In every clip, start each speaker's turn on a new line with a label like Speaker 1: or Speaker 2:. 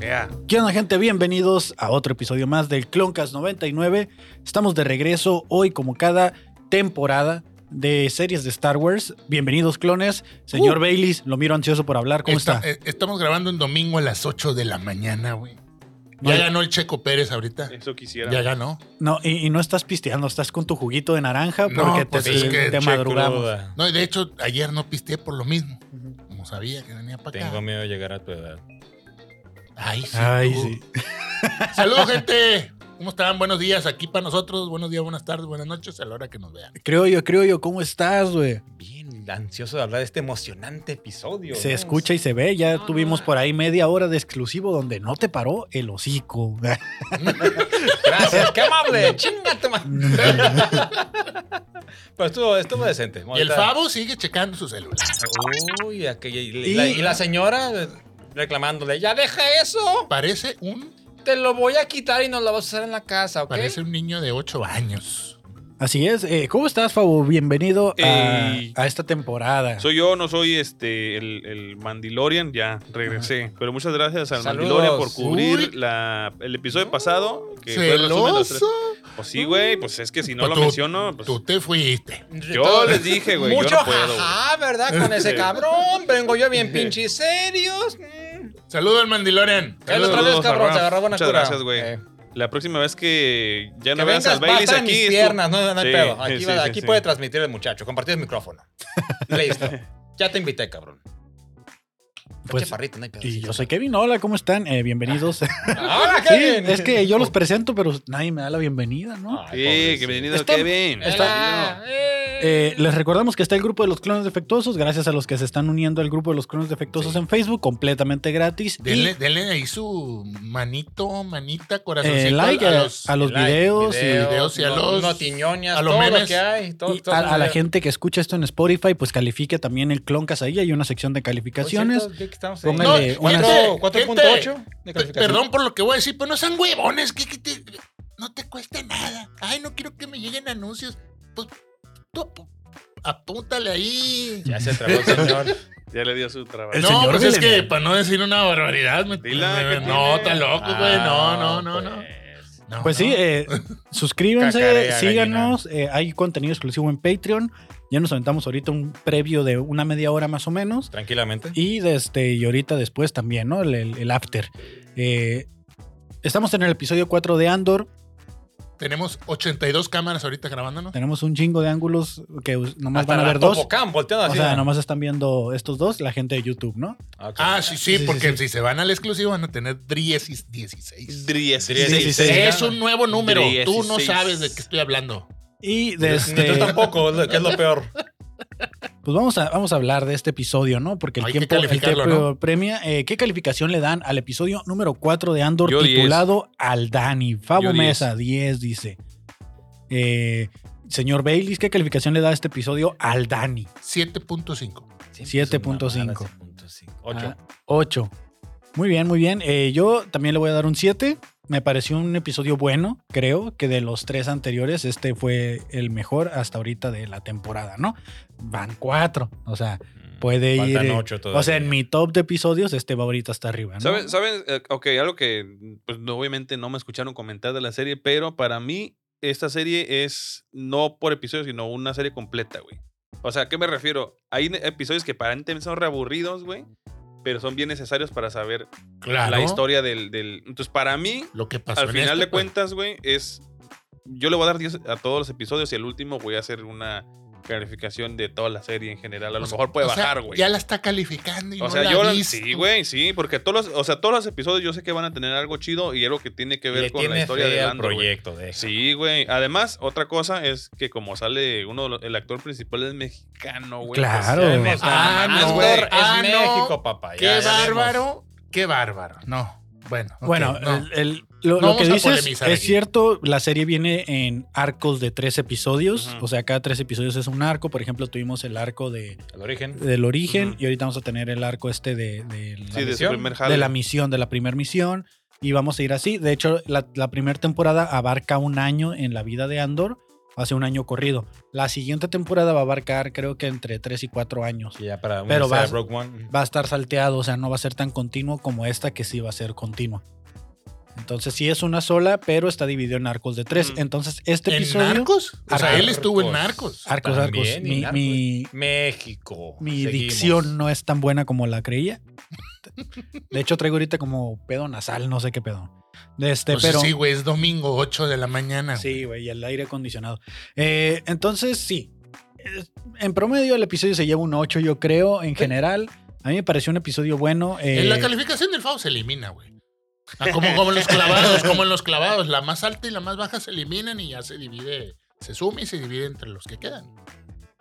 Speaker 1: ya.
Speaker 2: ¿Qué onda, gente? Bienvenidos a otro episodio más del Cloncast 99. Estamos de regreso hoy, como cada temporada de series de Star Wars. Bienvenidos, clones. Señor Baileys, lo miro ansioso por hablar. ¿Cómo está?
Speaker 1: Esta- Uh. eh, Estamos grabando en domingo a las 8 de la mañana, güey. Ya
Speaker 2: Vale.
Speaker 1: ganó el Checo Pérez ahorita.
Speaker 3: Eso quisiera.
Speaker 1: Ya ganó.
Speaker 2: No, y, y no estás pisteando, estás con tu juguito de naranja
Speaker 1: No,
Speaker 2: porque
Speaker 1: pues
Speaker 2: te,
Speaker 1: es
Speaker 2: te-
Speaker 1: que
Speaker 2: te
Speaker 1: Checo
Speaker 2: madrugamos.
Speaker 1: No, y de hecho, ayer no pisteé por lo mismo. Como sabía que venía para acá.
Speaker 4: Tengo miedo de llegar a tu edad.
Speaker 1: Ay, sí.
Speaker 2: Ay,
Speaker 1: tú.
Speaker 2: sí.
Speaker 1: Saludos, gente. ¿Cómo están? Buenos días aquí para nosotros. Buenos días, buenas tardes, buenas noches a la hora que nos vean.
Speaker 2: Creo yo, creo yo, ¿cómo estás, güey?
Speaker 4: Bien, ansioso de hablar de este emocionante episodio.
Speaker 2: Se
Speaker 4: ¿no?
Speaker 2: escucha y se ve. Ya
Speaker 3: Ah.
Speaker 4: No,
Speaker 2: tuvimos
Speaker 4: no.
Speaker 2: por ahí media hora de exclusivo donde no te paró el hocico.
Speaker 4: Gracias, qué amable. Chingate, Pero estuvo, estuvo decente.
Speaker 1: Y el
Speaker 4: Ahorita-
Speaker 1: Fabo sigue checando su celular.
Speaker 4: Uy, aquella- y, la, y la señora reclamándole, ya deja eso.
Speaker 1: Parece un,
Speaker 4: Te lo voy a quitar y nos lo vas a hacer en la casa, ¿ok?
Speaker 1: parece un niño de 8 años.
Speaker 2: Así es. Eh, ¿Cómo estás, Fabo? Bienvenido a,
Speaker 3: Ey.
Speaker 2: a esta temporada.
Speaker 3: Soy yo, no soy este el, el Mandalorian, ya regresé. Pero muchas gracias al
Speaker 4: Saludos.
Speaker 3: Mandalorian por cubrir
Speaker 1: Uy.
Speaker 3: la, el episodio
Speaker 4: No,
Speaker 3: pasado. Que fue el resumen de los tres.
Speaker 1: Celoso.
Speaker 3: Pues sí, güey, pues es que si no
Speaker 1: Pues
Speaker 3: lo
Speaker 1: tú-
Speaker 3: menciono, pues
Speaker 1: Tú te fuiste.
Speaker 3: yo les dije, güey, yo
Speaker 4: Mucho
Speaker 3: no puedo. güey.
Speaker 4: jajá, ¿verdad? Con ese
Speaker 3: Sí.
Speaker 4: cabrón. Vengo yo bien pinche serios. Mm.
Speaker 1: Saludos al Mandilorian.
Speaker 4: El otra vez,
Speaker 3: Saludos,
Speaker 4: cabrón,
Speaker 3: Rafa.
Speaker 4: se agarró buena
Speaker 3: Muchas
Speaker 4: cura.
Speaker 3: gracias, güey.
Speaker 4: Eh.
Speaker 3: La próxima vez que ya
Speaker 4: que
Speaker 3: no veas
Speaker 4: vengas
Speaker 3: al Baileys
Speaker 4: basta de
Speaker 3: aquí.
Speaker 4: mis
Speaker 3: es tu-
Speaker 4: piernas, no, no hay
Speaker 3: Sí,
Speaker 4: pedo. Aquí,
Speaker 3: sí,
Speaker 4: va-
Speaker 3: sí,
Speaker 4: aquí
Speaker 3: sí.
Speaker 4: puede transmitir el muchacho. Compartir el micrófono. Listo. Ya te invité, cabrón.
Speaker 2: Pues,
Speaker 4: Pues, chaparrito, no hay pedo.
Speaker 2: Y yo soy Kevin. Hola, ¿cómo están? Eh, bienvenidos.
Speaker 4: ¡Ahora,
Speaker 2: Sí,
Speaker 4: Kevin!
Speaker 2: es que yo los presento, pero nadie me da la bienvenida, ¿no?
Speaker 4: Ay,
Speaker 3: Sí, que
Speaker 4: pobrecito.
Speaker 3: bienvenido,
Speaker 2: Está-
Speaker 3: Kevin.
Speaker 4: Hola.
Speaker 2: Eh, les recordamos que está el grupo de los clones defectuosos, gracias a los que se están uniendo al grupo de los clones defectuosos
Speaker 4: Sí.
Speaker 2: en Facebook, completamente gratis. Y,
Speaker 1: Denle, denle ahí su manito, manita,
Speaker 2: eh,
Speaker 1: corazoncito
Speaker 2: like
Speaker 1: a
Speaker 2: a,
Speaker 1: los,
Speaker 2: a los
Speaker 4: Like,
Speaker 2: videos, y-
Speaker 1: videos y a
Speaker 4: no-
Speaker 1: los-
Speaker 4: notiñoñas,
Speaker 1: a los
Speaker 4: todo
Speaker 1: memes.
Speaker 4: lo que hay. todo-
Speaker 2: y
Speaker 4: todo-
Speaker 2: a, a la gente que escucha esto en Spotify, pues califique también el cloncast ahí. Hay una sección de
Speaker 4: Por cierto,
Speaker 2: calificaciones.
Speaker 4: ¿qué estamos
Speaker 2: Póngale
Speaker 4: ahí?
Speaker 2: unas-
Speaker 4: Cuatro- 4.8 de
Speaker 1: Pe-
Speaker 4: calificación.
Speaker 1: Perdón por lo que voy a decir, pero no sean huevones, que, que te- no te cuesta nada. Ay, no quiero que me lleguen anuncios. Pues tú ap- apúntale ahí.
Speaker 4: Ya se trabó el señor.
Speaker 3: Ya le dio su trabajo.
Speaker 2: El
Speaker 1: no,
Speaker 2: señor
Speaker 1: pues es
Speaker 2: Villeneuve.
Speaker 1: que para no decir una barbaridad, me- me-
Speaker 3: Dila, ¿qué
Speaker 1: no,
Speaker 3: tiene?
Speaker 1: está loco, güey. No, no, no, no,
Speaker 4: pues.
Speaker 1: no.
Speaker 2: Ah, Pues sí,
Speaker 1: no.
Speaker 2: eh, suscríbanse,
Speaker 4: Cacarea,
Speaker 2: síganos. eh, hay contenido exclusivo en Patreon. Ya nos aventamos ahorita un previo de una media hora más o menos.
Speaker 4: Tranquilamente.
Speaker 2: Y, de este, y ahorita después también, ¿no? El, el- el after. Eh, estamos en el episodio 4 de Andor.
Speaker 1: Tenemos 82 cámaras ahorita grabándonos.
Speaker 2: Tenemos un chingo de ángulos que us- nomás
Speaker 4: Hasta
Speaker 2: van a
Speaker 4: la
Speaker 2: ver dos.
Speaker 4: Topocam, volteando
Speaker 2: O
Speaker 4: así. Ah,
Speaker 2: sea, nomás están viendo estos dos, la gente de YouTube, ¿no?
Speaker 4: Ok.
Speaker 1: Ah, sí, sí,
Speaker 2: Sí, sí,
Speaker 1: porque
Speaker 2: sí.
Speaker 1: si se van al exclusivo van a tener 10 y 16.
Speaker 3: Dries.
Speaker 4: Dries.
Speaker 2: Sí,
Speaker 1: es un nuevo número. Tú no
Speaker 3: 16.
Speaker 1: sabes de qué estoy hablando.
Speaker 2: Y de
Speaker 4: Ni tú
Speaker 2: este,
Speaker 4: tampoco, es lo- que es lo peor.
Speaker 2: pues vamos a, vamos a hablar de este episodio, ¿no? Porque el
Speaker 1: Hay que
Speaker 2: tiempo, el
Speaker 1: calificarlo,
Speaker 2: tiempo premia. Eh, ¿Qué calificación le dan al episodio número 4 de Andor
Speaker 3: Yo diez.
Speaker 2: titulado Al Dani? Fabo
Speaker 3: Yo diez.
Speaker 2: Mesa, 10, dice. Eh, señor Baileys, ¿qué calificación le da a este episodio al Dani?
Speaker 1: 7.5.
Speaker 2: 7.5.
Speaker 4: 8.
Speaker 2: 8. Ah, Muy bien, muy bien. Eh, yo también le voy a dar un 7. Me pareció un episodio bueno, creo que de los tres anteriores, este fue el mejor hasta ahorita de la temporada, ¿no? Van cuatro. O sea,
Speaker 4: Mm.
Speaker 2: puede ir. eh, o sea, en mi top de episodios, este va ahorita hasta
Speaker 1: Ah,
Speaker 2: arriba, ¿no?
Speaker 3: ¿Saben? ¿Saben? Eh, ok, algo que pues, no, obviamente no me escucharon comentar de la serie, pero para mí esta serie es no por episodios, sino una serie completa, güey. O sea, ¿a qué me refiero? Hay ne- episodios que para mí también son reaburridos, güey, pero son bien necesarios para saber
Speaker 1: Claro.
Speaker 3: la historia del, del... Entonces, para mí,
Speaker 1: Lo que pasó
Speaker 3: al
Speaker 1: en
Speaker 3: final
Speaker 1: este,
Speaker 3: de
Speaker 1: pues.
Speaker 3: cuentas, güey, es... Yo le voy a dar 10 a todos los episodios y el último voy a hacer una calificación de toda la serie en general. A lo
Speaker 1: O sea,
Speaker 3: mejor puede
Speaker 1: o sea,
Speaker 3: bajar, güey.
Speaker 1: Ya la está calificando y
Speaker 3: O
Speaker 1: no
Speaker 3: sea,
Speaker 1: la
Speaker 3: yo la-
Speaker 1: viste.
Speaker 3: sí, güey, sí, porque todos los, o sea, todos los episodios yo sé que van a tener algo chido y algo que tiene que ver con la historia del Andor, güey.
Speaker 4: proyecto de
Speaker 3: Sí, güey. Además, otra cosa es que como sale uno de los- el actor principal es mexicano, güey.
Speaker 2: Claro.
Speaker 3: pues ya nos
Speaker 1: Ah,
Speaker 3: mamamos,
Speaker 1: no,
Speaker 4: Andor
Speaker 1: güey.
Speaker 4: es
Speaker 1: Ah, no.
Speaker 4: México, papá. ya,
Speaker 1: Qué
Speaker 4: ya veremos.
Speaker 1: bárbaro. Qué bárbaro. No. Bueno. ok,
Speaker 2: Bueno,
Speaker 1: no.
Speaker 2: el- el- lo,
Speaker 1: No
Speaker 2: lo que
Speaker 1: vamos a
Speaker 2: dices es
Speaker 1: polemizar aquí.
Speaker 2: cierto, la serie viene en arcos de tres episodios,
Speaker 3: Ujú.
Speaker 2: o sea, cada tres episodios es un arco, por ejemplo, tuvimos el arco de,
Speaker 4: El origen.
Speaker 2: del origen
Speaker 3: Ujú.
Speaker 2: y ahorita vamos a tener el arco este de, de la
Speaker 3: Sí, de su
Speaker 4: misión,
Speaker 3: primer jale.
Speaker 2: de la misión, de la primera misión. Y vamos a ir así. De hecho, la, la primera temporada abarca un año en la vida de Andor. hace un año corrido. La siguiente temporada va a abarcar creo que entre 3 y 4 años.
Speaker 4: Y ya para
Speaker 2: Pero
Speaker 4: unirse a
Speaker 2: vas-
Speaker 4: Rogue One.
Speaker 2: Va a estar salteado, o sea, no va a ser tan continuo como esta que sí va a ser continua. Entonces sí es una sola, pero está dividido en arcos de tres.
Speaker 3: Mm.
Speaker 2: Entonces este
Speaker 1: ¿En
Speaker 2: episodio...
Speaker 1: Narcos? O sea, él
Speaker 4: Narcos.
Speaker 1: estuvo en Narcos.
Speaker 2: Arcos,
Speaker 4: También,
Speaker 2: arcos.
Speaker 4: y
Speaker 2: Mi,
Speaker 4: Narcos.
Speaker 2: mi-
Speaker 4: México.
Speaker 2: mi
Speaker 4: Pues, Seguimos.
Speaker 2: dicción no es tan buena como la creía. De hecho, traigo ahorita como pedo nasal, no sé qué pedo. De Este,
Speaker 1: Pues
Speaker 2: pero...
Speaker 1: sí, güey, es domingo 8 de la mañana.
Speaker 2: Sí, güey, y el aire acondicionado. Eh, entonces, sí. Eh, En promedio, el episodio se lleva un 8, yo creo, en general. A mí me pareció un episodio bueno. eh,
Speaker 1: En la calificación del FAO se elimina, güey. Ah, como, como en los clavados, como en los clavados. La más alta y la más baja se eliminan y ya se divide, se suma y se divide entre los que quedan.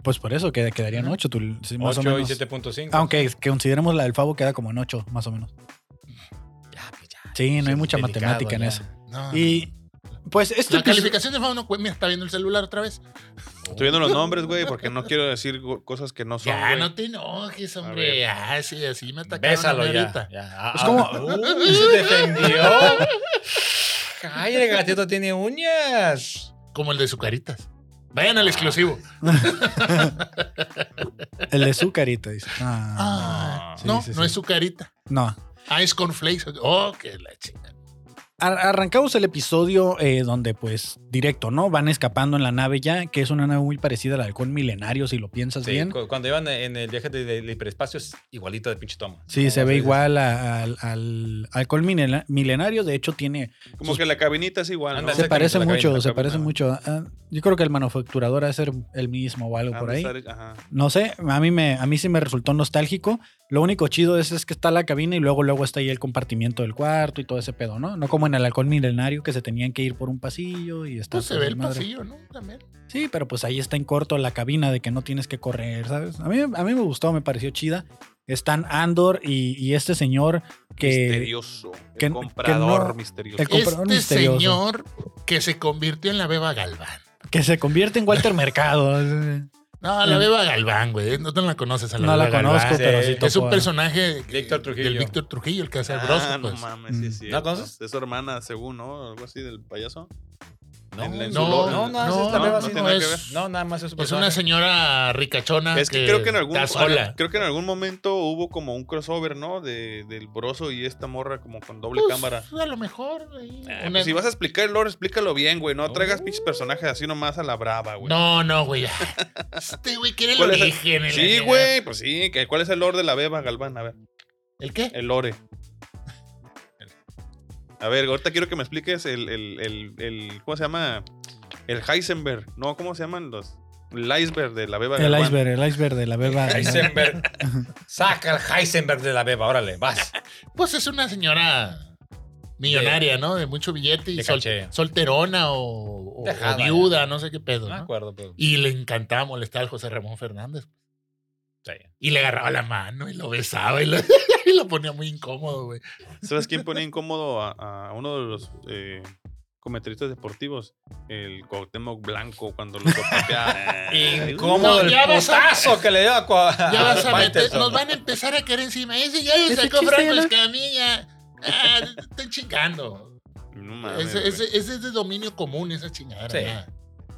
Speaker 2: pues por eso queda- quedarían
Speaker 1: Ajá.
Speaker 2: 8, tú, sí, más o
Speaker 4: 8 y
Speaker 2: menos.
Speaker 4: 7.5.
Speaker 2: Aunque consideremos la del Favo, queda como en 8, más o menos.
Speaker 4: Ya, pues, ya.
Speaker 2: Sí, no hay
Speaker 4: Es
Speaker 2: mucha
Speaker 4: delicado,
Speaker 2: matemática en
Speaker 4: ya.
Speaker 2: eso.
Speaker 1: No.
Speaker 2: Y pues este
Speaker 1: la
Speaker 2: episodio-
Speaker 1: calificación del FAO no cu- Mira, está viendo el celular otra vez.
Speaker 3: Estoy viendo los nombres, güey, porque no quiero decir go- cosas que no
Speaker 2: Pues,
Speaker 3: son.
Speaker 1: ya,
Speaker 3: güey.
Speaker 1: no te enojes, hombre.
Speaker 3: ver.
Speaker 1: Ah, sí, así me atacaron.
Speaker 4: Bésalo
Speaker 1: a mí
Speaker 4: ya.
Speaker 1: ahorita.
Speaker 4: ya.
Speaker 2: Es
Speaker 4: Ah,
Speaker 2: como-
Speaker 4: ah, uy, se defendió. Ay, el gatito tiene uñas.
Speaker 1: Como el de Zucaritas. Vayan
Speaker 2: Ah.
Speaker 1: al exclusivo.
Speaker 2: El de su carita, dice. Ah,
Speaker 1: Ah,
Speaker 2: sí,
Speaker 1: no,
Speaker 2: sí,
Speaker 1: no
Speaker 2: sí.
Speaker 1: es Zucarita.
Speaker 2: No.
Speaker 1: Ah, es Cornflakes. Oh, que la chingada.
Speaker 2: Ar- Arrancamos el episodio eh, donde, pues, directo, ¿no? Van escapando en la nave ya, que es una nave muy parecida al halcón milenario, si lo piensas
Speaker 4: Sí,
Speaker 2: bien.
Speaker 4: cu- cuando iban en el viaje del de, del hiperespacio, es igualito de pinche toma.
Speaker 2: Sí, se ve igual a- al, al alcohol milena- milenario. De hecho, tiene.
Speaker 3: Como que la cabinita es igual. ¿no?
Speaker 4: Anda,
Speaker 2: Se
Speaker 4: que
Speaker 2: parece
Speaker 4: la cabina,
Speaker 2: mucho,
Speaker 3: la
Speaker 2: se
Speaker 3: cabina,
Speaker 2: parece
Speaker 3: ¿no?
Speaker 2: mucho. Ah, yo creo que el manufacturador ha de ser el mismo o algo
Speaker 3: Ah,
Speaker 2: por
Speaker 3: de
Speaker 2: ahí.
Speaker 3: estar- ajá.
Speaker 2: No sé, a mí, me, a mí sí me resultó nostálgico. Lo único chido es, es que está la cabina y luego, luego está ahí el compartimiento del cuarto y todo ese pedo, ¿no? No como en el alcohol milenario que se tenían que ir por un pasillo y está.
Speaker 1: Pues se
Speaker 2: todo
Speaker 1: ve el
Speaker 2: desmadre.
Speaker 1: pasillo, ¿no? También.
Speaker 2: Sí, pero pues ahí está en corto la cabina de que no tienes que correr, ¿sabes? A mí, a mí me gustó, me pareció chida. Están Andor y, y este señor que...
Speaker 3: misterioso. El
Speaker 2: que- que
Speaker 3: comprador
Speaker 2: no-
Speaker 3: misterioso.
Speaker 2: el com-
Speaker 1: Este
Speaker 2: Comprador misterioso.
Speaker 1: señor que se convirtió en la Beba Galván.
Speaker 2: Que se convierte en Walter Mercado.
Speaker 1: No, la Beba Galván, güey. No te la conoces a la
Speaker 2: No
Speaker 1: Beba
Speaker 2: la conozco,
Speaker 1: Galván.
Speaker 2: pero sí
Speaker 4: Es
Speaker 2: topo.
Speaker 1: Es un personaje que-
Speaker 4: Víctor Trujillo.
Speaker 1: del Víctor Trujillo, el que hace
Speaker 3: Ah,
Speaker 1: broso,
Speaker 3: no
Speaker 1: pues.
Speaker 3: mames, sí,
Speaker 2: Mm.
Speaker 3: es cierto.
Speaker 4: ¿No conoces?
Speaker 3: Es su hermana, según, ¿no? Algo así del payaso.
Speaker 4: No,
Speaker 3: En la- en su
Speaker 1: no,
Speaker 3: lore.
Speaker 4: no, nada más
Speaker 1: no,
Speaker 4: es la beba
Speaker 1: no,
Speaker 4: así,
Speaker 1: no
Speaker 4: no,
Speaker 1: es-
Speaker 4: es- no, nada más es su
Speaker 1: Es una
Speaker 4: personaje.
Speaker 1: señora ricachona.
Speaker 3: Es que creo que en algún
Speaker 1: Está sola.
Speaker 3: creo que en algún momento hubo como un crossover, ¿no? De, del broso y esta morra como con doble
Speaker 1: Pues,
Speaker 3: cámara.
Speaker 1: A lo mejor. ahí,
Speaker 3: Ah,
Speaker 1: una-
Speaker 3: pues si vas a explicar el lore, explícalo bien, güey. No traigas
Speaker 4: No.
Speaker 3: pinches personajes así nomás a la brava, güey.
Speaker 1: No, no, güey. Este güey quiere el
Speaker 3: ¿Cuál es el-
Speaker 1: origen. el-
Speaker 3: Sí, güey, pues sí. que- ¿Cuál es el lore de la beba, Galván? A ver,
Speaker 1: ¿El qué?
Speaker 3: el lore. A ver, ahorita quiero que me expliques el, el, el, el- ¿cómo se llama? El Heisenberg. No, ¿cómo se llaman los? El iceberg de la beba.
Speaker 2: El
Speaker 3: Galván.
Speaker 2: iceberg, el iceberg de la beba.
Speaker 4: Heisenberg. Saca el Heisenberg de la beba, órale, vas.
Speaker 1: Pues es una señora millonaria, ¿no? De mucho billete y
Speaker 4: de
Speaker 1: sol-
Speaker 4: caché.
Speaker 1: solterona o, o-
Speaker 4: Dejada,
Speaker 1: o viuda, no sé qué pedo.
Speaker 4: No me
Speaker 1: ¿no?
Speaker 4: acuerdo, pero.
Speaker 1: Y le encantaba molestar al José Ramón Fernández.
Speaker 4: Sí.
Speaker 1: Y le agarraba la mano y lo besaba y lo, y lo ponía muy incómodo, güey.
Speaker 3: ¿Sabes quién ponía incómodo a, a uno de los eh, comentaristas deportivos? El Cuauhtémoc Blanco cuando lo topatea.
Speaker 4: Incómodo
Speaker 1: No,
Speaker 4: el
Speaker 1: ya vas a-
Speaker 4: putazo que le dio a Cua-
Speaker 1: Ya vas a meter,
Speaker 4: Faitelson.
Speaker 1: nos van a empezar a caer encima. Ese ya lo
Speaker 2: Ese
Speaker 1: sacó
Speaker 2: chiste
Speaker 1: Franco
Speaker 2: ya lo-
Speaker 1: Escamilla. Ah, te están chingando.
Speaker 3: No mames,
Speaker 1: Ese,
Speaker 3: güey.
Speaker 1: ese- ese es de dominio común, esa chingadera.
Speaker 4: Sí.
Speaker 1: ya.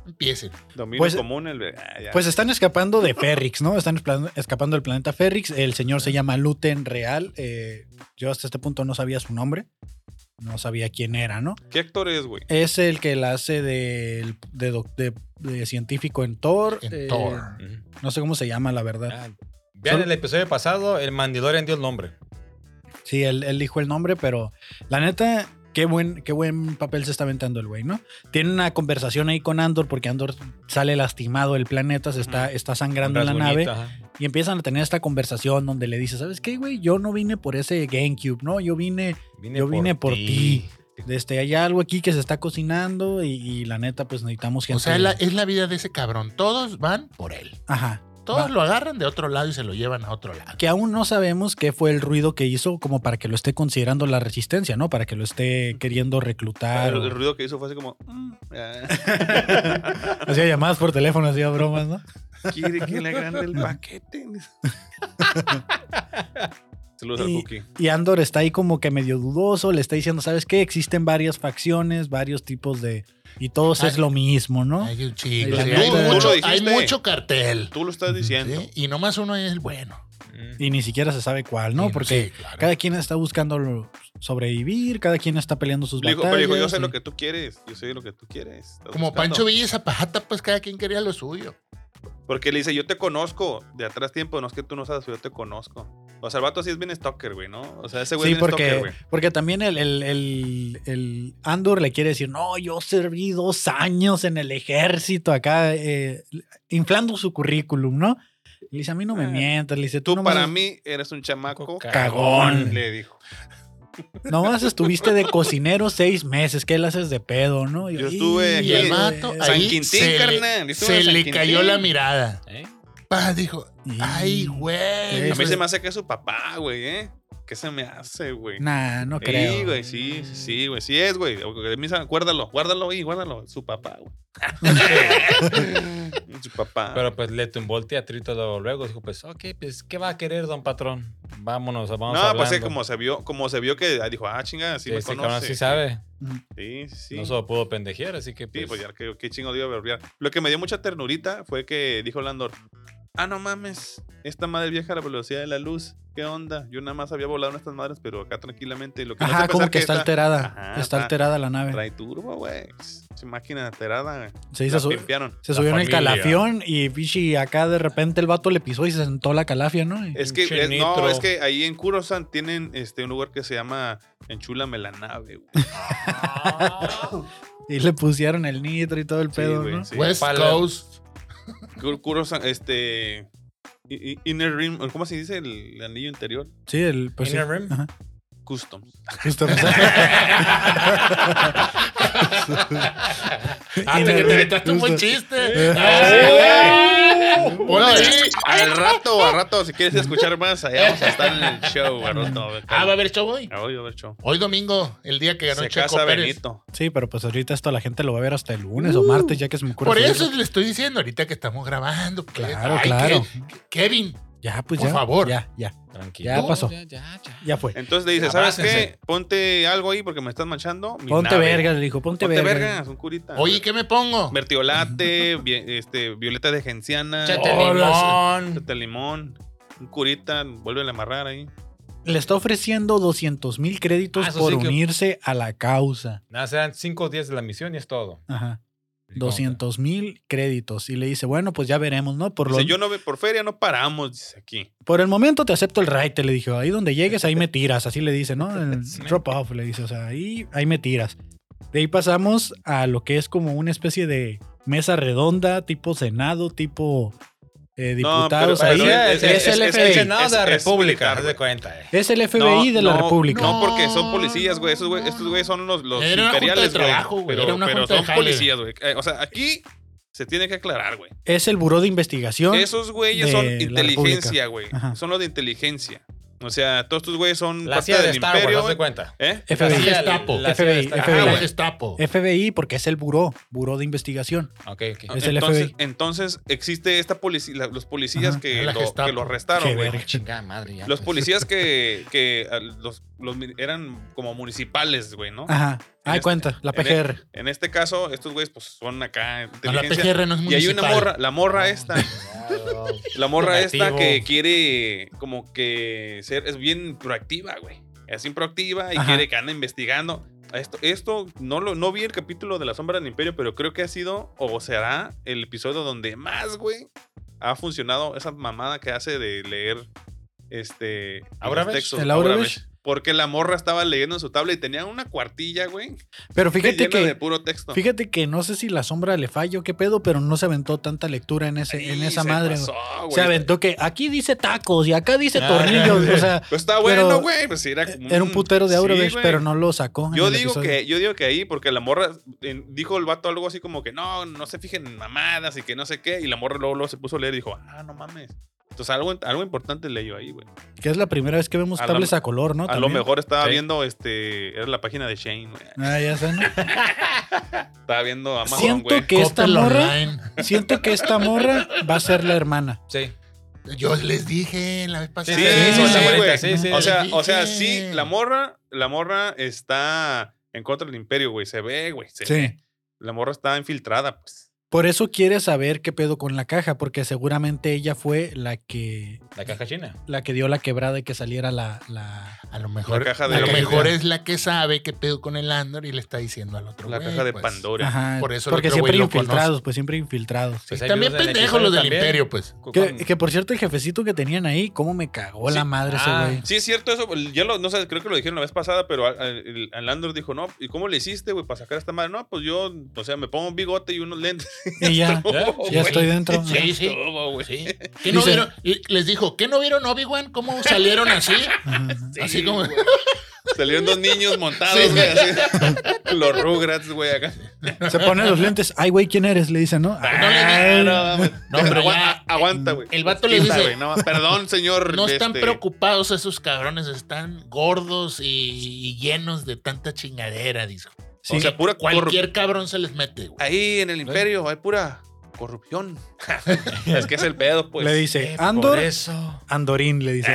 Speaker 1: Empiecen.
Speaker 3: Dominio
Speaker 2: Pues-
Speaker 3: común. El, ah, ya.
Speaker 2: Pues están escapando de Ferrix, ¿no? Están espla- escapando del planeta Ferrix. El señor se llama Luten Real. eh, yo hasta este punto no sabía su nombre. No sabía quién era, ¿no?
Speaker 3: ¿Qué actor es, güey?
Speaker 2: Es el que la hace del- de, doc- de- de científico en Thor.
Speaker 1: En
Speaker 2: eh,
Speaker 1: Thor.
Speaker 4: Ujú.
Speaker 2: No sé cómo se llama, la verdad.
Speaker 4: Ah, Vean el episodio pasado, el Mandalorian dio el nombre.
Speaker 2: Sí, él, él dijo el nombre, pero la neta, qué buen, qué buen papel se está aventando el güey, ¿no? Tiene una conversación ahí con Andor porque Andor sale lastimado del planeta, se está, está sangrando en la nave.
Speaker 4: Rasguñito, ajá.
Speaker 2: Y empiezan a tener esta conversación donde le dice, ¿sabes qué, güey? Yo no vine por ese GameCube, ¿no? Yo vine Yo vine por ti. desde hay algo aquí que se está cocinando y, y la neta, pues necesitamos gente.
Speaker 1: O sea, es la, es la vida de ese cabrón. Todos van por él.
Speaker 2: Ajá.
Speaker 1: Todos
Speaker 2: Va.
Speaker 1: lo agarran de otro lado y se lo llevan a otro lado.
Speaker 2: Que aún no sabemos qué fue el ruido que hizo como para que lo esté considerando la resistencia, ¿no? Para que lo esté queriendo reclutar.
Speaker 3: El, el
Speaker 2: o-
Speaker 3: ruido que hizo fue así como. mm, ah.
Speaker 2: Hacía llamadas por teléfono, hacía bromas, ¿no?
Speaker 3: Quiere que le agrande el paquete. Saludos al
Speaker 2: Y,
Speaker 3: Cookie.
Speaker 2: y Andor está ahí como que medio dudoso, le está diciendo, ¿sabes qué? Existen varias facciones, varios tipos de... Y todos es
Speaker 1: Ay.
Speaker 2: lo mismo, ¿no?
Speaker 1: Hay un chingo.
Speaker 2: Ahí
Speaker 1: sí,
Speaker 2: la neta.
Speaker 1: hay,
Speaker 2: Tú lo
Speaker 1: mucho,
Speaker 3: dijiste.
Speaker 1: hay mucho cartel.
Speaker 3: Tú lo estás diciendo.
Speaker 1: ¿sí? Y nomás uno es el bueno.
Speaker 2: Y ni siquiera se sabe cuál, ¿no?
Speaker 1: Sí,
Speaker 2: Porque
Speaker 1: sí, claro.
Speaker 2: cada quien está buscando lo- sobrevivir, cada quien está peleando sus
Speaker 3: Le dijo,
Speaker 2: batallas.
Speaker 3: pero dijo, yo sé
Speaker 2: y-
Speaker 3: lo que tú quieres. Yo sé lo que tú quieres. Estás
Speaker 1: Como
Speaker 3: buscando.
Speaker 1: Pancho Villa y Zapata, pues cada quien quería lo suyo.
Speaker 3: Porque le dice, yo te conozco de atrás tiempo, no es que tú no sabes, yo te conozco. O sea, el vato sí es bien stalker, güey, ¿no? O sea, ese este güey
Speaker 2: Sí,
Speaker 3: es bien stalker,
Speaker 2: porque,
Speaker 3: güey.
Speaker 2: porque también el, el- el- el Andor le quiere decir, no, yo serví dos años en el ejército acá, eh, inflando su currículum, ¿no? Le dice, a mí no me
Speaker 3: Ah.
Speaker 2: mientas, le dice, tú,
Speaker 3: Tú
Speaker 2: nomás,
Speaker 3: para mí eres un chamaco
Speaker 4: Coca-
Speaker 2: cagón.
Speaker 3: Le dijo.
Speaker 2: nomás estuviste de cocinero seis meses, ¿qué le haces de pedo, no?
Speaker 3: Yo estuve
Speaker 1: Y el
Speaker 3: Sí,
Speaker 1: mato
Speaker 3: San
Speaker 1: ahí
Speaker 3: Quintín,
Speaker 1: se,
Speaker 3: carnal,
Speaker 1: le,
Speaker 3: estuvo
Speaker 1: se
Speaker 3: en San
Speaker 1: le
Speaker 3: Quintín.
Speaker 1: cayó la mirada.
Speaker 4: ¿Eh?
Speaker 1: Pa, dijo, ay, güey.
Speaker 3: A mí
Speaker 2: Eso
Speaker 3: se
Speaker 2: es-
Speaker 3: me hace que es su papá, güey, ¿eh? ¿Qué se me hace, güey?
Speaker 2: Nah, no creo.
Speaker 3: Sí, güey, sí, sí, sí, güey. Sí es, güey. O- de misa, Guárdalo, guárdalo ahí, guárdalo. Su papá, güey. su papá.
Speaker 4: Pero pues le tumbó el teatrito luego, luego. Dijo, pues, ok, pues, ¿qué va a querer, don patrón? Vámonos, vamos
Speaker 3: no,
Speaker 4: a
Speaker 3: pues sí, como se vio, como se vio que ah, dijo, ah, chinga, sí, me conoce.
Speaker 4: sí sabe.
Speaker 3: Sí, sí, sí.
Speaker 4: No se lo pudo pendejear, así que
Speaker 3: Sí,
Speaker 4: pues...
Speaker 3: pues ya, qué, qué chingo digo, verbiar. Lo que me dio mucha ternurita fue que dijo Landor, ah, no mames, esta madre viaja a la velocidad de la luz, ¿qué onda? Yo nada más había volado en estas madres, pero acá tranquilamente. Lo que no
Speaker 2: Ajá,
Speaker 3: hace
Speaker 2: como
Speaker 3: pensar
Speaker 2: que, está
Speaker 3: esta
Speaker 2: alterada,
Speaker 3: Ajá,
Speaker 2: está
Speaker 3: tra-
Speaker 2: alterada la nave.
Speaker 3: Trae turbo, güey. Es máquina alterada, güey.
Speaker 2: Se
Speaker 3: La
Speaker 2: hizo su-
Speaker 3: pimpearon.
Speaker 2: Se
Speaker 4: La
Speaker 2: subió en el
Speaker 4: familia.
Speaker 2: calafión y Pichi acá de repente el vato le pisó y se sentó la calafia, ¿no? Y-
Speaker 3: Es que,
Speaker 4: Pinche
Speaker 3: es- no,
Speaker 4: nitro.
Speaker 3: es que ahí en Kurosan tienen este, un lugar que se llama Enchúlame la nave, güey.
Speaker 2: Y le pusieron el nitro y todo el
Speaker 3: Sí,
Speaker 2: pedo,
Speaker 3: güey,
Speaker 2: ¿no?
Speaker 3: sí.
Speaker 1: West
Speaker 4: Palo.
Speaker 1: Coast.
Speaker 3: Kur- Kurosan, este. i- i- Inner Rim, ¿cómo se dice el anillo interior?
Speaker 2: Sí, el pues sí.
Speaker 4: Inner Rim.
Speaker 2: Ajá.
Speaker 3: Customs.
Speaker 2: Justo. pues,
Speaker 1: Ah, te
Speaker 2: Inner Rim,
Speaker 1: inventaste un buen
Speaker 2: justo. Ah,
Speaker 1: chiste. Ah, Ponle
Speaker 3: No,
Speaker 1: ahí.
Speaker 3: al rato, al rato, si quieres escuchar más, allá vamos a estar en el show, al rato.
Speaker 1: Ah, va a haber show hoy.
Speaker 3: Ah, voy a ver show.
Speaker 1: Hoy domingo, el día que ganó
Speaker 3: Se
Speaker 1: Checo
Speaker 3: casa
Speaker 1: Pérez.
Speaker 3: Benito.
Speaker 2: Sí, pero pues ahorita esto la gente lo va a ver hasta el lunes o martes, ya que se me ocurre.
Speaker 1: Por eso
Speaker 2: subirlo.
Speaker 1: le estoy diciendo ahorita que estamos grabando. que-
Speaker 2: Claro,
Speaker 1: ay,
Speaker 2: claro.
Speaker 1: que- que- Kevin,
Speaker 2: Ya, pues
Speaker 1: Por
Speaker 2: ya.
Speaker 1: favor.
Speaker 2: Ya, ya.
Speaker 4: Tranquilo.
Speaker 2: Ya pasó.
Speaker 4: Ya, ya, ya.
Speaker 2: Ya fue.
Speaker 3: Entonces le
Speaker 1: Ah,
Speaker 3: dice, ¿sabes qué? Ponte algo ahí porque me estás manchando. mi
Speaker 2: Ponte
Speaker 3: nave".
Speaker 2: verga, le dijo, ponte,
Speaker 3: Ponte
Speaker 2: verga.
Speaker 3: vergas, un curita.
Speaker 1: oye, ¿qué me pongo?
Speaker 3: Vertiolate, vi- este, violeta de genciana,
Speaker 4: Échate
Speaker 1: Ahora
Speaker 4: limón.
Speaker 3: chate limón, un curita, vuelve a amarrar ahí.
Speaker 2: Le está ofreciendo 200 mil créditos
Speaker 4: Ah, eso
Speaker 2: por
Speaker 4: sí que-
Speaker 2: unirse a la causa.
Speaker 4: Nada, serán cinco días de la misión y es todo.
Speaker 2: Ajá. 200 mil créditos. Y le dice, bueno, pues ya veremos, ¿no? Por lo
Speaker 3: Dice, yo no ve por feria, no paramos, dice aquí.
Speaker 2: Por el momento te acepto el right, te le dije. Ahí donde llegues, ahí me tiras. Así le dice, ¿no? El
Speaker 4: Sí.
Speaker 2: drop off, le dice. O sea, ahí, ahí me tiras. De ahí pasamos a lo que es como una especie de mesa redonda, tipo Senado, tipo eh, diputados.
Speaker 3: pero-
Speaker 2: ahí
Speaker 3: pero
Speaker 2: es,
Speaker 3: es- es-
Speaker 2: el
Speaker 3: es-
Speaker 2: FBI.
Speaker 3: es-
Speaker 2: Es,
Speaker 4: Senado de la
Speaker 3: es- es
Speaker 4: República,
Speaker 3: militar,
Speaker 4: haz
Speaker 3: güey.
Speaker 4: de cuenta. eh.
Speaker 2: el FBI de la
Speaker 3: no,
Speaker 2: República.
Speaker 3: No, porque son
Speaker 1: No,
Speaker 3: policías, güey. Esos güey,
Speaker 1: no,
Speaker 3: estos
Speaker 1: no.
Speaker 3: güey son los, los
Speaker 1: Era una junta de
Speaker 3: imperiales, güey.
Speaker 1: trabajo, güey. Era
Speaker 3: Pero,
Speaker 1: una
Speaker 3: pero
Speaker 1: junta de
Speaker 3: son
Speaker 1: jale.
Speaker 3: policías, güey. Eh, O sea, aquí se tiene que aclarar, güey.
Speaker 2: Es el buró de investigación.
Speaker 3: Esos güeyes
Speaker 2: de
Speaker 3: son
Speaker 2: la
Speaker 3: inteligencia, güey.
Speaker 2: Ajá.
Speaker 3: Son los de inteligencia. O sea, todos estos güeyes son
Speaker 4: La
Speaker 3: parte
Speaker 4: CIA de
Speaker 3: del
Speaker 4: Star Wars,
Speaker 3: imperio.
Speaker 4: haz de
Speaker 3: güey.
Speaker 4: cuenta.
Speaker 3: ¿Eh?
Speaker 1: La
Speaker 2: FBI.
Speaker 1: CIA,
Speaker 4: Gestapo.
Speaker 1: la
Speaker 4: CIA de
Speaker 2: FBI,
Speaker 4: Star-
Speaker 1: Ajá,
Speaker 2: FBI.
Speaker 1: la
Speaker 3: güey.
Speaker 1: Ah, Gestapo.
Speaker 2: FBI porque es el buró, buró de investigación.
Speaker 4: Ah, ok, ok.
Speaker 2: Es el
Speaker 3: entonces,
Speaker 2: FBI.
Speaker 3: entonces existe esta polici- la- los policías
Speaker 2: Ajá.
Speaker 3: que
Speaker 1: La
Speaker 3: lo,
Speaker 1: Gestapo.
Speaker 3: que lo arrestaron,
Speaker 2: Qué
Speaker 3: güey.
Speaker 2: verga.
Speaker 4: Chingada madre, ya.
Speaker 3: Los
Speaker 4: pues.
Speaker 3: policías que, que ah, los, los mi- eran como municipales, güey, ¿no?
Speaker 2: Ajá. Ay,
Speaker 3: este-
Speaker 2: cuenta, la
Speaker 3: en el-
Speaker 2: PGR.
Speaker 3: En este caso, estos güeyes pues son acá
Speaker 1: No, la
Speaker 3: inteligencia.
Speaker 1: PGR no es
Speaker 3: y hay
Speaker 1: municipal.
Speaker 3: una morra, la morra esta, la morra esta
Speaker 4: Negativo.
Speaker 3: que quiere como que ser, es bien proactiva, güey. Es bien proactiva y
Speaker 2: Ajá.
Speaker 3: quiere que anda investigando. Esto, esto no lo no vi el capítulo de la sombra del imperio, pero creo que ha sido o será el episodio donde más, güey, ha funcionado esa mamada que hace de leer este
Speaker 4: ¿Auravech?
Speaker 3: los textos.
Speaker 2: ¿El Auravech?
Speaker 3: Auravech. Porque la morra estaba leyendo en su tabla y tenía una cuartilla, güey.
Speaker 2: Pero fíjate
Speaker 3: llena
Speaker 2: que
Speaker 3: de puro texto.
Speaker 2: Fíjate que no sé si la sombra le falló, qué pedo, pero no se aventó tanta lectura en, ese, en
Speaker 3: Sí,
Speaker 2: esa
Speaker 3: se
Speaker 2: madre. güey.
Speaker 3: pasó, güey.
Speaker 2: se aventó que aquí dice tacos y acá dice
Speaker 4: Ah,
Speaker 2: tornillos. o sea,
Speaker 3: Pues está
Speaker 2: Pero- eh,
Speaker 3: bueno, güey. Pues era, como
Speaker 2: era un putero de
Speaker 3: sí,
Speaker 2: Aurovich,
Speaker 3: güey.
Speaker 2: pero no lo sacó. en
Speaker 3: Yo
Speaker 2: el
Speaker 3: digo,
Speaker 2: episodio.
Speaker 3: que, yo digo que ahí, porque la morra en- dijo el vato algo así como que no, no se fijen en mamadas y que no sé qué. Y la morra luego, luego se puso a leer y dijo, ah, no mames. Entonces algo, algo importante leyó ahí, güey.
Speaker 2: Que es la primera vez que vemos
Speaker 3: A lo
Speaker 2: tablets
Speaker 3: me-
Speaker 2: a color, ¿no?
Speaker 3: a lo
Speaker 2: También.
Speaker 3: mejor estaba
Speaker 4: Sí.
Speaker 3: viendo, este, era la página de Shane, güey.
Speaker 2: Ah, ya sé, ¿no?
Speaker 3: Estaba viendo Amazon,
Speaker 2: Siento
Speaker 3: güey.
Speaker 2: que esta
Speaker 1: Coppel
Speaker 2: morra,
Speaker 1: Online.
Speaker 2: siento que esta morra va a ser la hermana.
Speaker 4: Sí.
Speaker 1: Yo les dije la vez pasada.
Speaker 3: Sí, sí, sí,
Speaker 4: la
Speaker 3: güey.
Speaker 4: abuelita, sí, sí.
Speaker 3: O sea, o sea,
Speaker 1: Sí.
Speaker 3: sí, la morra, la morra está en contra del imperio, güey. Se ve, güey. se ve.
Speaker 2: Sí.
Speaker 3: La morra está infiltrada, pues.
Speaker 2: Por eso quiere saber qué pedo con la caja, porque seguramente ella fue la que
Speaker 4: La caja china.
Speaker 2: la que dio la quebrada y que saliera la, la...
Speaker 1: A lo mejor,
Speaker 3: La caja de-
Speaker 1: a lo
Speaker 3: la caja
Speaker 1: mejor
Speaker 3: de-
Speaker 1: es la que sabe qué pedo con el Andor y le está diciendo al otro
Speaker 3: La
Speaker 1: güey,
Speaker 3: caja de
Speaker 1: pues.
Speaker 3: Pandora.
Speaker 2: Ajá,
Speaker 1: Por eso el
Speaker 2: porque
Speaker 1: otro güey
Speaker 2: siempre
Speaker 1: lo
Speaker 2: infiltrados, pues siempre infiltrados.
Speaker 1: Sí,
Speaker 4: Pues hay
Speaker 1: también
Speaker 4: virus en el
Speaker 1: pendejos los del
Speaker 4: episodio también.
Speaker 1: imperio, pues.
Speaker 3: Con-
Speaker 2: Que, que por cierto, el jefecito que tenían ahí, cómo me cagó la
Speaker 3: Sí.
Speaker 2: madre
Speaker 4: Ah.
Speaker 2: ese güey.
Speaker 3: Sí, es cierto eso. Yo lo, no sé, creo que lo dijeron la vez pasada, pero al- al- el, al Andor dijo, no, ¿y cómo le hiciste, güey, para sacar a esta madre? No, pues yo, o sea, me pongo un bigote y unos lentes.
Speaker 2: Y ya,
Speaker 4: Ya,
Speaker 3: Oh,
Speaker 2: ya
Speaker 3: güey.
Speaker 2: estoy dentro.
Speaker 1: Sí, sí.
Speaker 3: Estuvo, güey.
Speaker 1: Sí. ¿Qué no
Speaker 2: Dice-
Speaker 1: vieron? Y les dijo, ¿qué no vieron Obi-Wan? ¿Cómo salieron así?
Speaker 2: Ajá.
Speaker 1: así como.
Speaker 3: Salieron dos niños montados,
Speaker 1: Sí.
Speaker 3: güey, así. Los Rugrats, güey, acá.
Speaker 2: Se pone los lentes. Ay, güey, ¿quién eres? Le dicen, ¿no?
Speaker 3: Ah,
Speaker 2: Ah,
Speaker 1: no le
Speaker 2: Ay,
Speaker 3: No,
Speaker 1: No, pero
Speaker 3: agua-
Speaker 1: ya-
Speaker 3: aguanta, güey.
Speaker 1: el vato le
Speaker 3: Quita,
Speaker 1: dice-
Speaker 3: güey, no, perdón, señor.
Speaker 1: No están
Speaker 3: este,
Speaker 1: preocupados esos cabrones, están gordos y, y llenos de tanta chingadera, dijo.
Speaker 2: sí.
Speaker 3: O sea, pura corrupción.
Speaker 1: Cualquier cabrón se les mete, güey.
Speaker 3: Ahí en el imperio hay pura corrupción. es que es el pedo, pues.
Speaker 2: le dice,
Speaker 4: Eh, por
Speaker 2: Andor,
Speaker 4: eso.
Speaker 2: Andorín, le dice.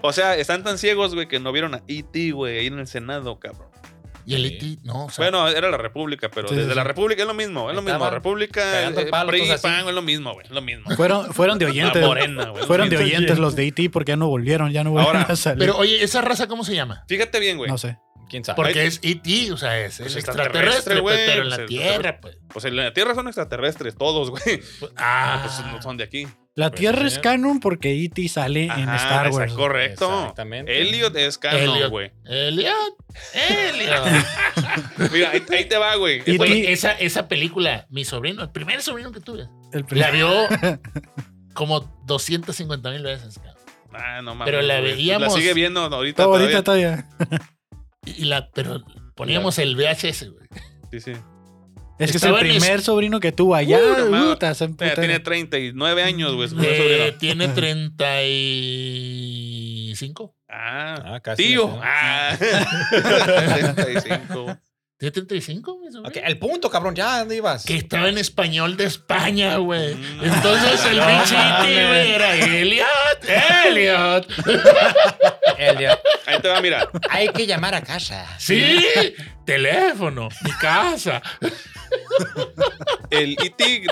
Speaker 3: O sea, están tan ciegos, güey, que no vieron a E.T., güey, ahí en el Senado, cabrón.
Speaker 1: Y el E.T., no, o sea,
Speaker 3: bueno, era la República, pero
Speaker 2: Sí,
Speaker 3: desde
Speaker 2: sí.
Speaker 3: la República es lo mismo, es lo mismo.
Speaker 4: Estaban
Speaker 3: República,
Speaker 4: cagando
Speaker 3: eh,
Speaker 4: palos,
Speaker 3: PRI,
Speaker 4: cosas así.
Speaker 3: PAN, es lo mismo, güey, es lo mismo.
Speaker 2: ah. Fueron, fueron de
Speaker 3: La
Speaker 2: oyentes.
Speaker 3: morena, güey. es lo
Speaker 2: Fueron de
Speaker 3: mismo.
Speaker 2: oyentes los de E.T. porque ya no volvieron, ya no volvieron
Speaker 3: Ahora,
Speaker 2: a salir.
Speaker 1: Pero oye, ¿esa raza cómo se llama?
Speaker 3: Fíjate bien, güey.
Speaker 2: no sé.
Speaker 4: ¿Quién sabe?
Speaker 1: Porque es E.T., o sea, es,
Speaker 3: Pues
Speaker 1: el
Speaker 3: extraterrestre,
Speaker 1: extraterrestre,
Speaker 3: güey,
Speaker 1: pues, pero en
Speaker 3: pues,
Speaker 1: la
Speaker 3: el-
Speaker 1: Tierra, pues.
Speaker 3: Pues en la Tierra son extraterrestres todos, güey.
Speaker 1: Ah,
Speaker 3: Pues no son de aquí.
Speaker 2: La
Speaker 4: Pues,
Speaker 2: Tierra es
Speaker 4: señor.
Speaker 2: canon porque E.T. sale en
Speaker 3: Ajá,
Speaker 2: Star
Speaker 3: esa-
Speaker 2: Wars.
Speaker 3: Correcto.
Speaker 4: Exactamente.
Speaker 3: Elliot es canon,
Speaker 1: Elliot.
Speaker 3: güey.
Speaker 1: Elliot. Elliot.
Speaker 3: Mira, ahí, ahí te va, güey.
Speaker 2: Y-
Speaker 1: Güey, esa, esa película, mi sobrino, el primer sobrino que tuve,
Speaker 2: El primer-
Speaker 1: la vio como 250 mil veces, cabrón.
Speaker 3: Ah, no mames.
Speaker 1: Pero la
Speaker 3: güey.
Speaker 1: veíamos.
Speaker 3: La sigue viendo ahorita.
Speaker 2: Todo
Speaker 3: Todavía.
Speaker 2: ahorita todavía.
Speaker 1: Y la, pero poníamos el VHS, güey.
Speaker 3: Sí,
Speaker 2: Es
Speaker 3: sí.
Speaker 2: que es el
Speaker 1: Estaba en es-
Speaker 2: primer sobrino que tuvo allá.
Speaker 3: Uh, no mames.
Speaker 2: puta, esa
Speaker 3: Ya
Speaker 2: puta-
Speaker 3: tiene 39 años, güey. su
Speaker 1: Eh,
Speaker 3: sobrino.
Speaker 1: tiene 35.
Speaker 3: Ah,
Speaker 4: Ah, casi.
Speaker 3: tío.
Speaker 4: le-
Speaker 3: Ah. 35.
Speaker 1: ¿Tiene 35? mi
Speaker 3: Ah.
Speaker 1: sobrino?
Speaker 4: Ok, el punto, cabrón, ya, ¿dónde ibas?
Speaker 1: Que estaba en español de España, güey.
Speaker 3: Mm.
Speaker 1: Entonces el
Speaker 4: No
Speaker 1: pinche
Speaker 4: mames.
Speaker 1: güey, era Elliot, Elliot.
Speaker 4: Elliot.
Speaker 3: Ahí te va, mira.
Speaker 4: Hay que llamar a casa.
Speaker 1: Sí, teléfono, mi casa.
Speaker 3: El E.T.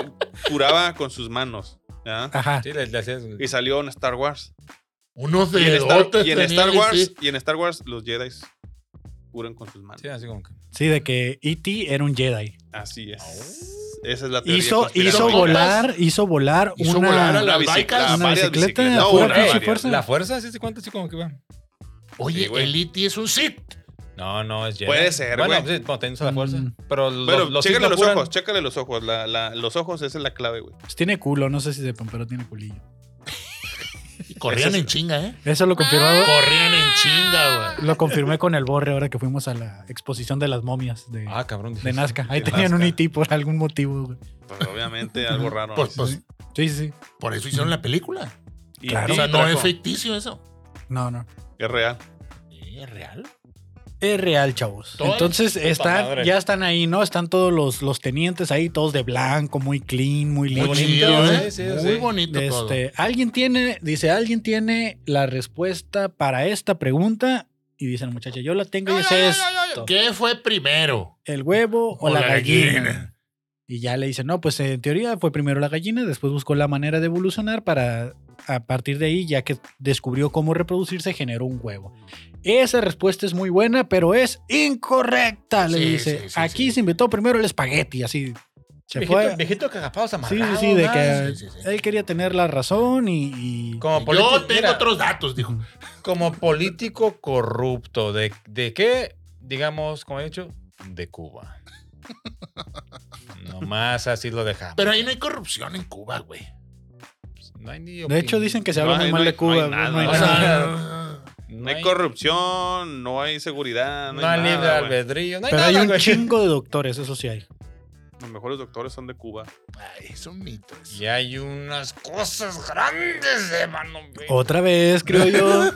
Speaker 3: curaba con sus manos. ¿ya?
Speaker 2: Ajá.
Speaker 4: Sí, le, le hacías.
Speaker 3: Y salió en Star Wars.
Speaker 1: Unos
Speaker 3: Y en Star,
Speaker 1: dedotes
Speaker 3: y en
Speaker 1: tenía
Speaker 3: Star
Speaker 1: el E
Speaker 3: Wars,
Speaker 1: sí.
Speaker 3: y en Star Wars, los Jedi curan con sus manos.
Speaker 4: Sí, así como que.
Speaker 2: Sí, de que E.T. era un Jedi.
Speaker 3: Así es. Esa es la teoría.
Speaker 2: Hizo, hizo
Speaker 3: conspiranoica.
Speaker 2: volar, hizo volar
Speaker 1: Hizo
Speaker 2: una.
Speaker 1: volar a
Speaker 3: Una
Speaker 1: las
Speaker 3: bicicleta,
Speaker 1: vacas.
Speaker 2: Una
Speaker 3: varias
Speaker 2: bicicleta,
Speaker 3: bicicletas. No,
Speaker 2: pura
Speaker 3: una,
Speaker 2: pinche
Speaker 3: varias.
Speaker 2: fuerza.
Speaker 4: La fuerza, ¿sí? sí, ¿Cuánto? Así como que va.
Speaker 1: Oye,
Speaker 3: Sí, güey.
Speaker 1: el E.T. es un Sith.
Speaker 4: No, no, es Jedi.
Speaker 3: Puede ser,
Speaker 4: Bueno,
Speaker 3: güey.
Speaker 4: sí, potencia la fuerza.
Speaker 2: Mm.
Speaker 4: Pero los,
Speaker 3: Bueno,
Speaker 4: los
Speaker 3: chécale
Speaker 4: Sith no
Speaker 3: los
Speaker 4: curan.
Speaker 3: ojos, chécale los ojos. La, la- los ojos, esa es la clave, güey.
Speaker 2: Pues tiene culo, no sé si sepan, pero tiene culillo.
Speaker 1: Y corrían
Speaker 3: Ese es-
Speaker 1: en chinga, ¿eh?
Speaker 2: Eso lo confirmado.
Speaker 1: Corrían en chinga, güey.
Speaker 2: Lo confirmé con el borre ahora que fuimos a la exposición de las momias de,
Speaker 4: Ah, cabrón.
Speaker 2: de Nazca. Ahí
Speaker 3: De
Speaker 2: tenían un
Speaker 3: Nazca.
Speaker 2: IT por algún motivo. güey.
Speaker 3: Pues obviamente algo raro.
Speaker 1: Pues, pues,
Speaker 2: Sí, sí, sí.
Speaker 1: por eso hicieron la película.
Speaker 3: Y-
Speaker 2: claro.
Speaker 3: y
Speaker 1: O sea, no
Speaker 3: trajo-
Speaker 1: es ficticio eso.
Speaker 2: No, no.
Speaker 3: Es real.
Speaker 1: Sí, Es real.
Speaker 2: Es real, chavos.
Speaker 1: Todo-
Speaker 2: Entonces están,
Speaker 4: madre.
Speaker 2: ya están ahí, ¿no? Están todos los, los tenientes ahí, todos de blanco, muy clean, muy
Speaker 1: Muy
Speaker 2: limpio.
Speaker 4: bonito,
Speaker 1: chido,
Speaker 4: sí,
Speaker 1: ¿eh?
Speaker 4: sí,
Speaker 1: Muy
Speaker 4: sí.
Speaker 1: bonito todo.
Speaker 2: Este, alguien tiene, dice, alguien tiene la respuesta para esta pregunta. Y dice la muchacha, yo la tengo y es esto.
Speaker 1: ¿Qué fue primero?
Speaker 2: ¿El huevo o, la, gallina? Y ya le dice, no, pues en teoría fue primero la gallina, después buscó la manera de evolucionar para, a partir de ahí, ya que descubrió cómo reproducirse, generó un huevo. Esa respuesta es muy buena, pero es incorrecta, le
Speaker 1: Sí,
Speaker 2: dice.
Speaker 1: sí, sí,
Speaker 2: Aquí
Speaker 1: sí.
Speaker 2: se inventó primero el espagueti, así. Se
Speaker 4: Viejito,
Speaker 2: fue.
Speaker 4: viejito cagapados
Speaker 2: Sí, sí,
Speaker 4: amarrados.
Speaker 2: sí, de
Speaker 4: ¿no?
Speaker 2: que
Speaker 1: Sí, sí, sí.
Speaker 2: él quería tener la razón y... y-
Speaker 4: Como político,
Speaker 1: Yo tengo otros datos, dijo.
Speaker 4: Como político corrupto. ¿De, de qué? Digamos, como he dicho, de Cuba. Nomás así lo dejamos.
Speaker 1: Pero ahí no hay corrupción en Cuba, güey.
Speaker 4: No hay ni
Speaker 2: De
Speaker 4: opinión.
Speaker 2: hecho, dicen que se
Speaker 3: No
Speaker 2: habla muy
Speaker 3: hay- no
Speaker 2: mal
Speaker 3: hay-
Speaker 2: de Cuba.
Speaker 3: no hay
Speaker 2: no hay
Speaker 1: O
Speaker 4: nada.
Speaker 2: nada.
Speaker 1: sea,
Speaker 3: No hay corrupción, no hay seguridad, no,
Speaker 4: No hay
Speaker 3: hay
Speaker 4: libre
Speaker 3: nada, güey.
Speaker 4: albedrío. No hay
Speaker 2: Pero hay
Speaker 4: nada,
Speaker 2: un
Speaker 4: güey.
Speaker 2: chingo de doctores, eso sí hay.
Speaker 3: Los mejores doctores son de Cuba.
Speaker 1: ay, es un mito. eso.
Speaker 4: Y hay unas cosas grandes de mano. güey.
Speaker 2: Otra vez, creo yo.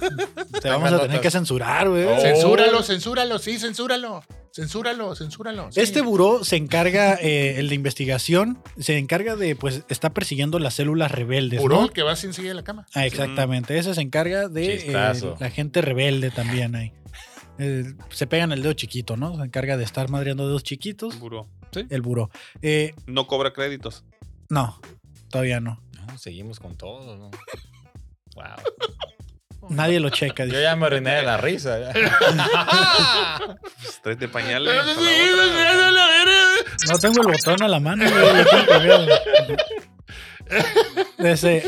Speaker 2: Te vamos a tener
Speaker 4: notas.
Speaker 2: que censurar, güey.
Speaker 4: Oh.
Speaker 1: Censúralo, censúralo, sí, censúralo. Censúralo, censúralo. sí.
Speaker 2: Este buró se encarga, eh, el de investigación, se encarga de, pues, está persiguiendo las células rebeldes.
Speaker 1: buró
Speaker 2: ¿no?
Speaker 1: que va sin seguir a la cama.
Speaker 2: Ah, exactamente. Ese se encarga de
Speaker 4: Chistazo.
Speaker 2: eh, la gente rebelde también ahí. Eh, se pegan el dedo chiquito, ¿no? Se encarga de estar madreando dedos chiquitos.
Speaker 3: Buró.
Speaker 2: El buró. Eh,
Speaker 3: No cobra créditos.
Speaker 2: no, todavía no.
Speaker 4: No, seguimos con todo, ¿no? Wow.
Speaker 2: Nadie lo checa.
Speaker 4: Yo
Speaker 2: dice.
Speaker 4: ya me oriné de la risa.
Speaker 3: Pues, tráete pañales.
Speaker 1: Pero
Speaker 3: a la
Speaker 1: sí,
Speaker 3: otra.
Speaker 1: a la verga.
Speaker 2: No tengo el botón a la mano. güey, lo tengo que ver. Ese-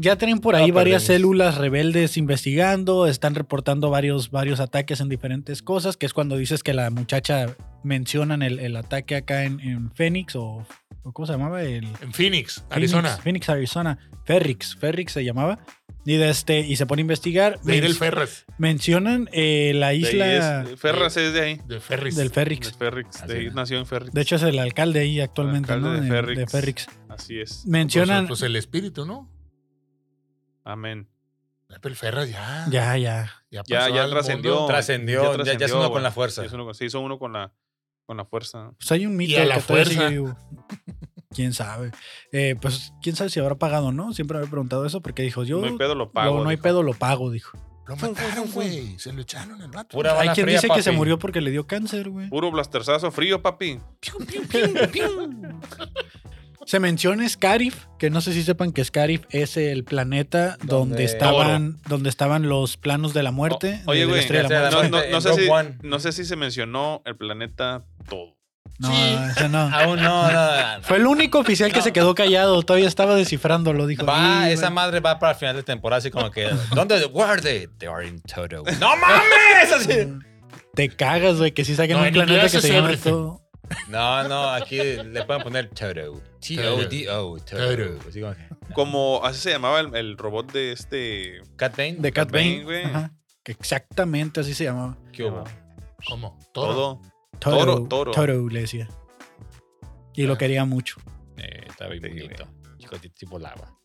Speaker 2: ya tienen por ahí
Speaker 4: Ah,
Speaker 2: varias
Speaker 4: perdimos.
Speaker 2: células rebeldes investigando, están reportando varios, varios ataques en diferentes cosas, que es cuando dices que la muchacha mencionan el, el ataque acá en, en Phoenix o, o ¿cómo se llamaba? El,
Speaker 1: En Phoenix, Arizona.
Speaker 2: Phoenix, Phoenix, Arizona. Ferrix, Ferrix se llamaba. Y, de este, y se pone a investigar.
Speaker 1: De ir el
Speaker 2: Men-
Speaker 1: Ferris.
Speaker 2: mencionan eh, la
Speaker 3: De ahí
Speaker 2: isla
Speaker 3: es- Ferras es de ahí.
Speaker 1: De Ferris.
Speaker 2: del
Speaker 3: De
Speaker 2: Ferrix.
Speaker 3: Ferrix. De ahí
Speaker 4: Así.
Speaker 3: nació en Ferrix.
Speaker 2: De hecho, es el alcalde ahí actualmente,
Speaker 3: alcalde
Speaker 2: ¿no?
Speaker 3: de
Speaker 2: De-
Speaker 3: Ferrix.
Speaker 2: de Ferrix.
Speaker 3: Así es.
Speaker 2: Mencionan.
Speaker 1: Pues, pues el espíritu, ¿no? Ah,
Speaker 3: Amén.
Speaker 1: Pero el Ferris ya.
Speaker 2: ya, ya.
Speaker 1: pasó
Speaker 3: Ya,
Speaker 1: al
Speaker 3: ya
Speaker 1: mundo.
Speaker 3: trascendió.
Speaker 4: Trascendió, ya- ya es uno
Speaker 3: güey.
Speaker 4: con la fuerza.
Speaker 3: Ya es uno con- se hizo uno con la, con la fuerza.
Speaker 2: Pues hay un mito.
Speaker 1: a la
Speaker 2: que todavía
Speaker 1: fuerza.
Speaker 2: sigue vivo. Quién sabe. Eh, pues quién sabe si habrá pagado, ¿no? Siempre me he preguntado eso porque dijo yo.
Speaker 3: no hay pedo, lo pago.
Speaker 2: lo- no hay
Speaker 3: dijo.
Speaker 2: pedo, lo pago, dijo.
Speaker 1: Lo mataron, güey. Se lo echaron al rato.
Speaker 4: Pura
Speaker 2: Hay
Speaker 4: bala
Speaker 2: quien
Speaker 4: fría,
Speaker 2: dice que se
Speaker 4: papi.
Speaker 2: murió porque le dio cáncer, güey.
Speaker 3: Puro blasterzazo frío, papi.
Speaker 2: Se menciona Scarif, que no sé si sepan que Scarif es el planeta donde,
Speaker 4: Donde-
Speaker 2: estaban, donde estaban los planos de la muerte.
Speaker 3: O- oye,
Speaker 2: de la
Speaker 3: güey,
Speaker 2: estrella de la
Speaker 4: ya sea
Speaker 3: No,
Speaker 2: muerte.
Speaker 3: no- no
Speaker 4: En
Speaker 3: sé
Speaker 4: Rogue
Speaker 3: si,
Speaker 4: One.
Speaker 3: no sé si se mencionó el planeta todo.
Speaker 2: No,
Speaker 1: Sí.
Speaker 2: ese no.
Speaker 4: Aún no, no, no.
Speaker 2: Fue el único oficial que se quedó callado. Todavía estaba descifrándolo, dijo.
Speaker 4: Va,
Speaker 2: "Y,
Speaker 4: esa
Speaker 2: güey".
Speaker 4: madre va para el final de temporada, así como que. ¿Dónde? Where are they? They are in Toto. ¡No mames! Así.
Speaker 2: Te cagas, güey, que si saquen
Speaker 1: No,
Speaker 2: un
Speaker 1: en
Speaker 2: planeta que
Speaker 1: inglés
Speaker 2: se
Speaker 1: es
Speaker 2: llama
Speaker 1: everything.
Speaker 2: todo.
Speaker 4: No, no, aquí le pueden poner Toto. T-O-D-O. Toto. Así como que.
Speaker 3: Como así se llamaba el, el robot de este.
Speaker 4: Cat Bane.
Speaker 2: De Cat
Speaker 3: Cat Bane,
Speaker 2: Bane.
Speaker 3: güey.
Speaker 2: Ajá. Que Exactamente así se llamaba.
Speaker 4: ¿Qué hubo?
Speaker 1: ¿Cómo? Todo.
Speaker 3: Todo.
Speaker 2: Toro,
Speaker 3: Toro, toro. Ah,
Speaker 2: Toro, le decía. Y lo quería mucho.
Speaker 4: Eh, estaba bien
Speaker 3: Sí,
Speaker 4: bonito. Chico, tipo lava.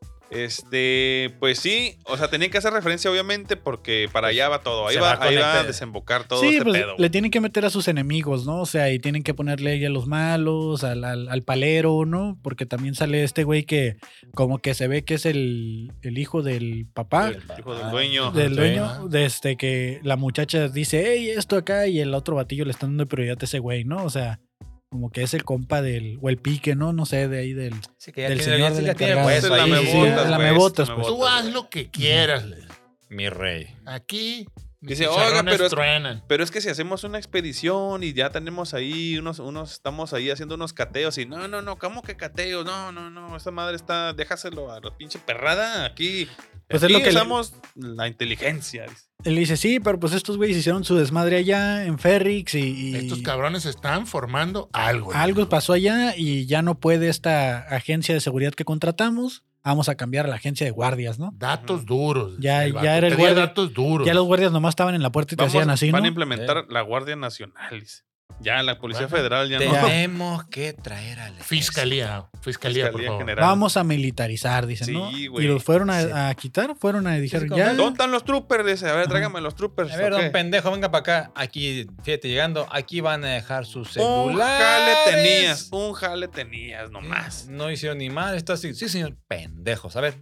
Speaker 3: Este, pues sí, o sea, tenía que hacer referencia, obviamente, porque para
Speaker 2: Pues
Speaker 3: allá va todo. Ahí,
Speaker 4: Se
Speaker 3: va,
Speaker 4: va a
Speaker 3: ahí va a
Speaker 4: conectar.
Speaker 3: desembocar todo
Speaker 2: sí,
Speaker 3: este
Speaker 2: pues
Speaker 3: pedo.
Speaker 2: le tienen que meter a sus enemigos, ¿no? O sea, y tienen que ponerle ahí a los malos, al, al- al palero, ¿no? Porque también sale este güey que como que se ve que es el, el hijo del papá.
Speaker 3: hijo
Speaker 2: Ah,
Speaker 3: del dueño.
Speaker 2: del
Speaker 4: Sí.
Speaker 2: dueño, desde que la muchacha dice, hey, esto acá, y el otro batillo le están dando prioridad a ese güey, ¿no? O sea, como que es el compa del, o el pique, ¿no? No sé, de ahí del...
Speaker 4: Sí, que ya
Speaker 2: del
Speaker 4: tiene,
Speaker 2: señor
Speaker 4: ya
Speaker 2: del
Speaker 4: tiene
Speaker 2: encargado.
Speaker 4: hueso
Speaker 2: Sí,
Speaker 4: ahí,
Speaker 2: sí, sí,
Speaker 4: sí,
Speaker 2: la
Speaker 3: güey,
Speaker 2: mebotas,
Speaker 3: la
Speaker 2: pues.
Speaker 1: Tú haz lo que quieras. le-
Speaker 4: Mi rey.
Speaker 1: Aquí. mis
Speaker 3: Dice, oiga,
Speaker 1: chicharrones
Speaker 3: pero es-
Speaker 1: truenan.
Speaker 3: Pero es que si hacemos una expedición y ya tenemos ahí unos, unos, estamos ahí haciendo unos cateos y no, no, no, ¿cómo que cateos? No, no, no, esa madre está, déjaselo a la pinche perrada aquí.
Speaker 2: Pues es
Speaker 3: aquí
Speaker 2: lo que le-
Speaker 3: usamos la inteligencia. dice.
Speaker 2: Él dice, sí, pero pues estos güeyes hicieron su desmadre allá en Ferrix y... y
Speaker 1: Estos cabrones están formando algo. le
Speaker 2: Algo
Speaker 1: dijo.
Speaker 2: pasó allá y ya no puede esta agencia de seguridad que contratamos. Vamos a cambiar a la agencia de guardias, ¿no?
Speaker 1: Datos
Speaker 3: Ujú.
Speaker 1: duros.
Speaker 2: Ya- ya
Speaker 1: vato
Speaker 2: era el
Speaker 1: tenía
Speaker 2: guardia-
Speaker 1: datos duros.
Speaker 2: Ya los guardias nomás estaban en la puerta y te
Speaker 3: Vamos-
Speaker 2: hacían así, ¿no?
Speaker 3: Van a implementar la Guardia Nacional. dice. Ya, la Policía
Speaker 1: Bueno,
Speaker 3: Federal ya no.
Speaker 4: Tenemos que traer a la
Speaker 1: Fiscalía, fiscalía, por
Speaker 3: Fiscalía
Speaker 1: favor.
Speaker 3: General.
Speaker 2: Vamos a militarizar, dicen, ¿no?
Speaker 3: Sí, güey.
Speaker 2: Y los fueron a,
Speaker 4: Sí.
Speaker 2: a quitar, fueron a... Dijeron,
Speaker 4: como
Speaker 2: ya...
Speaker 4: el
Speaker 3: ¿Dónde están los troopers? Dice, a ver,
Speaker 2: Ajá.
Speaker 3: tráigame los troopers.
Speaker 4: A ver,
Speaker 3: ¿o
Speaker 4: don
Speaker 3: qué?
Speaker 4: pendejo, venga para acá. Aquí, fíjate, llegando, aquí van a dejar sus
Speaker 3: Un jale
Speaker 4: celulares.
Speaker 3: tenías, un jale tenías nomás.
Speaker 4: No hicieron ni mal. Está así. Sí, señor, pendejos. A ver,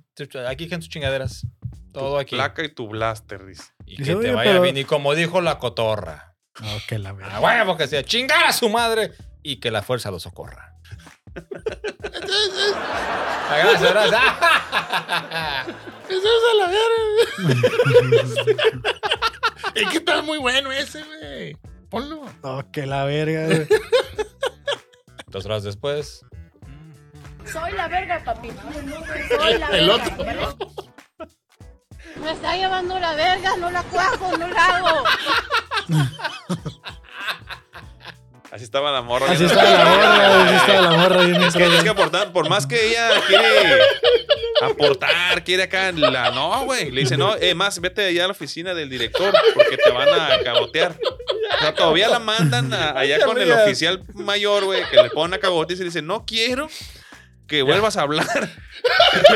Speaker 4: aquí dejan sus chingaderas. Todo aquí.
Speaker 3: Placa y tu blaster, dice.
Speaker 4: Y
Speaker 2: Dice,
Speaker 4: que
Speaker 2: "Oye,
Speaker 4: te vaya
Speaker 2: pero-
Speaker 4: bien. Y como dijo la cotorra.
Speaker 2: No, que la verdad.
Speaker 4: A huevo que sea, chingar a su madre y que la fuerza lo socorra. Gracias, gracias.
Speaker 1: Eso es a la verga.
Speaker 3: Ah,
Speaker 1: es que está muy bueno ese, güey. Ponlo.
Speaker 2: No, que la verga. güey.
Speaker 4: Dos horas después.
Speaker 5: Soy la verga, papi. Soy la
Speaker 1: El
Speaker 5: verga,
Speaker 1: otro.
Speaker 5: ¿vale? Me está llevando la verga, no la cuajo, no la hago.
Speaker 3: Así estaba la morra.
Speaker 2: Así
Speaker 3: viendo-
Speaker 2: estaba la morra, güey, así estaba la morra. bien
Speaker 3: Es que, es que
Speaker 2: entrada.
Speaker 3: aportar, por más que ella quiere aportar, quiere acá la. No, güey. Le dice, no, eh, más, vete allá a la oficina del director porque te van a cagotear. O sea, todavía la mandan a- allá
Speaker 4: te
Speaker 3: con el
Speaker 4: rías.
Speaker 3: oficial mayor, güey, que le pone a cagotear y se le dice, no quiero que vuelvas a hablar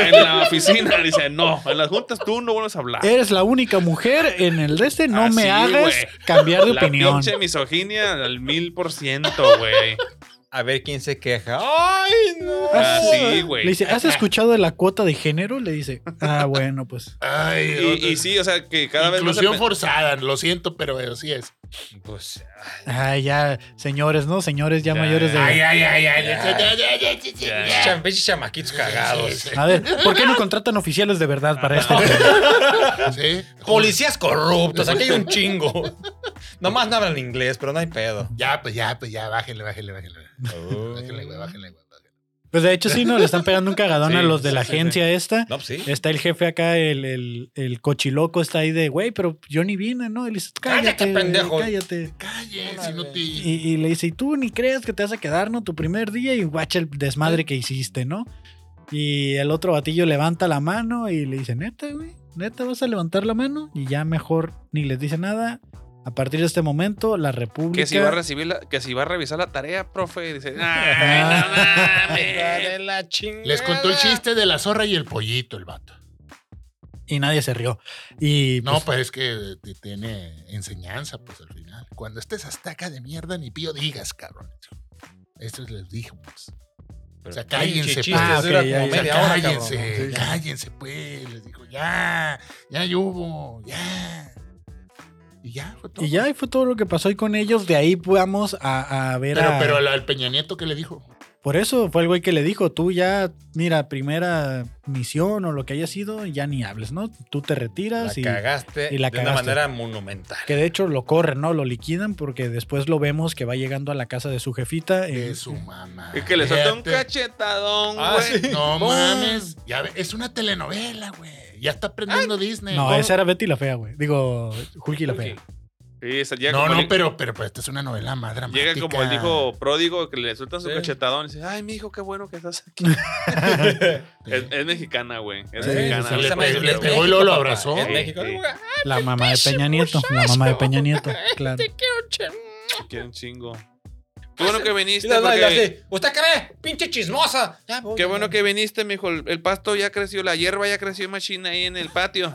Speaker 3: en la oficina. Dice, no, en las juntas tú no vuelves a hablar.
Speaker 2: Eres la única mujer en el de este, no
Speaker 3: Así,
Speaker 2: me hagas
Speaker 3: Ah, güey.
Speaker 2: cambiar de
Speaker 3: la
Speaker 2: opinión.
Speaker 3: pinche misoginia al mil por ciento, güey.
Speaker 4: A ver quién se queja. ¡Ay, no!
Speaker 3: Ah, sí, güey.
Speaker 2: Le dice, ¿has escuchado de la cuota de género? Le dice, ah, bueno, pues.
Speaker 1: Ay,
Speaker 3: Y,
Speaker 1: otra-
Speaker 3: y sí, o sea, que cada vez más...
Speaker 1: Inclusión
Speaker 3: se-
Speaker 1: forzada, lo siento, pero así es.
Speaker 4: Pues,
Speaker 2: Ah, ya, señores, ¿no? Señores ya,
Speaker 3: Ya,
Speaker 2: mayores de.
Speaker 1: Ay, ay, ay, ay.
Speaker 4: Ya.
Speaker 1: ya, ya, ya, ya, ya, ya.
Speaker 4: cham- pinches chamaquitos cagados.
Speaker 1: Sí,
Speaker 2: A ver, ¿por qué no contratan oficiales de verdad para este esto?
Speaker 1: Ah, sí.
Speaker 4: Policías corruptos, aquí hay un chingo. Nomás no hablan inglés, pero no hay pedo.
Speaker 1: Ya, pues ya, pues ya, bájenle, bájenle, bájenle. Bájenle, güey, bájenle, güey. bájenle.
Speaker 2: Pues de hecho, sí, ¿no? Le están pegando un cagadón
Speaker 3: Sí,
Speaker 2: a los de la
Speaker 3: sí, sí,
Speaker 2: agencia esta.
Speaker 4: No, pues sí.
Speaker 2: Está el jefe acá, el, el, el cochiloco está ahí de, güey, pero yo ni vine, ¿no? Y le dice, cállate,
Speaker 4: Cállate, pendejo."
Speaker 2: Cállate.
Speaker 1: Calle, si no te.
Speaker 2: Y, y le dice, ¿y tú ni crees que te vas a quedar, no? Tu primer día y guacha el desmadre que hiciste, ¿no? Y el otro batillo levanta la mano y le dice, neta, güey, neta, vas a levantar la mano y ya mejor ni les dice nada. A partir de este momento, la República...
Speaker 3: Que si va a recibir la, que si va a revisar la tarea, profe, dice,
Speaker 4: Ah.
Speaker 3: "Ay, no mames".
Speaker 4: Dale la chingada.
Speaker 1: Eh, Les contó el chiste de la zorra y el pollito, el vato.
Speaker 2: y nadie se rió. Y
Speaker 1: No,
Speaker 2: pues,
Speaker 1: pues es que te tiene enseñanza, pues al final. Cuando estés hasta acá de mierda, ni pío digas, cabrón. Eso les dijimos. O sea, cállense,
Speaker 4: Pinche
Speaker 1: pa.
Speaker 4: chistes
Speaker 2: Ah, ok,
Speaker 4: duran
Speaker 2: ya,
Speaker 4: como
Speaker 1: O
Speaker 2: ya.
Speaker 1: sea,
Speaker 4: media hora,
Speaker 1: cállense,
Speaker 4: cabrón.
Speaker 2: cabrón. Sí.
Speaker 1: cállense, pues. Les dijo, ya, ya hubo, ya. Y ya fue todo.
Speaker 2: pues, Y ya ahí fue todo lo que pasó y con ellos. De ahí vamos a, a ver
Speaker 1: Pero,
Speaker 2: a-
Speaker 1: pero al, al Peña Nieto, ¿qué le dijo?
Speaker 2: Por eso fue el güey que le dijo, tú ya, mira, primera misión o lo que haya sido, ya ni hables, ¿no? Tú te
Speaker 4: La
Speaker 2: retiras y...
Speaker 4: cagaste
Speaker 2: Ah, y la
Speaker 4: de
Speaker 2: cagaste.
Speaker 4: una manera monumental.
Speaker 2: Que de hecho lo corren, ¿no? Lo liquidan porque después lo vemos que va llegando a la casa de su jefita. eh,
Speaker 1: De su mamá.
Speaker 3: Y que le soltó un
Speaker 1: Fíjate.
Speaker 3: cachetadón,
Speaker 4: Ah,
Speaker 3: güey.
Speaker 4: sí.
Speaker 1: No
Speaker 3: Pum.
Speaker 1: mames. Ya ve- es una telenovela, güey. Ya está aprendiendo Disney.
Speaker 2: No,
Speaker 1: ¿Cómo?
Speaker 2: esa era Betty la Fea, güey. Digo, Hulky la Fea.
Speaker 3: Sí, esa- llega
Speaker 1: No,
Speaker 3: como
Speaker 1: no,
Speaker 3: el-
Speaker 1: pero, pero pues, esta es una novela más dramática. Ah,
Speaker 3: Llega como el hijo pródigo que le sueltan su
Speaker 4: Sí.
Speaker 3: cachetadón y dice, ay, mijo, qué bueno que estás aquí.
Speaker 1: Sí.
Speaker 3: es, es mexicana, güey. Es
Speaker 2: Sí,
Speaker 3: mexicana.
Speaker 1: sí, sí. Le
Speaker 3: Le- le-
Speaker 1: pegó- le pegó y luego lo abrazó.
Speaker 4: En México.
Speaker 3: Sí, sí.
Speaker 2: La mamá de Peña Nieto. La mamá de Peña Nieto, claro.
Speaker 3: Qué un chingo. Qué bueno que viniste.
Speaker 4: Y la- la- y la-
Speaker 3: porque-
Speaker 4: sí. ¿Usted cree? ¡Pinche chismosa! Ya, voy,
Speaker 3: Qué
Speaker 4: ya,
Speaker 3: bueno
Speaker 4: voy.
Speaker 3: que viniste, mijo. El, el pasto ya creció, la hierba ya creció machina ahí en el patio.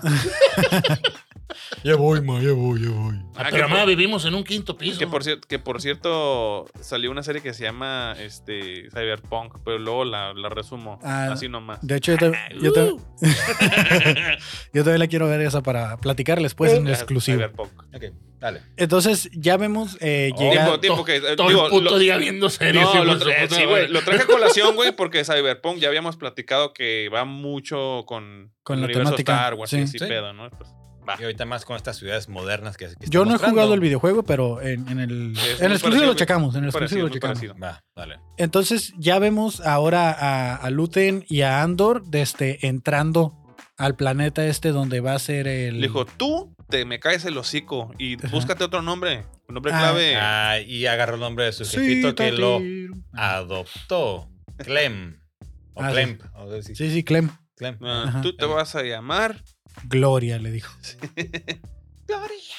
Speaker 4: Ya voy, ma, ya voy, ya voy.
Speaker 1: Ah,
Speaker 3: Ah,
Speaker 1: pero
Speaker 3: que
Speaker 1: mamá,
Speaker 3: por-
Speaker 1: vivimos en un quinto piso.
Speaker 3: Que por, cierto, que por cierto, salió una serie que se llama este, Cyberpunk, pero luego la, la resumo.
Speaker 2: Ah,
Speaker 3: así nomás.
Speaker 2: De hecho, yo, te- yo, te- yo todavía la quiero ver esa para platicarles, pues, en
Speaker 3: Ah,
Speaker 2: exclusivo.
Speaker 3: Cyberpunk.
Speaker 4: Ok, dale.
Speaker 2: Entonces, ya vemos eh,
Speaker 4: Oh,
Speaker 2: llegar...
Speaker 3: Tiempo, tiempo que. eh,
Speaker 1: Todo
Speaker 3: digo,
Speaker 1: el puto
Speaker 3: lo-
Speaker 1: día viendo series.
Speaker 3: No,
Speaker 1: y
Speaker 3: lo,
Speaker 1: pues,
Speaker 3: tra-
Speaker 1: eh,
Speaker 3: no,
Speaker 1: sí, güey.
Speaker 3: lo traje a colación, güey, porque Cyberpunk ya habíamos platicado que va mucho con,
Speaker 2: Con
Speaker 3: el
Speaker 2: la
Speaker 3: universo
Speaker 2: temática,
Speaker 3: Star Wars y
Speaker 2: sí.
Speaker 3: así
Speaker 4: Sí.
Speaker 3: pedo, ¿no? Pues, va.
Speaker 4: Y ahorita más con estas ciudades modernas que, que
Speaker 2: Yo
Speaker 4: están
Speaker 2: no he
Speaker 4: mostrando.
Speaker 2: jugado el videojuego, pero en, en el,
Speaker 3: Es
Speaker 2: en el exclusivo
Speaker 3: muy parecido,
Speaker 2: lo
Speaker 3: muy-
Speaker 2: checamos. En el
Speaker 3: muy
Speaker 2: exclusivo
Speaker 3: parecido,
Speaker 2: lo
Speaker 3: muy
Speaker 2: checamos.
Speaker 3: parecido.
Speaker 4: Va, dale.
Speaker 2: Entonces ya vemos ahora a, a Luten y a Andor desde entrando al planeta este donde va a ser el...
Speaker 3: Le dijo, tú te me caes el hocico y
Speaker 2: Ajá.
Speaker 3: búscate otro nombre, un nombre
Speaker 2: Ah.
Speaker 3: clave.
Speaker 4: Ah, y agarró el nombre de su
Speaker 2: Sí,
Speaker 4: jefito que
Speaker 2: tati.
Speaker 4: lo
Speaker 3: Ah,
Speaker 4: adoptó. Clem. O
Speaker 2: Ah, sí.
Speaker 4: Clemp. o sea, sí,
Speaker 2: Sí, sí, Clem.
Speaker 4: Clem.
Speaker 3: Ah,
Speaker 2: Ajá.
Speaker 3: Tú te vas a llamar.
Speaker 2: Gloria, le dijo.
Speaker 3: Gloria.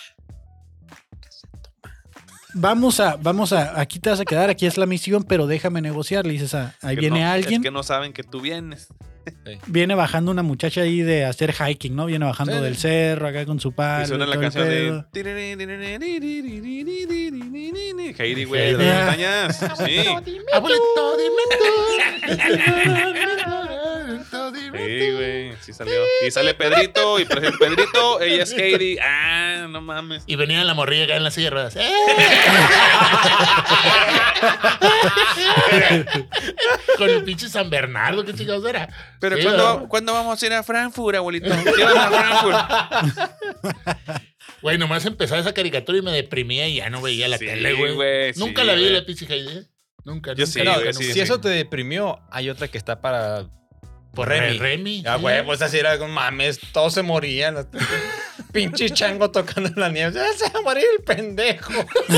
Speaker 2: Vamos a, vamos a, aquí te vas a quedar, aquí es la misión, pero déjame negociar. Le dices, ah, ahí
Speaker 3: Que
Speaker 2: viene
Speaker 3: no-
Speaker 2: alguien,
Speaker 3: Es que no saben que tú vienes.
Speaker 2: viene bajando una muchacha ahí de hacer hiking, ¿no? Viene bajando
Speaker 4: Sí,
Speaker 2: del
Speaker 4: sí.
Speaker 2: cerro, acá con su palo.
Speaker 3: y suena
Speaker 2: y
Speaker 3: la
Speaker 2: todo el
Speaker 3: canción
Speaker 2: pedo.
Speaker 3: de. Heidi, güey, de las
Speaker 2: Heidi.
Speaker 3: montañas. Sí,
Speaker 1: Abuelito, dime tú. Abuelito, dime
Speaker 3: sí, güey, sí salió. Y sale Pedrito, y por ejemplo, Pedrito, ella es Heidi. Ah, no mames.
Speaker 1: Y venía la morrilla acá en la silla de ruedas. ¡Eh! Con el pinche San Bernardo, qué chingados era.
Speaker 3: Pero
Speaker 1: Sí,
Speaker 3: ¿cuándo,
Speaker 1: ¿verdad?
Speaker 3: cuándo vamos a ir a Frankfurt, abuelito? Llévanos a Frankfurt.
Speaker 1: Güey, nomás empezaba esa caricatura y me deprimía y ya no veía la
Speaker 3: Sí,
Speaker 1: tele, güey.
Speaker 3: güey,
Speaker 1: Nunca
Speaker 3: sí,
Speaker 1: la vi
Speaker 3: güey.
Speaker 1: la pinche Heidi. ¿eh? Nunca, nunca,
Speaker 3: Yo sí,
Speaker 1: nunca,
Speaker 3: güey,
Speaker 1: nunca.
Speaker 3: sí,
Speaker 4: si eso te deprimió, hay otra que está para.
Speaker 1: Por
Speaker 4: Remy.
Speaker 1: Remy. Remy.
Speaker 4: Ah,
Speaker 1: sí.
Speaker 4: güey, pues así era, mames, todos se morían. Pinche chango tocando en la nieve. ¡Ah, Se va a morir el pendejo.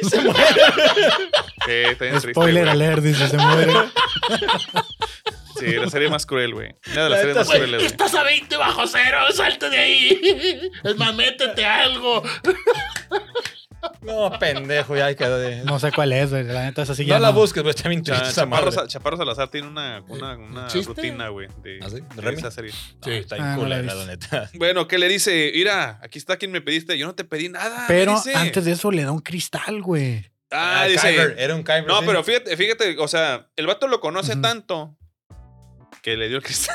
Speaker 4: y se muere.
Speaker 3: Sí, está bien triste,
Speaker 2: Spoiler
Speaker 3: güey.
Speaker 2: alert, dice, se muere.
Speaker 3: Sí, la serie más cruel, güey. Una de
Speaker 4: La
Speaker 3: las series
Speaker 4: neta,
Speaker 3: más
Speaker 4: güey,
Speaker 3: crueles, güey.
Speaker 1: Estás a 20 bajo cero, salte de ahí. Es más, métete algo.
Speaker 4: No, pendejo, ya quedó de. No,
Speaker 2: No sé cuál es, güey. La neta es así. ya
Speaker 4: la
Speaker 2: no.
Speaker 4: busques, güey, está bien
Speaker 3: Cha-
Speaker 4: triste esa
Speaker 3: Chaparro,
Speaker 4: madre.
Speaker 3: Sa- Chaparro Salazar tiene una, una, una
Speaker 1: ¿Chiste?
Speaker 3: rutina, güey, de,
Speaker 4: ¿Ah, sí? ¿De
Speaker 3: de
Speaker 4: Remy?
Speaker 3: esa serie.
Speaker 4: No, está bien
Speaker 2: Ah, no la he
Speaker 4: cool,
Speaker 2: visto.
Speaker 4: la neta.
Speaker 3: Bueno, ¿qué le dice? Mira, aquí está quien me pediste. Yo no te pedí nada.
Speaker 2: Pero
Speaker 3: dice.
Speaker 2: antes de eso le da un cristal, güey.
Speaker 3: Ah,
Speaker 4: Ah,
Speaker 3: dice.
Speaker 4: Kyber,
Speaker 1: eh,
Speaker 4: Era un Kyber.
Speaker 3: No,
Speaker 1: pues
Speaker 4: sí.
Speaker 3: pero fíjate, fíjate, o sea, el vato lo conoce
Speaker 2: Ujú.
Speaker 3: tanto que le dio el cristal.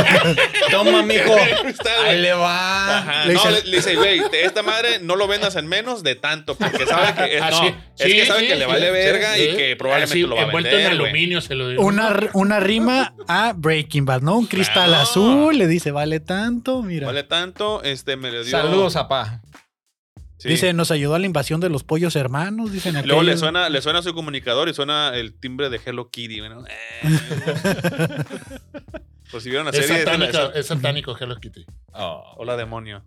Speaker 4: Toma, mijo.
Speaker 3: El cristal, güey.
Speaker 4: Ahí le va.
Speaker 3: Ajá.
Speaker 2: Le
Speaker 3: no,
Speaker 2: dice-
Speaker 3: le, le dice, güey, te- esta madre no lo vendas en menos de tanto, porque sabe que es,
Speaker 1: Ah,
Speaker 3: no,
Speaker 1: sí.
Speaker 3: es
Speaker 1: Sí,
Speaker 3: que sabe
Speaker 1: sí,
Speaker 3: que le
Speaker 1: sí,
Speaker 3: vale
Speaker 1: sí,
Speaker 3: verga
Speaker 1: sí.
Speaker 3: y que probablemente
Speaker 1: Así,
Speaker 3: lo va a
Speaker 1: envuelto
Speaker 3: vender,
Speaker 1: en
Speaker 3: güey.
Speaker 1: aluminio se lo dio.
Speaker 2: Una, r- una rima a Breaking Bad, ¿no? Un cristal
Speaker 3: Claro.
Speaker 2: azul, le dice, vale tanto, mira.
Speaker 3: Vale tanto, este me lo dio.
Speaker 4: Saludos, papá.
Speaker 3: Sí.
Speaker 2: Dice, nos ayudó a la invasión de los pollos hermanos, dicen
Speaker 3: Y Luego le
Speaker 2: aquellos.
Speaker 3: suena, le suena su comunicador y suena el timbre de Hello Kitty. bueno, eh. Por si vieron la
Speaker 1: Es
Speaker 3: serie. esa-
Speaker 1: satánico,
Speaker 3: esa-
Speaker 1: es satánico Hello Kitty.
Speaker 4: Oh.
Speaker 3: Hola, demonio.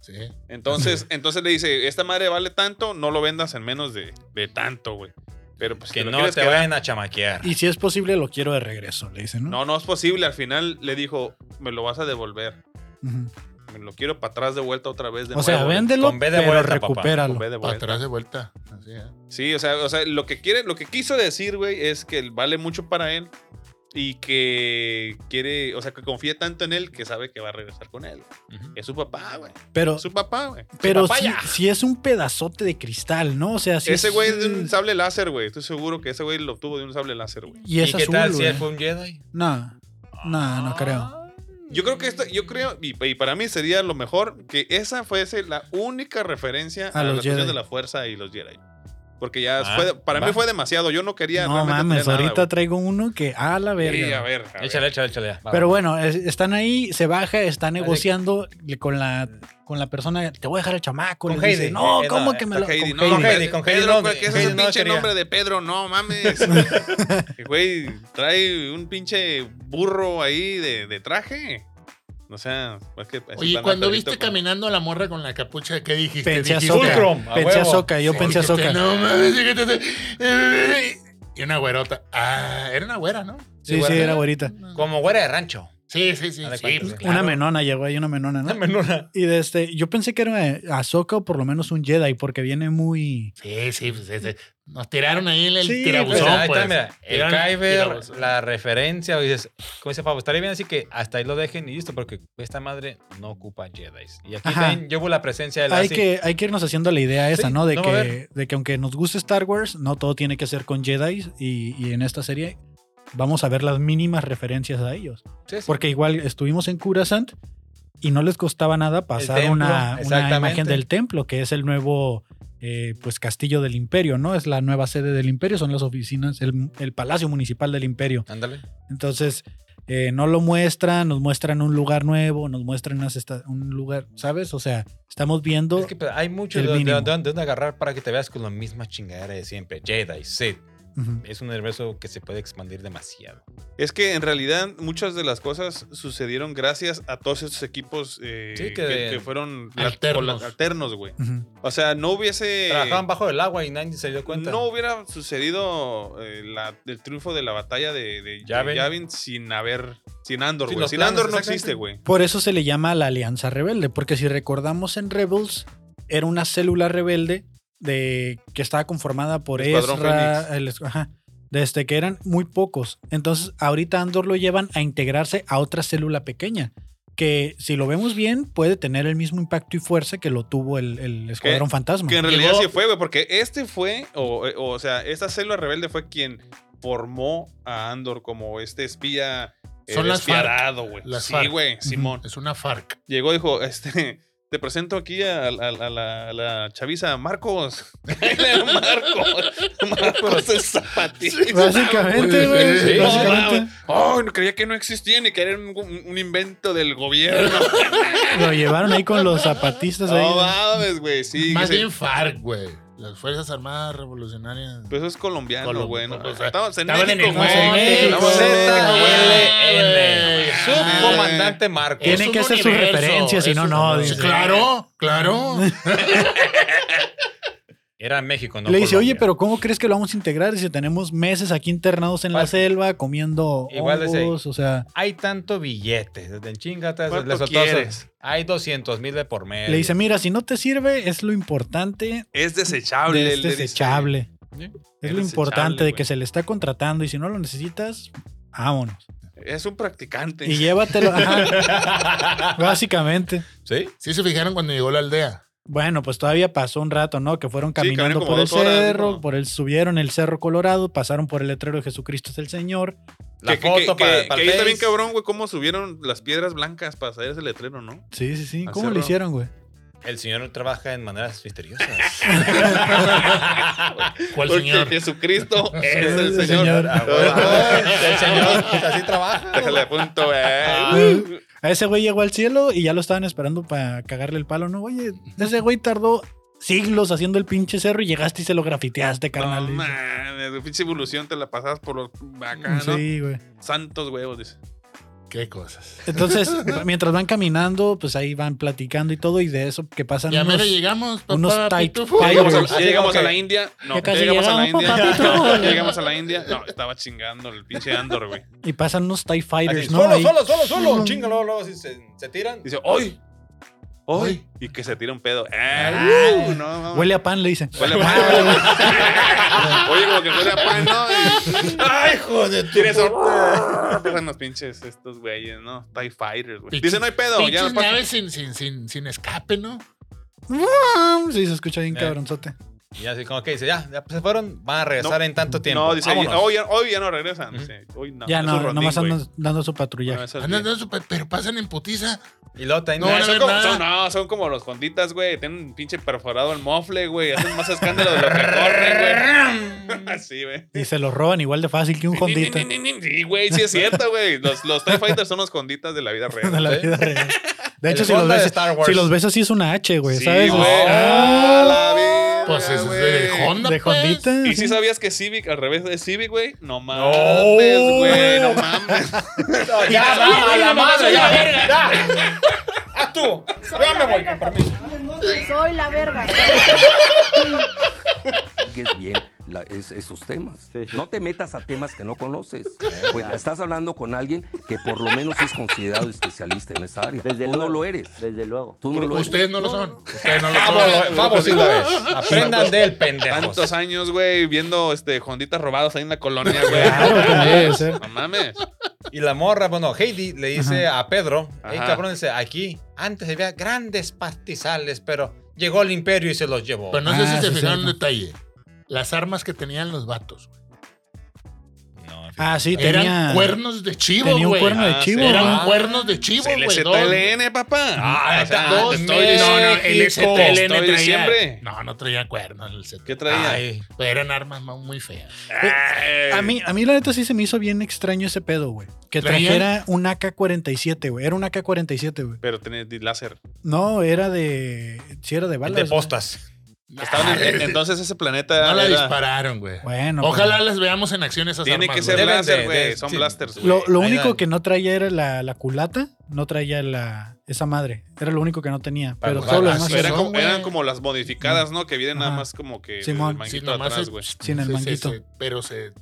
Speaker 1: Sí.
Speaker 3: Entonces, entonces le dice, esta madre vale tanto, no lo vendas en menos de, de tanto, güey. Pero pues
Speaker 4: Que
Speaker 3: si lo
Speaker 4: no
Speaker 3: quieres
Speaker 4: te
Speaker 3: quedar-
Speaker 4: vayan a chamaquear.
Speaker 2: Y si es posible, lo quiero de regreso, le dicen, ¿no?
Speaker 3: No, no es posible. Al final le dijo, me lo vas a devolver.
Speaker 2: Ujú.
Speaker 3: Me lo quiero para atrás de vuelta otra vez. De
Speaker 2: O sea,
Speaker 3: nuevo, güey.
Speaker 2: véndelo,
Speaker 4: Con B de
Speaker 2: pero
Speaker 4: vuelta, papá.
Speaker 2: recupéralo.
Speaker 3: Con B de
Speaker 1: Para
Speaker 3: vuelta.
Speaker 1: atrás de vuelta. Así, ¿eh?
Speaker 3: Sí, o sea, o sea, lo que quiere, lo que quiso decir, güey, es que él vale mucho para él y que quiere, o sea, que confía tanto en él que sabe que va a regresar con él.
Speaker 4: Ujú.
Speaker 3: Es su papá, güey.
Speaker 2: Pero,
Speaker 3: Es su papá, güey.
Speaker 2: pero sí,
Speaker 1: papaya.
Speaker 2: sí es un pedazote de cristal, ¿no? O sea, sí
Speaker 3: ese
Speaker 2: es-
Speaker 3: güey es de un sable láser, güey. Estoy seguro que ese güey lo obtuvo de un sable láser, güey.
Speaker 2: Y es
Speaker 4: qué
Speaker 2: azul,
Speaker 4: tal si
Speaker 2: güey.
Speaker 4: él fue un Jedi?
Speaker 2: No, no, no creo.
Speaker 3: Yo creo que esto, yo creo, y, y para mí sería lo mejor, que esa fuese la única referencia
Speaker 2: A
Speaker 3: a,
Speaker 2: los
Speaker 3: las cuestiones
Speaker 2: Jedi.
Speaker 3: de la fuerza y los Jedi. Porque ya
Speaker 4: Ah,
Speaker 3: fue, para
Speaker 4: va.
Speaker 3: mí fue demasiado. Yo no quería.
Speaker 2: No
Speaker 3: realmente
Speaker 2: mames,
Speaker 3: tener nada,
Speaker 2: ahorita traigo uno que a la
Speaker 3: güey.
Speaker 2: verga.
Speaker 3: Sí, a
Speaker 2: güey.
Speaker 3: ver. a ver.
Speaker 4: Échale, échale, échale. va,
Speaker 2: Pero
Speaker 4: va.
Speaker 2: bueno, es- están ahí, se baja, está negociando le- con la, con la persona, te voy a dejar el chamaco.
Speaker 4: Con
Speaker 2: le dice,
Speaker 4: Heidi.
Speaker 2: no,
Speaker 4: Eh,
Speaker 2: ¿cómo
Speaker 4: no,
Speaker 2: que me
Speaker 3: Con
Speaker 2: lo...?
Speaker 3: Heidi,
Speaker 2: con
Speaker 3: no,
Speaker 2: Heidi.
Speaker 3: con
Speaker 4: Heidi,
Speaker 3: Heidi,
Speaker 4: con
Speaker 3: con
Speaker 4: Heidi
Speaker 3: Pedro,
Speaker 4: no,
Speaker 3: güey, que ese es
Speaker 4: Heidi
Speaker 3: el
Speaker 4: no
Speaker 3: pinche
Speaker 4: quería.
Speaker 3: nombre de Pedro, no mames. Que, Güey, trae un pinche burro ahí de, de traje. O sea, es que.
Speaker 1: Oye, cuando viste caminando a la morra con la capucha, ¿qué dijiste?
Speaker 2: Pensé a
Speaker 1: Dijiste-
Speaker 2: Soca,
Speaker 4: Fulcrum, a
Speaker 2: pensé a
Speaker 4: huevo.
Speaker 2: Soca, yo
Speaker 1: Sí,
Speaker 2: pensé a
Speaker 1: dijiste,
Speaker 2: Soca.
Speaker 1: No mames, fíjate, te- Y una güerota. Ah, era una güera, ¿no?
Speaker 2: Sí, sí,
Speaker 4: güera.
Speaker 2: era güerita.
Speaker 4: Como güera de rancho.
Speaker 1: Sí, sí, sí.
Speaker 4: Dale
Speaker 1: sí,
Speaker 4: cuenta,
Speaker 1: pues,
Speaker 4: sí.
Speaker 1: claro.
Speaker 2: Una menona llegó ahí, una menona, ¿no?
Speaker 4: menor.
Speaker 2: Y de este, yo pensé que era eh, Ahsoka o por lo menos un Jedi, porque viene muy...
Speaker 1: Sí, sí, pues ese- nos tiraron ahí en el
Speaker 2: Sí,
Speaker 4: Pues,
Speaker 1: tirabuzón,
Speaker 4: ahí
Speaker 1: pues.
Speaker 4: está, mira, el
Speaker 1: Tiraron-
Speaker 4: Kyber,
Speaker 1: tirabuzón.
Speaker 4: la referencia, o dices, como dice Pablo, estaría bien así que hasta ahí lo dejen y listo, porque esta madre no ocupa Jedi. Y aquí
Speaker 2: Ajá.
Speaker 4: también llevo la presencia de la
Speaker 2: Hay que, hay que irnos haciendo la idea esa,
Speaker 4: Sí,
Speaker 2: ¿no? De,
Speaker 4: no, a
Speaker 2: que,
Speaker 4: ver.
Speaker 2: de que aunque nos guste Star Wars, no todo tiene que ser con Jedi y, y en esta serie vamos a ver las mínimas referencias a ellos.
Speaker 4: Sí, sí.
Speaker 2: Porque igual estuvimos en Curasant y no les costaba nada pasar
Speaker 4: templo,
Speaker 2: una, una
Speaker 4: exactamente.
Speaker 2: imagen del templo, que es el nuevo eh, pues castillo del imperio, ¿no? Es la nueva sede del imperio, son las oficinas, el, el palacio municipal del imperio.
Speaker 4: Ándale.
Speaker 2: Entonces, eh, no lo muestran, nos muestran un lugar nuevo, nos muestran unas esta- un lugar, ¿sabes? O sea, estamos viendo...
Speaker 4: Es que pues, hay mucho
Speaker 2: El
Speaker 4: de, de-
Speaker 2: mínimo.
Speaker 4: de- de dónde agarrar para que te veas con la misma chingadera de siempre. Jedi, Sith.
Speaker 2: Ujú.
Speaker 4: Es un universo que se puede expandir demasiado.
Speaker 3: Es que en realidad muchas de las cosas sucedieron gracias a todos estos equipos eh,
Speaker 4: Sí, que-
Speaker 3: que, que fueron la-
Speaker 1: Alternos.
Speaker 3: cola- alternos, güey.
Speaker 2: Ujú.
Speaker 3: O sea, no hubiese.
Speaker 4: Trabajaban bajo el agua y nadie se dio cuenta.
Speaker 3: No hubiera sucedido eh, la- el triunfo de la batalla de, de- de
Speaker 4: Yavin.
Speaker 3: Yavin. sin haber. Sin Andor,
Speaker 4: Sin
Speaker 3: güey.
Speaker 4: los
Speaker 3: Sin
Speaker 4: planos,
Speaker 3: Andor no
Speaker 4: exactamente.
Speaker 3: existe, güey.
Speaker 2: Por eso se le llama la Alianza Rebelde, porque si recordamos en Rebels, era una célula rebelde de, que estaba conformada por
Speaker 3: Escuadrón
Speaker 2: Ezra, el es- ajá, desde que eran muy pocos. Entonces, ahorita Andor lo llevan a integrarse a otra célula pequeña, que si lo vemos bien, puede tener el mismo impacto y fuerza que lo tuvo el, el Escuadrón Fantasma.
Speaker 3: Que en realidad
Speaker 1: Llegó-
Speaker 3: sí fue, güey, porque este fue, o, o, o sea, esta célula rebelde fue quien formó a Andor como este espía eh,
Speaker 1: Son las
Speaker 3: despiadado, güey.
Speaker 1: Las
Speaker 3: Sí,
Speaker 1: FARC.
Speaker 3: güey, Simón.
Speaker 1: Es una FARC.
Speaker 3: Llegó y dijo, este, te presento aquí a, a- a la, a la chaviza Marcos. Marcos. Marcos es zapatista.
Speaker 2: Básicamente, güey.
Speaker 1: Sí,
Speaker 3: No,
Speaker 2: básicamente.
Speaker 3: mames. Ay, no, creía que no existían y que era un, un invento del gobierno.
Speaker 2: Lo llevaron ahí con los zapatistas. ahí.
Speaker 3: No mames, güey. Sí,
Speaker 1: Más
Speaker 3: que se-
Speaker 1: bien FARC, güey. Las Fuerzas Armadas Revolucionarias.
Speaker 3: Pues eso es colombiano,
Speaker 1: Colom-
Speaker 3: güey. no,
Speaker 1: o sea,
Speaker 3: estamos en
Speaker 1: estaban en
Speaker 3: México,
Speaker 1: el-
Speaker 3: güey.
Speaker 1: en México,
Speaker 3: Estamos en México, güey.
Speaker 1: güey.
Speaker 4: LN. Subcomandante Marcos.
Speaker 2: Tiene- Tienen que hacer
Speaker 1: ser
Speaker 2: sus referencias, si no, no, dice.
Speaker 1: Claro, claro.
Speaker 4: Era México, no
Speaker 2: Le dice,
Speaker 4: Colombia.
Speaker 2: oye, pero ¿cómo crees que lo vamos a integrar si tenemos meses aquí internados en la
Speaker 4: Fácil.
Speaker 2: selva, comiendo
Speaker 4: Igual de
Speaker 2: hongos? O sea,
Speaker 4: Hay tanto billete. Desde en chingata,
Speaker 3: ¿Cuánto
Speaker 4: les soltó-
Speaker 3: quieres?
Speaker 4: Hay 200 mil de por medio.
Speaker 2: le dice, mira, si no te sirve, es lo importante
Speaker 3: Mm, Es desechable.
Speaker 2: de
Speaker 3: le
Speaker 2: este
Speaker 3: dice.
Speaker 2: desechable.
Speaker 4: ¿Sí?
Speaker 2: Es lo
Speaker 3: Es
Speaker 2: importante
Speaker 3: desechable,
Speaker 2: de
Speaker 3: güey.
Speaker 2: que se le está contratando y si no lo necesitas, vámonos.
Speaker 3: Es un practicante.
Speaker 2: Y llévatelo. Ajá, básicamente.
Speaker 4: ¿Sí?
Speaker 1: Sí se fijaron cuando llegó a la aldea.
Speaker 2: Bueno, pues todavía pasó un rato, ¿no? Que fueron
Speaker 3: Sí, caminaron
Speaker 2: caminando
Speaker 3: como
Speaker 2: por el
Speaker 3: dos horas, así
Speaker 2: cerro,
Speaker 3: como-
Speaker 2: por el subieron el cerro Colorado, pasaron por el letrero de Jesucristo es el Señor.
Speaker 4: La
Speaker 3: que, que-
Speaker 4: foto
Speaker 3: que-
Speaker 4: para
Speaker 3: que ahí está bien cabrón, güey, cómo subieron las piedras blancas para salir ese letrero, ¿no?
Speaker 2: Sí, sí, sí.
Speaker 3: Al
Speaker 2: ¿Cómo lo
Speaker 3: cerro.
Speaker 2: hicieron, güey?
Speaker 4: El señor trabaja en maneras misteriosas.
Speaker 1: ¿Cuál
Speaker 3: Porque
Speaker 1: señor?
Speaker 3: Jesucristo es el
Speaker 2: El
Speaker 3: Señor.
Speaker 2: Señor.
Speaker 4: Ah, bueno. el señor pues, así trabaja.
Speaker 3: Déjale apunto, eh.
Speaker 2: A ese güey llegó al cielo y ya lo estaban esperando para cagarle el palo, ¿no? Oye, ese güey tardó siglos haciendo el pinche cerro y llegaste y se lo grafiteaste,
Speaker 3: No
Speaker 2: carnal. dice. Mm,
Speaker 3: mames, pinche evolución te la pasabas por los acá, ¿no?
Speaker 2: sí, güey.
Speaker 3: Santos huevos, dice.
Speaker 1: Qué cosas.
Speaker 2: Entonces, mientras van caminando, pues ahí van platicando y todo, y de eso que pasan
Speaker 1: Ya
Speaker 2: unos...
Speaker 1: mero llegamos, papá.
Speaker 2: unos tight
Speaker 1: pitufo.
Speaker 2: Ay,
Speaker 3: Ya llegamos, a,
Speaker 2: güey.
Speaker 3: ya llegamos a la
Speaker 4: Ok.
Speaker 3: India. No,
Speaker 2: Ya
Speaker 3: ya
Speaker 2: casi
Speaker 3: llegamos a la
Speaker 2: llegamos,
Speaker 3: India.
Speaker 2: papito.
Speaker 3: No, ya llegamos a la India. No, estaba chingando el pinche Andor, güey.
Speaker 2: Y pasan unos TIE Fighters,
Speaker 4: Así,
Speaker 2: ¿no?
Speaker 4: solo,
Speaker 2: Ahí.
Speaker 4: solo, solo, solo,
Speaker 2: No.
Speaker 4: Chingalo, luego así se, se tiran.
Speaker 3: Dice, ¡hoy!
Speaker 1: Hoy.
Speaker 3: ¡hoy! Y que se tira un pedo. ¡Ay!
Speaker 2: Ah.
Speaker 3: uh, no, no.
Speaker 2: Huele a pan, le dicen.
Speaker 3: Huele a pan. Oye, como que huele a pan, ¿no? Y- ¡Ay, joder! Tienes un... Pasan los pinches estos güeyes, ¿no? TIE Fighters, güey.
Speaker 1: Pinches-
Speaker 3: Dice, no hay pedo. Ya
Speaker 1: Pinches
Speaker 3: no pasa.
Speaker 1: naves sin, sin, sin, sin escape, ¿no?
Speaker 2: Sí, se escucha bien
Speaker 4: Eh.
Speaker 2: cabronzote.
Speaker 4: Y así como que dice, ya, ya se fueron, van a regresar en tanto tiempo.
Speaker 3: No, dice, hoy
Speaker 4: Vámonos.
Speaker 3: hoy ya, hoy ya no regresan.
Speaker 4: Ujú.
Speaker 3: Sí, hoy no.
Speaker 2: ya
Speaker 3: Es
Speaker 2: no,
Speaker 3: un rondín,
Speaker 2: nomás
Speaker 3: güey.
Speaker 2: andan dando su patrullaje.
Speaker 3: No, eso es
Speaker 1: Andan
Speaker 3: bien.
Speaker 1: dando su pe- pero pasan en putiza.
Speaker 4: Y luego también.
Speaker 1: No,
Speaker 3: Ah,
Speaker 1: van a
Speaker 3: son,
Speaker 1: ver
Speaker 3: como,
Speaker 1: nada.
Speaker 3: son- no, son como los jonditas, güey. Tienen un pinche perforado el mofle, güey. Hacen más escándalo de lo que corren, güey. Así, güey.
Speaker 2: Y se los roban igual de fácil que un hondita
Speaker 3: Ni, ni, ni, ni, ni. Sí, güey, sí es cierto, güey. Los, los TIE Fighters son los jonditas de la vida real.
Speaker 2: de la vida real. De hecho,
Speaker 4: El
Speaker 2: si los,
Speaker 4: Honda de
Speaker 2: ves,
Speaker 4: Star Wars.
Speaker 2: si los ves así es una H, güey,
Speaker 3: Sí,
Speaker 2: Pues, ¿sabes?
Speaker 3: güey.
Speaker 2: Ah,
Speaker 3: Ah, la verga,
Speaker 1: Pues es
Speaker 3: güey.
Speaker 1: de Honda.
Speaker 2: de
Speaker 1: pues.
Speaker 2: hondita.
Speaker 3: ¿Y si sabías que Civic al revés de Civic, güey? No mames,
Speaker 4: No.
Speaker 3: güey. No mames.
Speaker 4: No, ya, va, a la madre, ya, ya, Haz tú. Ya me voy, con permiso.
Speaker 5: Soy la verga.
Speaker 6: investigues bien la- es- esos temas. No te metas a temas que no conoces. Pues, estás hablando con alguien que por lo menos es considerado especialista en esa área. Tú no lo eres.
Speaker 7: Desde luego.
Speaker 6: Tú no lo eres.
Speaker 1: Ustedes no lo son. Ustedes no lo
Speaker 4: Vamos,
Speaker 1: son.
Speaker 4: vamos de una vez. Aprendan del pendejo.
Speaker 3: Tantos años, güey, viendo este jonditas robados ahí en la colonia, güey.
Speaker 2: Claro, como debe ser.
Speaker 3: No mames.
Speaker 4: Y la morra, bueno, Heidi le dice a Pedro, hey
Speaker 3: Ajá.
Speaker 4: cabrón, dice, aquí antes había grandes pastizales, pero llegó el imperio y se los llevó.
Speaker 1: Pero no sé
Speaker 2: Ah,
Speaker 1: si se
Speaker 2: sí,
Speaker 1: fijaron
Speaker 2: sí.
Speaker 1: un detalle. Las armas que tenían los vatos
Speaker 4: No, en fin.
Speaker 2: Ah, sí,
Speaker 1: eran
Speaker 2: tenía,
Speaker 1: cuernos de chivo,
Speaker 2: tenía un
Speaker 1: güey.
Speaker 2: cuerno de
Speaker 3: Ah, sí.
Speaker 2: chivo.
Speaker 1: Eran
Speaker 2: ¿no?
Speaker 1: cuernos de chivo,
Speaker 3: Se
Speaker 1: güey.
Speaker 3: le
Speaker 1: dos.
Speaker 3: ZLN, papá.
Speaker 4: Ah,
Speaker 3: O sea,
Speaker 4: está.
Speaker 3: te
Speaker 1: Dos
Speaker 3: estoy
Speaker 1: meses. No,
Speaker 3: diciendo-
Speaker 1: no, el
Speaker 4: México.
Speaker 1: ZLN
Speaker 3: Estoy
Speaker 1: traía.
Speaker 3: diciembre.
Speaker 1: No, no traía cuernos el ZLN.
Speaker 3: ¿Qué traía?
Speaker 4: Ay,
Speaker 1: Pero eran armas ma- muy feas.
Speaker 3: Ay.
Speaker 2: A mí, a mí la neta sí se me hizo bien extraño ese pedo, güey. Que
Speaker 1: ¿Traían?
Speaker 2: trajera un AK-47, güey. Era un AK-47, güey.
Speaker 3: Pero tenés láser.
Speaker 2: No, era de... Sí, era de balas.
Speaker 4: de
Speaker 2: güey.
Speaker 4: postas.
Speaker 3: Estaban en- en- entonces ese planeta.
Speaker 1: Ah, no la
Speaker 3: era-
Speaker 1: dispararon, güey.
Speaker 2: Bueno. pues,
Speaker 1: Ojalá las veamos en acción esas
Speaker 3: Tiene
Speaker 1: armas.
Speaker 3: que ser
Speaker 1: güey.
Speaker 4: Deben
Speaker 3: láser,
Speaker 4: de-
Speaker 3: güey.
Speaker 4: de-
Speaker 3: Son
Speaker 4: sí.
Speaker 3: blasters, güey.
Speaker 2: Lo, lo
Speaker 4: Ahí
Speaker 2: único
Speaker 4: va.
Speaker 2: que no traía era la, la culata, no traía la esa madre. Era lo único que no tenía.
Speaker 4: Para
Speaker 2: Pero
Speaker 4: los
Speaker 2: todo lo
Speaker 1: balas,
Speaker 2: demás
Speaker 1: sí,
Speaker 2: era
Speaker 3: eran,
Speaker 1: son,
Speaker 3: como,
Speaker 1: güey.
Speaker 3: eran como las modificadas, ¿no? Que vienen nada
Speaker 2: Ajá.
Speaker 3: más como que
Speaker 2: Simón.
Speaker 3: el
Speaker 1: Sí,
Speaker 3: manguito
Speaker 1: nomás
Speaker 3: atrás,
Speaker 1: se-
Speaker 3: güey.
Speaker 2: sin el
Speaker 1: se- se-
Speaker 2: manguito.
Speaker 1: se- pero se,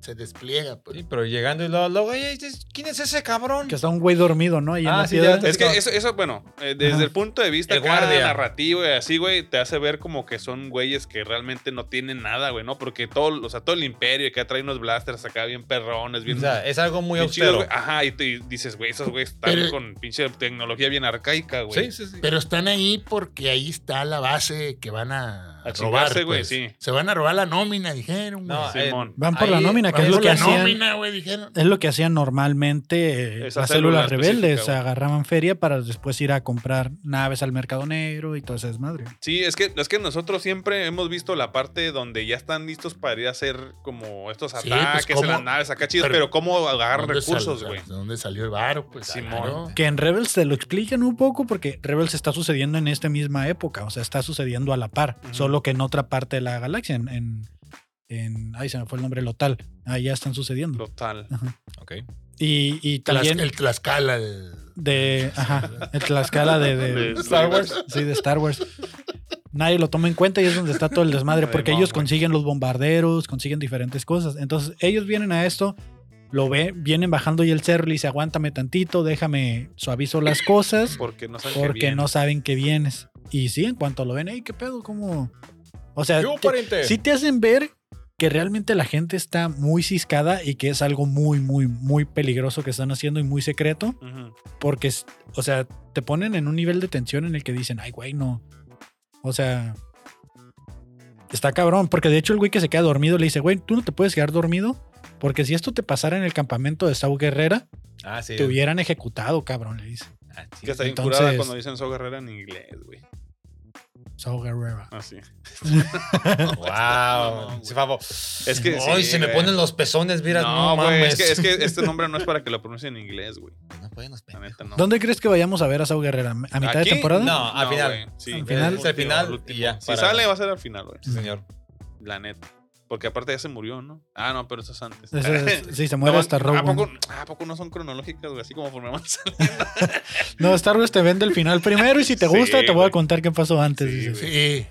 Speaker 1: se despliega. pues.
Speaker 4: Sí, pero llegando y luego, luego, "Oye, ¿quién es ese cabrón?
Speaker 2: Que está un güey dormido, ¿no? Ahí en
Speaker 4: Ah,
Speaker 2: la
Speaker 4: sí,
Speaker 2: piedra.
Speaker 4: ya-
Speaker 3: Es que eso, eso bueno, eh, desde
Speaker 2: Ajá.
Speaker 3: el punto de vista
Speaker 4: El
Speaker 3: acá,
Speaker 4: guardia.
Speaker 3: narrativo y así, güey, te hace ver como que son güeyes que realmente no tienen nada, güey, ¿no? Porque todo, o sea, todo el imperio que trae unos blasters acá bien perrones, bien...
Speaker 4: O sea, es algo muy
Speaker 3: bien chidos,
Speaker 4: austero.
Speaker 3: güey. Ajá, y, te- y dices, güey, esos güeyes están
Speaker 1: Pero-
Speaker 3: con pinche tecnología bien arcaica, güey.
Speaker 4: sí, sí, sí.
Speaker 1: Pero están ahí porque ahí está la base que van a,
Speaker 3: A
Speaker 1: robar.
Speaker 3: chingarse, güey,
Speaker 1: pues.
Speaker 3: sí.
Speaker 1: Se van a robar la nómina, dijeron, güey.
Speaker 4: No,
Speaker 1: Sí.
Speaker 3: Simón.
Speaker 2: Van por la
Speaker 4: Ahí,
Speaker 2: nómina, que
Speaker 1: Van
Speaker 2: es lo
Speaker 1: por
Speaker 2: que
Speaker 1: la
Speaker 2: hacían.
Speaker 1: nómina, güey, dijeron.
Speaker 2: Es lo que hacían normalmente eh,
Speaker 3: Esa
Speaker 2: las
Speaker 3: célula
Speaker 2: células rebeldes.
Speaker 3: específica, güey.
Speaker 2: Agarraban feria para después ir a comprar naves al mercado negro y todo ese desmadre.
Speaker 3: Sí, es que, es que nosotros siempre hemos visto la parte donde ya están listos para ir a hacer como estos
Speaker 1: Sí, pues,
Speaker 3: ataques en
Speaker 1: ¿cómo?
Speaker 3: las naves acá chidos,
Speaker 1: Pero-
Speaker 3: pero, cómo agarrar
Speaker 1: ¿Dónde
Speaker 3: recursos,
Speaker 1: sal-
Speaker 3: güey.
Speaker 1: ¿De dónde salió el varo? Pues
Speaker 3: Simón.
Speaker 1: claro.
Speaker 2: Que en Rebels te lo explican un poco porque Rebels está sucediendo en esta misma época, o sea, está sucediendo a la par,
Speaker 3: Ujú.
Speaker 2: solo que en otra parte de la galaxia, en, en, en- ay, se me fue el nombre Lotal, ahí ya están sucediendo.
Speaker 3: Total.
Speaker 4: Ok.
Speaker 2: Eh, Y, y
Speaker 1: Tlas-
Speaker 2: también
Speaker 1: el Tlaxcala. el-
Speaker 2: de, ajá, el Tlaxcala de, de-
Speaker 3: De-
Speaker 2: sí, de Star Wars. nadie lo toma en cuenta y es donde está todo el desmadre,
Speaker 3: Ay,
Speaker 2: porque
Speaker 3: no,
Speaker 2: ellos
Speaker 3: güey.
Speaker 2: consiguen los bombarderos, consiguen diferentes cosas. Entonces, ellos vienen a esto, lo ven, vienen bajando y el cerro y dice, aguántame tantito, déjame, suavizo las cosas,
Speaker 3: Porque no saben que
Speaker 2: porque
Speaker 3: viene.
Speaker 2: no saben que vienes. Y sí, en cuanto lo ven, hey, qué pedo, cómo... O sea,
Speaker 4: ¿Qué hubo,
Speaker 2: te-
Speaker 4: pariente?
Speaker 2: sí te hacen ver que realmente la gente está muy ciscada y que es algo muy, muy, muy peligroso que están haciendo y muy secreto
Speaker 3: Ujú.
Speaker 2: porque, es- o sea, te ponen en un nivel de tensión en el que dicen, ay, güey, no. O sea, está cabrón, porque de hecho el güey que se queda dormido le dice, güey, tú no te puedes quedar dormido, porque si esto te pasara en el campamento de Sau Guerrera,
Speaker 4: Ah, sí.
Speaker 2: te hubieran ejecutado, cabrón, le dice.
Speaker 4: Ah,
Speaker 3: Que
Speaker 4: sí.
Speaker 3: está bien
Speaker 2: Entonces-
Speaker 3: curada cuando dicen So Guerrera en inglés, güey.
Speaker 2: Sau Guerrera.
Speaker 3: Así. No,
Speaker 4: Wow.
Speaker 3: güey.
Speaker 4: Sí, favor.
Speaker 3: Es que
Speaker 4: Ay,
Speaker 3: sí,
Speaker 4: se me
Speaker 3: güey.
Speaker 4: ponen los pezones, mira. No,
Speaker 3: No, güey, es
Speaker 4: mames.
Speaker 3: que, es que este nombre no es para que lo pronuncien en inglés, güey.
Speaker 4: No pueden los
Speaker 3: La neta, no.
Speaker 2: ¿Dónde crees que vayamos a ver a Sau Guerrera? ¿A mitad de
Speaker 3: ¿Aquí?
Speaker 2: temporada?
Speaker 4: No, al final.
Speaker 3: güey, sí.
Speaker 2: Al final.
Speaker 4: Es el final
Speaker 3: Al último.
Speaker 4: y ya,
Speaker 3: Si
Speaker 4: para-
Speaker 3: sale, va a ser al final, güey.
Speaker 4: Sí, señor.
Speaker 3: La neta. Porque aparte ya se murió, ¿no? Ah, no, pero eso es antes.
Speaker 2: Eso es- sí, se
Speaker 3: No,
Speaker 2: muere
Speaker 3: man,
Speaker 2: hasta
Speaker 3: ¿A
Speaker 2: Rogue
Speaker 3: poco,
Speaker 2: One.
Speaker 3: ¿A poco no son cronológicas, güey? Así como formaban
Speaker 2: No, Star Wars te vende el final primero y si te
Speaker 3: Sí,
Speaker 2: gusta, te voy
Speaker 3: güey.
Speaker 2: a contar qué pasó antes.
Speaker 3: Sí,
Speaker 2: dices.
Speaker 3: güey.
Speaker 1: Sí. eh,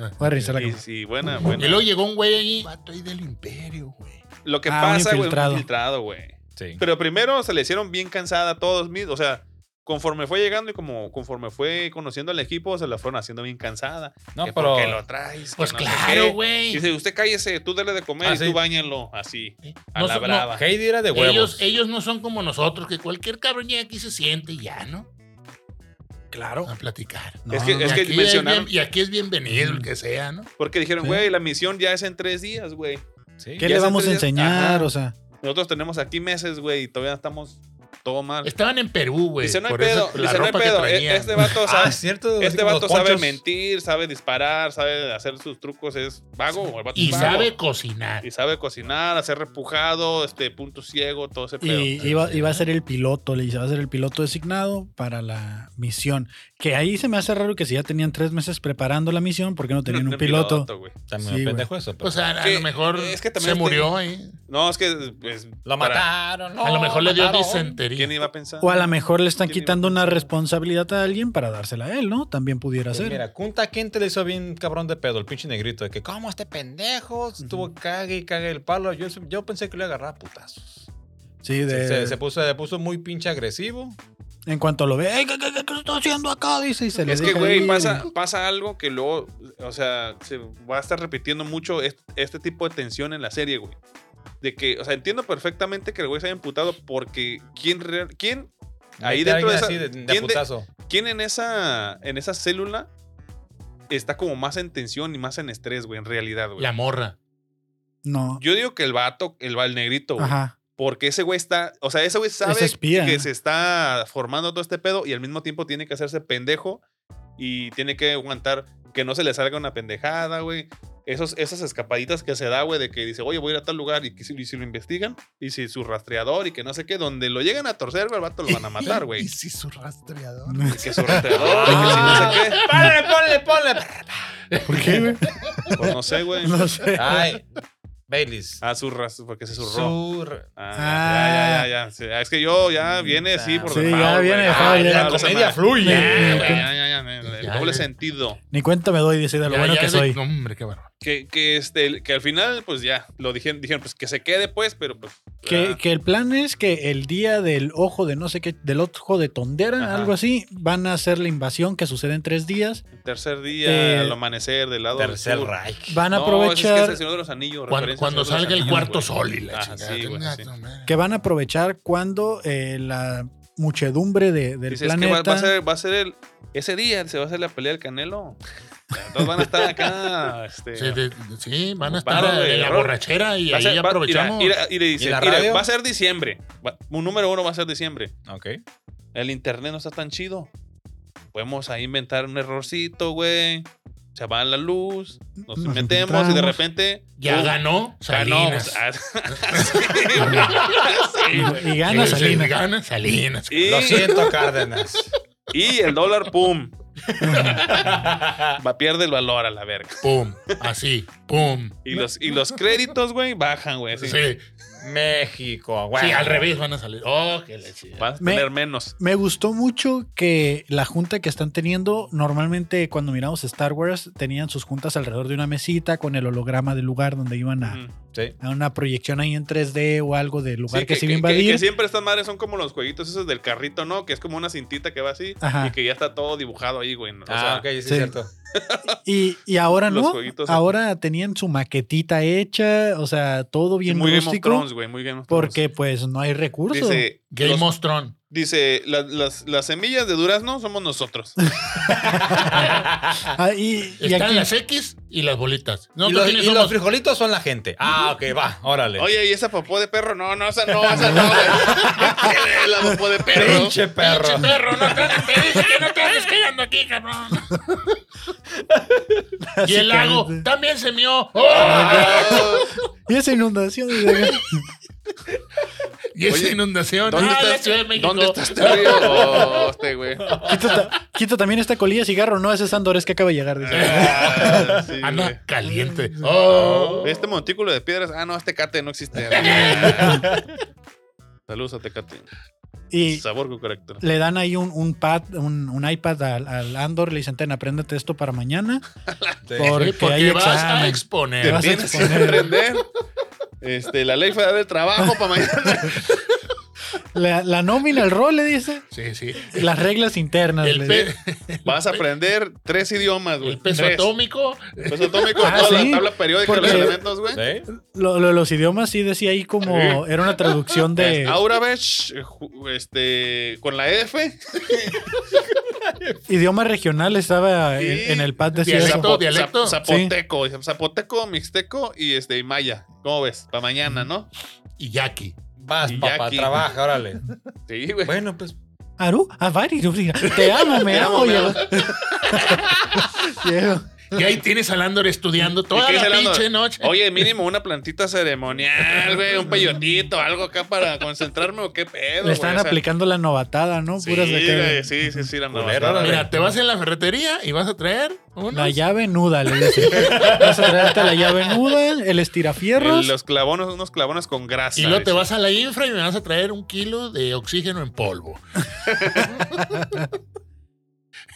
Speaker 1: eh.
Speaker 2: Voy a revisar la
Speaker 3: Y
Speaker 2: cámara.
Speaker 3: sí, buena,
Speaker 1: Y
Speaker 3: buena.
Speaker 1: luego llegó un güey ahí, vato ahí del imperio, güey.
Speaker 3: Lo que
Speaker 2: Ah, un
Speaker 3: pasa, güey,
Speaker 2: infiltrado.
Speaker 3: un infiltrado, güey.
Speaker 4: Sí.
Speaker 3: Pero primero se le hicieron bien cansada a todos mismos. O sea, conforme fue llegando y como conforme fue conociendo al equipo, se la fueron haciendo bien cansada.
Speaker 4: No,
Speaker 3: Que
Speaker 4: pero.
Speaker 3: ¿Por qué lo traes? Que
Speaker 1: Pues
Speaker 3: no sé qué.
Speaker 1: claro, güey.
Speaker 3: Dice, usted cállese, tú dale de comer
Speaker 4: Ah,
Speaker 3: y
Speaker 4: sí.
Speaker 3: tú bañalo. Así,
Speaker 1: Eh,
Speaker 3: a
Speaker 1: no
Speaker 3: la
Speaker 1: son- no,
Speaker 3: brava.
Speaker 4: Heidi era de huevos.
Speaker 1: Ellos, ellos no son como nosotros, que cualquier cabrón llega aquí y se siente y ya, ¿no?
Speaker 2: Claro.
Speaker 1: A platicar.
Speaker 2: No,
Speaker 3: Es que-
Speaker 1: Y
Speaker 3: es que
Speaker 1: aquí
Speaker 3: mencionaron-
Speaker 1: bien- y aquí es bienvenido el que sea, ¿no?
Speaker 3: Porque dijeron,
Speaker 2: Sí.
Speaker 3: güey, la misión ya es en tres días, güey.
Speaker 4: Sí.
Speaker 2: ¿Qué
Speaker 3: Ya
Speaker 2: le
Speaker 3: se
Speaker 2: vamos a
Speaker 3: entendió.
Speaker 2: enseñar?
Speaker 3: Ajá.
Speaker 2: O sea,
Speaker 3: Nosotros tenemos aquí meses, güey, y todavía estamos todo mal.
Speaker 1: Estaban en Perú, güey.
Speaker 3: dice, no hay
Speaker 1: por eso
Speaker 3: pedo,
Speaker 1: la
Speaker 3: dice, no hay
Speaker 1: ropa que
Speaker 3: pedo. E-
Speaker 1: traían.
Speaker 3: Este vato
Speaker 4: Ah,
Speaker 3: sabe,
Speaker 4: es cierto.
Speaker 3: este
Speaker 4: como
Speaker 3: vato
Speaker 4: los
Speaker 3: sabe
Speaker 4: ponchos.
Speaker 3: mentir, sabe disparar, sabe hacer sus trucos, es vago. el vato es
Speaker 1: Y
Speaker 3: vago.
Speaker 1: sabe cocinar.
Speaker 3: Y sabe cocinar, hacer repujado, este punto ciego, todo ese pedo.
Speaker 2: Y iba, iba a ser el piloto, le dice, va a ser el piloto designado para la misión. Que ahí se me hace raro que si ya tenían tres meses preparando la misión, ¿por qué no tenían un piloto?
Speaker 3: güey.
Speaker 4: También
Speaker 2: Sí,
Speaker 4: un
Speaker 2: güey.
Speaker 4: pendejo eso. Pero...
Speaker 1: O sea, a
Speaker 3: Que-
Speaker 1: lo mejor
Speaker 3: es que
Speaker 1: se
Speaker 3: también
Speaker 1: murió ahí.
Speaker 3: No, es que pues,
Speaker 4: lo
Speaker 3: para-
Speaker 4: mataron.
Speaker 1: a lo mejor le dio
Speaker 4: mataron.
Speaker 1: disentería.
Speaker 3: ¿Quién iba a pensar?
Speaker 2: O a lo mejor le están
Speaker 3: ¿Quién iba a
Speaker 2: quitando una
Speaker 3: pensar?
Speaker 2: responsabilidad a alguien para dársela a él, ¿no? También pudiera
Speaker 4: Pues
Speaker 2: ser.
Speaker 4: Mira, Kunta Kinte le hizo bien cabrón de pedo, el pinche negrito, de que, ¿cómo este pendejo? Estuvo cague y cague el palo. Yo, yo pensé que le agarraba a putazos.
Speaker 2: sí,
Speaker 4: Se,
Speaker 2: de,
Speaker 4: se- se puso, se puso muy pinche agresivo.
Speaker 2: en cuanto lo ve, "Ey, ¿qué, qué, qué, qué está haciendo acá? Dice y se le
Speaker 3: Es que,
Speaker 2: deja
Speaker 3: güey,
Speaker 2: ahí.
Speaker 3: pasa, pasa algo que luego, o sea, se va a estar repitiendo mucho est- este, tipo de tensión en la serie, güey. De que, o sea, entiendo perfectamente que el güey se haya emputado porque quién, real- quién, Ahí
Speaker 4: Mete a
Speaker 3: dentro de
Speaker 4: alguien
Speaker 3: esa-
Speaker 4: así de, de
Speaker 3: ¿quién de-
Speaker 4: putazo.
Speaker 3: quién en esa, en esa célula está como más en tensión y más en estrés, güey, en realidad, güey.
Speaker 1: La morra.
Speaker 2: No.
Speaker 3: Yo digo que el vato, el, va- el negrito, güey.
Speaker 2: Ajá.
Speaker 3: Porque ese güey está, o sea, ese güey sabe
Speaker 2: Es espía.
Speaker 3: que se está formando todo este pedo y al mismo tiempo tiene que hacerse pendejo y tiene que aguantar que no se le salga una pendejada, güey. Esos, esas escapaditas que se da, güey, de que dice, oye, voy a ir a tal lugar y, que si, y si lo investigan, y si su rastreador y que no sé qué, donde lo llegan a torcer, güey, al vato lo van a matar,
Speaker 1: Y
Speaker 3: güey.
Speaker 1: si su rastreador.
Speaker 3: Y que su rastreador, y que si
Speaker 4: Ah.
Speaker 3: no sé
Speaker 4: ¡Ponle,
Speaker 3: qué.
Speaker 4: ponle, ponle!
Speaker 2: ¿Por qué, güey?
Speaker 3: Pues no sé, güey.
Speaker 2: No sé.
Speaker 4: Ay, Baileys.
Speaker 3: Ah, su ras- porque se zurró.
Speaker 4: Sur.
Speaker 3: Ah,
Speaker 2: Ah.
Speaker 3: ya, ya, ya, ya. Sí, Es que yo ya viene así por
Speaker 2: Sí,
Speaker 3: default,
Speaker 2: ya
Speaker 3: güey.
Speaker 2: viene de
Speaker 3: Ah,
Speaker 2: default, ya.
Speaker 3: ya,
Speaker 4: La
Speaker 3: no se me-
Speaker 4: comedia fluye.
Speaker 3: Ya,
Speaker 2: güey.
Speaker 3: ya, ya, ya, ya, el
Speaker 1: Ya,
Speaker 3: doble
Speaker 1: ya.
Speaker 3: sentido.
Speaker 2: Ni cuenta me doy, dice de lo
Speaker 1: Ya,
Speaker 2: bueno
Speaker 1: ya
Speaker 2: que
Speaker 1: de-
Speaker 2: soy.
Speaker 1: no, hombre, qué bárbaro.
Speaker 3: Que, que, este, que al final, pues ya, lo dijeron, dijeron, pues que se quede, pues, pero pues.
Speaker 2: Que,
Speaker 3: ¿verdad?
Speaker 2: que el plan es que el día del ojo de no sé qué, del ojo de tondera,
Speaker 3: Ajá.
Speaker 2: algo así, van a hacer la invasión que sucede en tres días.
Speaker 3: Tercer día,
Speaker 2: Eh,
Speaker 3: al amanecer, del lado. del
Speaker 4: Tercer
Speaker 3: sur.
Speaker 4: Reich.
Speaker 2: Van a
Speaker 3: No,
Speaker 2: aprovechar
Speaker 3: ese es el Señor de los Anillos.
Speaker 1: Cuando,
Speaker 3: referencia
Speaker 1: cuando
Speaker 3: al Señor de
Speaker 1: salga
Speaker 3: los
Speaker 1: el
Speaker 3: Anillos,
Speaker 1: cuarto
Speaker 3: güey.
Speaker 1: sol y la
Speaker 3: Ajá,
Speaker 1: chingada.
Speaker 3: sí, güey,
Speaker 1: Tenga
Speaker 3: sí.
Speaker 1: tu madre.
Speaker 2: que van a aprovechar cuando eh, la muchedumbre de- del
Speaker 3: Dices que
Speaker 2: planeta.
Speaker 3: va, va a ser, va a ser el. Ese día se va a hacer la pelea del Canelo. Entonces van a estar acá. Este,
Speaker 1: Sí, de- de- sí, van a
Speaker 3: Como
Speaker 1: estar
Speaker 3: paro de
Speaker 1: en la
Speaker 3: error.
Speaker 1: borrachera y
Speaker 3: va a
Speaker 1: ahí
Speaker 3: ser- va-
Speaker 1: aprovechamos.
Speaker 3: mira, mira, y le dicen,
Speaker 4: ¿Y la
Speaker 3: mira,
Speaker 4: radio?
Speaker 3: va a ser diciembre. Va- un número uno va a ser diciembre.
Speaker 4: Ok.
Speaker 3: El internet no está tan chido. Podemos ahí inventar un errorcito, güey. Se va la luz, nos,
Speaker 2: Nos
Speaker 3: metemos y de
Speaker 2: infiltramos.
Speaker 3: repente.
Speaker 1: ya
Speaker 3: ¡pum!
Speaker 1: ganó Salinas.
Speaker 3: Ah, no,
Speaker 2: y, y gana
Speaker 1: Sí, sí,
Speaker 2: Salinas.
Speaker 1: Gana Salinas.
Speaker 3: pues,
Speaker 4: Lo
Speaker 3: ah, y-
Speaker 4: siento, Cárdenas.
Speaker 3: y, el dólar, pum. Va, pierde el valor a la verga.
Speaker 1: Pum. Así. Pum.
Speaker 3: Y los, y los créditos, güey, bajan, güey. así.
Speaker 1: Sí.
Speaker 4: México, güey.
Speaker 1: Sí, al revés van a salir. Oh, que la chingada.
Speaker 3: Vas a
Speaker 2: Me-
Speaker 3: tener menos.
Speaker 2: Me gustó mucho que la junta que están teniendo, normalmente cuando miramos Star Wars, tenían sus juntas alrededor de una mesita con el holograma del lugar donde iban a,
Speaker 3: Ujú.
Speaker 4: Sí.
Speaker 2: a una proyección ahí en 3D o algo del lugar
Speaker 3: Sí,
Speaker 2: que, se iba a invadir.
Speaker 3: que siempre estas madres son como los jueguitos esos del carrito, ¿no? Que es como una cintita que va así
Speaker 2: Ajá.
Speaker 3: y que ya está todo dibujado ahí, güey. ¿no? O
Speaker 4: Ah,
Speaker 3: sea,
Speaker 4: ok, sí, es
Speaker 2: sí.
Speaker 4: cierto.
Speaker 2: Y, y ahora
Speaker 3: Los
Speaker 2: no,
Speaker 3: jueguitos.
Speaker 2: ahora tenían su maquetita hecha, o sea, todo
Speaker 3: sí,
Speaker 2: bien
Speaker 3: muy Game of
Speaker 2: rústico,
Speaker 3: Thrones, güey. Muy Game of Thrones.
Speaker 2: porque pues no hay recursos.
Speaker 3: Dice,
Speaker 1: Game
Speaker 3: los-
Speaker 1: of Thrones.
Speaker 3: dice la- las, las semillas de durazno somos nosotros.
Speaker 2: Ah, y, y
Speaker 1: Están
Speaker 2: aquí-
Speaker 1: las X y las bolitas. No,
Speaker 4: y los,
Speaker 1: quiénes
Speaker 4: y los
Speaker 1: somos?
Speaker 4: frijolitos son la gente. Ah, ok, va, órale.
Speaker 3: Oye, ¿y esa popó de perro? No, no, esa no, esa no. güey. la popó de perro.
Speaker 4: pinche perro.
Speaker 1: Pinche perro, no te, te dije que no te andes quedando aquí, cabrón. y el lago también se mió.
Speaker 3: Ah,
Speaker 1: ¡Oh!
Speaker 2: y esa inundación.
Speaker 1: Y esa
Speaker 3: Oye,
Speaker 1: inundación.
Speaker 3: ¿Dónde,
Speaker 1: Ah, la
Speaker 3: estás,
Speaker 1: Ciudad de México.
Speaker 3: ¿Dónde está este río? Oh, este, güey.
Speaker 2: quito, ta- quito también esta colilla de cigarro, no, ese es Andorés que acaba de llegar. dice.
Speaker 3: Ah, sí,
Speaker 1: Ah, no,
Speaker 3: güey.
Speaker 1: caliente. Oh.
Speaker 3: Este montículo de piedras. Ah, no, este cate no existe. Saludos a Tecate.
Speaker 2: Y
Speaker 3: Sabor con carácter.
Speaker 2: le dan ahí un, un pad, un, un iPad al, al Andor, le dicen, ten, apréndete esto para mañana.
Speaker 4: Sí.
Speaker 2: Porque,
Speaker 1: Sí, porque
Speaker 2: hay
Speaker 1: vas a
Speaker 2: examen.
Speaker 3: Te
Speaker 1: exponer.
Speaker 2: vas a
Speaker 3: tienes que
Speaker 2: exponer.
Speaker 3: aprender. Este, la ley federal del trabajo para mañana.
Speaker 2: La, la nómina, el rol, le dice.
Speaker 1: Sí, sí.
Speaker 2: Las reglas internas.
Speaker 1: El,
Speaker 2: le
Speaker 1: pe-
Speaker 2: dice.
Speaker 3: Vas a aprender tres idiomas, güey.
Speaker 1: el peso
Speaker 3: Tres.
Speaker 1: atómico.
Speaker 3: Peso atómico,
Speaker 2: Ah,
Speaker 3: toda
Speaker 2: sí.
Speaker 3: la tabla periódica de los
Speaker 2: Porque-
Speaker 3: elementos, güey.
Speaker 4: ¿Sí?
Speaker 2: Lo- lo- los idiomas sí decía ahí como era una traducción de...
Speaker 3: Auravech, Este, ju- este, con la F,
Speaker 2: Idioma regional estaba
Speaker 3: Sí.
Speaker 2: en, en el pad decía
Speaker 1: Dialecto,
Speaker 2: eso.
Speaker 3: zap-
Speaker 1: dialecto.
Speaker 3: zapoteco, zapoteco, mixteco y este y maya. ¿Cómo ves? Para mañana, ¿no?
Speaker 1: Y Jackie.
Speaker 4: Vas,
Speaker 3: Y ya
Speaker 4: papá,
Speaker 3: aquí.
Speaker 4: trabaja, órale.
Speaker 3: Sí, güey.
Speaker 4: Bueno, pues.
Speaker 2: Aru, avari, rubri, te amo, me
Speaker 3: Te amo,
Speaker 2: amo.
Speaker 3: me
Speaker 2: yo.
Speaker 3: amo.
Speaker 2: Yo.
Speaker 1: Y ahí tienes al Andor estudiando
Speaker 3: ¿Y
Speaker 1: toda
Speaker 3: qué
Speaker 1: la
Speaker 3: dice el Andor?
Speaker 1: pinche noche.
Speaker 3: Oye, mínimo una plantita ceremonial, güey, un peyotito, algo acá para concentrarme o qué pedo.
Speaker 2: Le están
Speaker 3: güey, o sea,
Speaker 2: aplicando la novatada, ¿no?
Speaker 3: Sí,
Speaker 2: Puras de que-
Speaker 3: güey, sí, sí, sí, la
Speaker 4: Culero,
Speaker 3: novatada.
Speaker 4: órale.
Speaker 1: Mira, te vas en la ferretería y vas a traer unos.
Speaker 2: La llave nuda, le dice. Vas a traerte la llave nuda, el estirafierros.
Speaker 3: El- los clavones, unos clavones con grasa.
Speaker 1: Y luego te
Speaker 3: dice.
Speaker 1: vas a la infra y me vas a traer un kilo de oxígeno en polvo.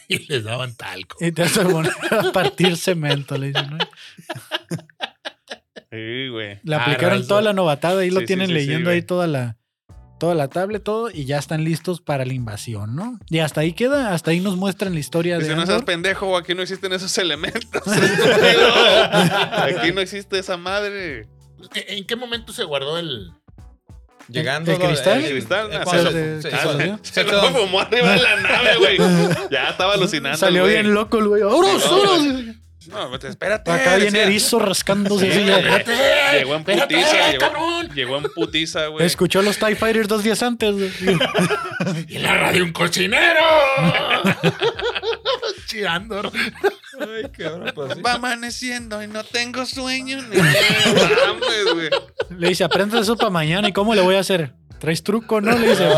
Speaker 1: y les daban talco.
Speaker 2: Y te hacen poner a partir cemento, le dicen. ¿no?
Speaker 3: Sí, güey.
Speaker 2: Le
Speaker 1: Ah,
Speaker 2: aplicaron
Speaker 1: raza.
Speaker 2: toda la novatada, ahí lo
Speaker 3: Sí,
Speaker 2: tienen
Speaker 3: sí, sí, sí,
Speaker 2: leyendo
Speaker 3: güey.
Speaker 2: ahí toda la, toda la tablet, todo, y ya están listos para la invasión, ¿no? Y hasta ahí queda, hasta ahí nos muestran la historia
Speaker 3: Dice,
Speaker 2: de.
Speaker 3: no seas
Speaker 2: Andor.
Speaker 3: pendejo, aquí no existen esos elementos. estúpido. aquí no existe esa madre.
Speaker 1: ¿En en qué momento se guardó el.?
Speaker 4: Llegando.
Speaker 2: ¿El cristal?
Speaker 3: El cristal,
Speaker 4: el-
Speaker 3: ah,
Speaker 4: cuando
Speaker 2: se-
Speaker 4: se- se-
Speaker 2: se- se-
Speaker 4: se-
Speaker 3: Se lo fumó arriba de la nave, güey. Ya estaba alucinando.
Speaker 2: Salió
Speaker 3: güey.
Speaker 2: bien loco el güey. ¡Oros,
Speaker 3: Sí, no,
Speaker 2: oros!
Speaker 3: No, vete, espérate.
Speaker 2: Acá viene
Speaker 3: decía.
Speaker 2: erizo rascándose. así, ya.
Speaker 3: Llegó en
Speaker 1: Espérate,
Speaker 2: eh,
Speaker 1: eh,
Speaker 3: putiza, llegó,
Speaker 1: cabrón.
Speaker 3: llegó en putiza, güey.
Speaker 2: Escuchó los TIE Fighters dos días antes. güey.
Speaker 1: ¡Y la radio un cochinero! Chirando.
Speaker 4: Ay, cabrón, pues sí.
Speaker 3: Va amaneciendo y no tengo sueño. ni- Mames, güey.
Speaker 2: Le dice, aprende eso para mañana. ¿Y cómo le voy a hacer? ¿Traes truco, no? Le dice, "Arre".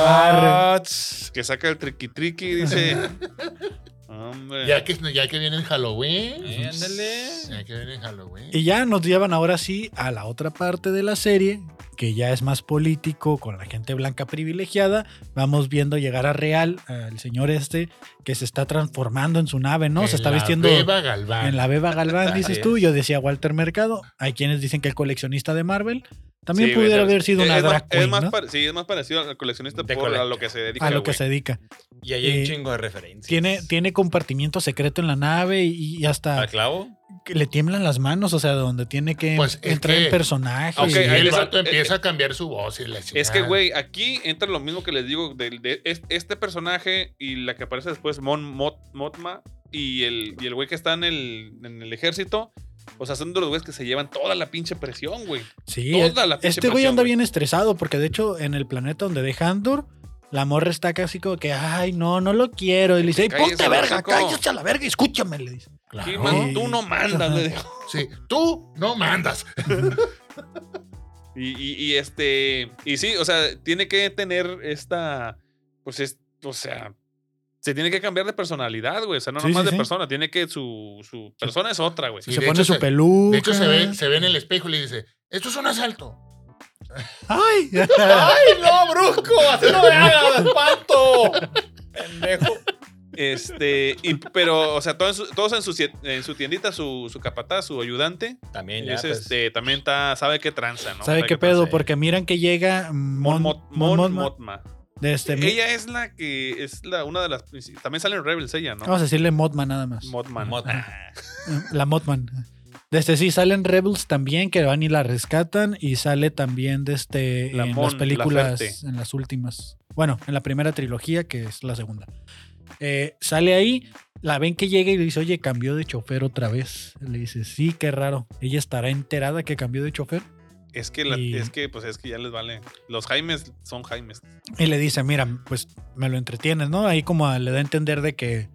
Speaker 4: Ah, tss.
Speaker 3: Que saca el triqui triqui y dice. Hombre.
Speaker 1: Ya que, ya que viene el Halloween. Pues,
Speaker 4: Eh, ándale.
Speaker 1: Ya que viene el Halloween.
Speaker 2: Y ya nos llevan ahora sí a la otra parte de la serie, que ya es más político, con la gente blanca privilegiada. Vamos viendo llegar a Real, al señor este, que se está transformando en su nave, ¿no?
Speaker 1: En
Speaker 2: se está
Speaker 1: la
Speaker 2: vistiendo
Speaker 1: Beba Galván.
Speaker 2: en la Beba Galván, dices
Speaker 4: Así
Speaker 2: tú. Yo decía Walter Mercado. Hay quienes dicen que el coleccionista de Marvel también
Speaker 3: Sí, güey,
Speaker 2: pudiera
Speaker 3: ¿sabes?
Speaker 2: haber sido
Speaker 3: Es-
Speaker 2: una
Speaker 3: es más-
Speaker 2: drag queen,
Speaker 3: es más
Speaker 2: ¿no?
Speaker 3: pare- Sí, es más parecido al coleccionista
Speaker 4: De
Speaker 3: por a lo
Speaker 4: colecta.
Speaker 3: que se dedica.
Speaker 2: a lo que
Speaker 3: güey.
Speaker 2: se dedica.
Speaker 4: Y ahí hay
Speaker 2: Eh,
Speaker 4: un chingo de referencias.
Speaker 2: Tiene, tiene compartimiento secreto en la nave y, y hasta
Speaker 1: Ah,
Speaker 4: ¿Al clavo?
Speaker 2: que le tiemblan las manos, o sea, donde tiene que
Speaker 1: Pues es
Speaker 2: entrar
Speaker 1: que-
Speaker 2: en personaje.
Speaker 3: Ok,
Speaker 1: Sí,
Speaker 3: ahí
Speaker 1: el
Speaker 3: les-
Speaker 1: vato
Speaker 3: eh,
Speaker 1: empieza a cambiar su voz y la
Speaker 3: Es
Speaker 1: chingada.
Speaker 2: Ah.
Speaker 3: que, güey, aquí entra lo mismo que les digo del- de, es- este personaje y la que aparece después, Mon Mot- Motma, y el y el güey que está en el, en el ejército. O sea, son de los güeyes que se llevan toda la pinche presión, güey.
Speaker 2: Sí,
Speaker 3: Toda la pinche
Speaker 2: este güey
Speaker 3: presión,
Speaker 2: anda
Speaker 3: güey.
Speaker 2: bien estresado porque de hecho en el planeta donde deja Andor, la morra está casi como que, ay, no, no lo quiero. Y le dice, "Ey,
Speaker 3: calles,
Speaker 2: ponte verga,
Speaker 3: Francisco".
Speaker 2: cállate a la verga, escúchame, le dice.
Speaker 1: Claro.
Speaker 3: Sí, man,
Speaker 2: Y-
Speaker 3: tú no mandas,
Speaker 2: Ajá.
Speaker 3: le dijo.
Speaker 1: Sí, tú no mandas.
Speaker 3: Y, y- y, este. Y sí, o sea, tiene que tener esta. Pues es. O sea. Se tiene que cambiar de personalidad, güey. O sea, no
Speaker 2: Sí,
Speaker 3: nomás
Speaker 2: sí,
Speaker 3: de
Speaker 2: sí.
Speaker 3: persona. Tiene que. Su, su persona es otra, güey.
Speaker 1: Sí,
Speaker 2: se
Speaker 1: de
Speaker 2: pone
Speaker 1: hecho
Speaker 2: su
Speaker 1: se-
Speaker 2: peluca.
Speaker 1: De hecho, se ve, se ve en el espejo y le dice: Esto es un asalto.
Speaker 2: ¡Ay!
Speaker 4: ¡Ay, no, brusco! ¡Así no me hagas, espanto! Pendejo.
Speaker 3: Este, y- pero, o sea, todos, en su- todos en, su, sie- en su tiendita, su, su capataz, su ayudante,
Speaker 4: También ya,
Speaker 3: es,
Speaker 4: pues,
Speaker 3: este, también está, sabe qué tranza, ¿no?
Speaker 2: ¿Sabe qué pedo?
Speaker 3: tranza.
Speaker 2: Porque miran que llega Mon,
Speaker 3: Mon, Mot- Mon-
Speaker 2: Mon- Mon-
Speaker 3: Motma.
Speaker 2: de este,
Speaker 3: Ella es la que es la una de las princip- también sale en Rebels ella, ¿no?
Speaker 2: Vamos a decirle Motman nada más.
Speaker 3: Motman.
Speaker 4: Mot-
Speaker 2: La Motman. Desde sí salen Rebels también, que van y la rescatan. Y sale también desde
Speaker 3: La
Speaker 2: en
Speaker 3: Mon,
Speaker 2: las
Speaker 3: la
Speaker 2: películas,
Speaker 3: Ferte.
Speaker 2: en las últimas. Bueno, en la primera trilogía, que es la segunda. Eh, sale ahí, la ven que llega y le dice, oye, cambió de chofer otra vez. Le dice, sí, qué raro. Ella estará enterada que cambió de chofer.
Speaker 3: Es que la-
Speaker 2: Y-
Speaker 3: es que pues es que ya les vale. Los Jaimes son Jaimes.
Speaker 2: Y le dice, mira, pues me lo entretienes, ¿no? Ahí como le da a entender de que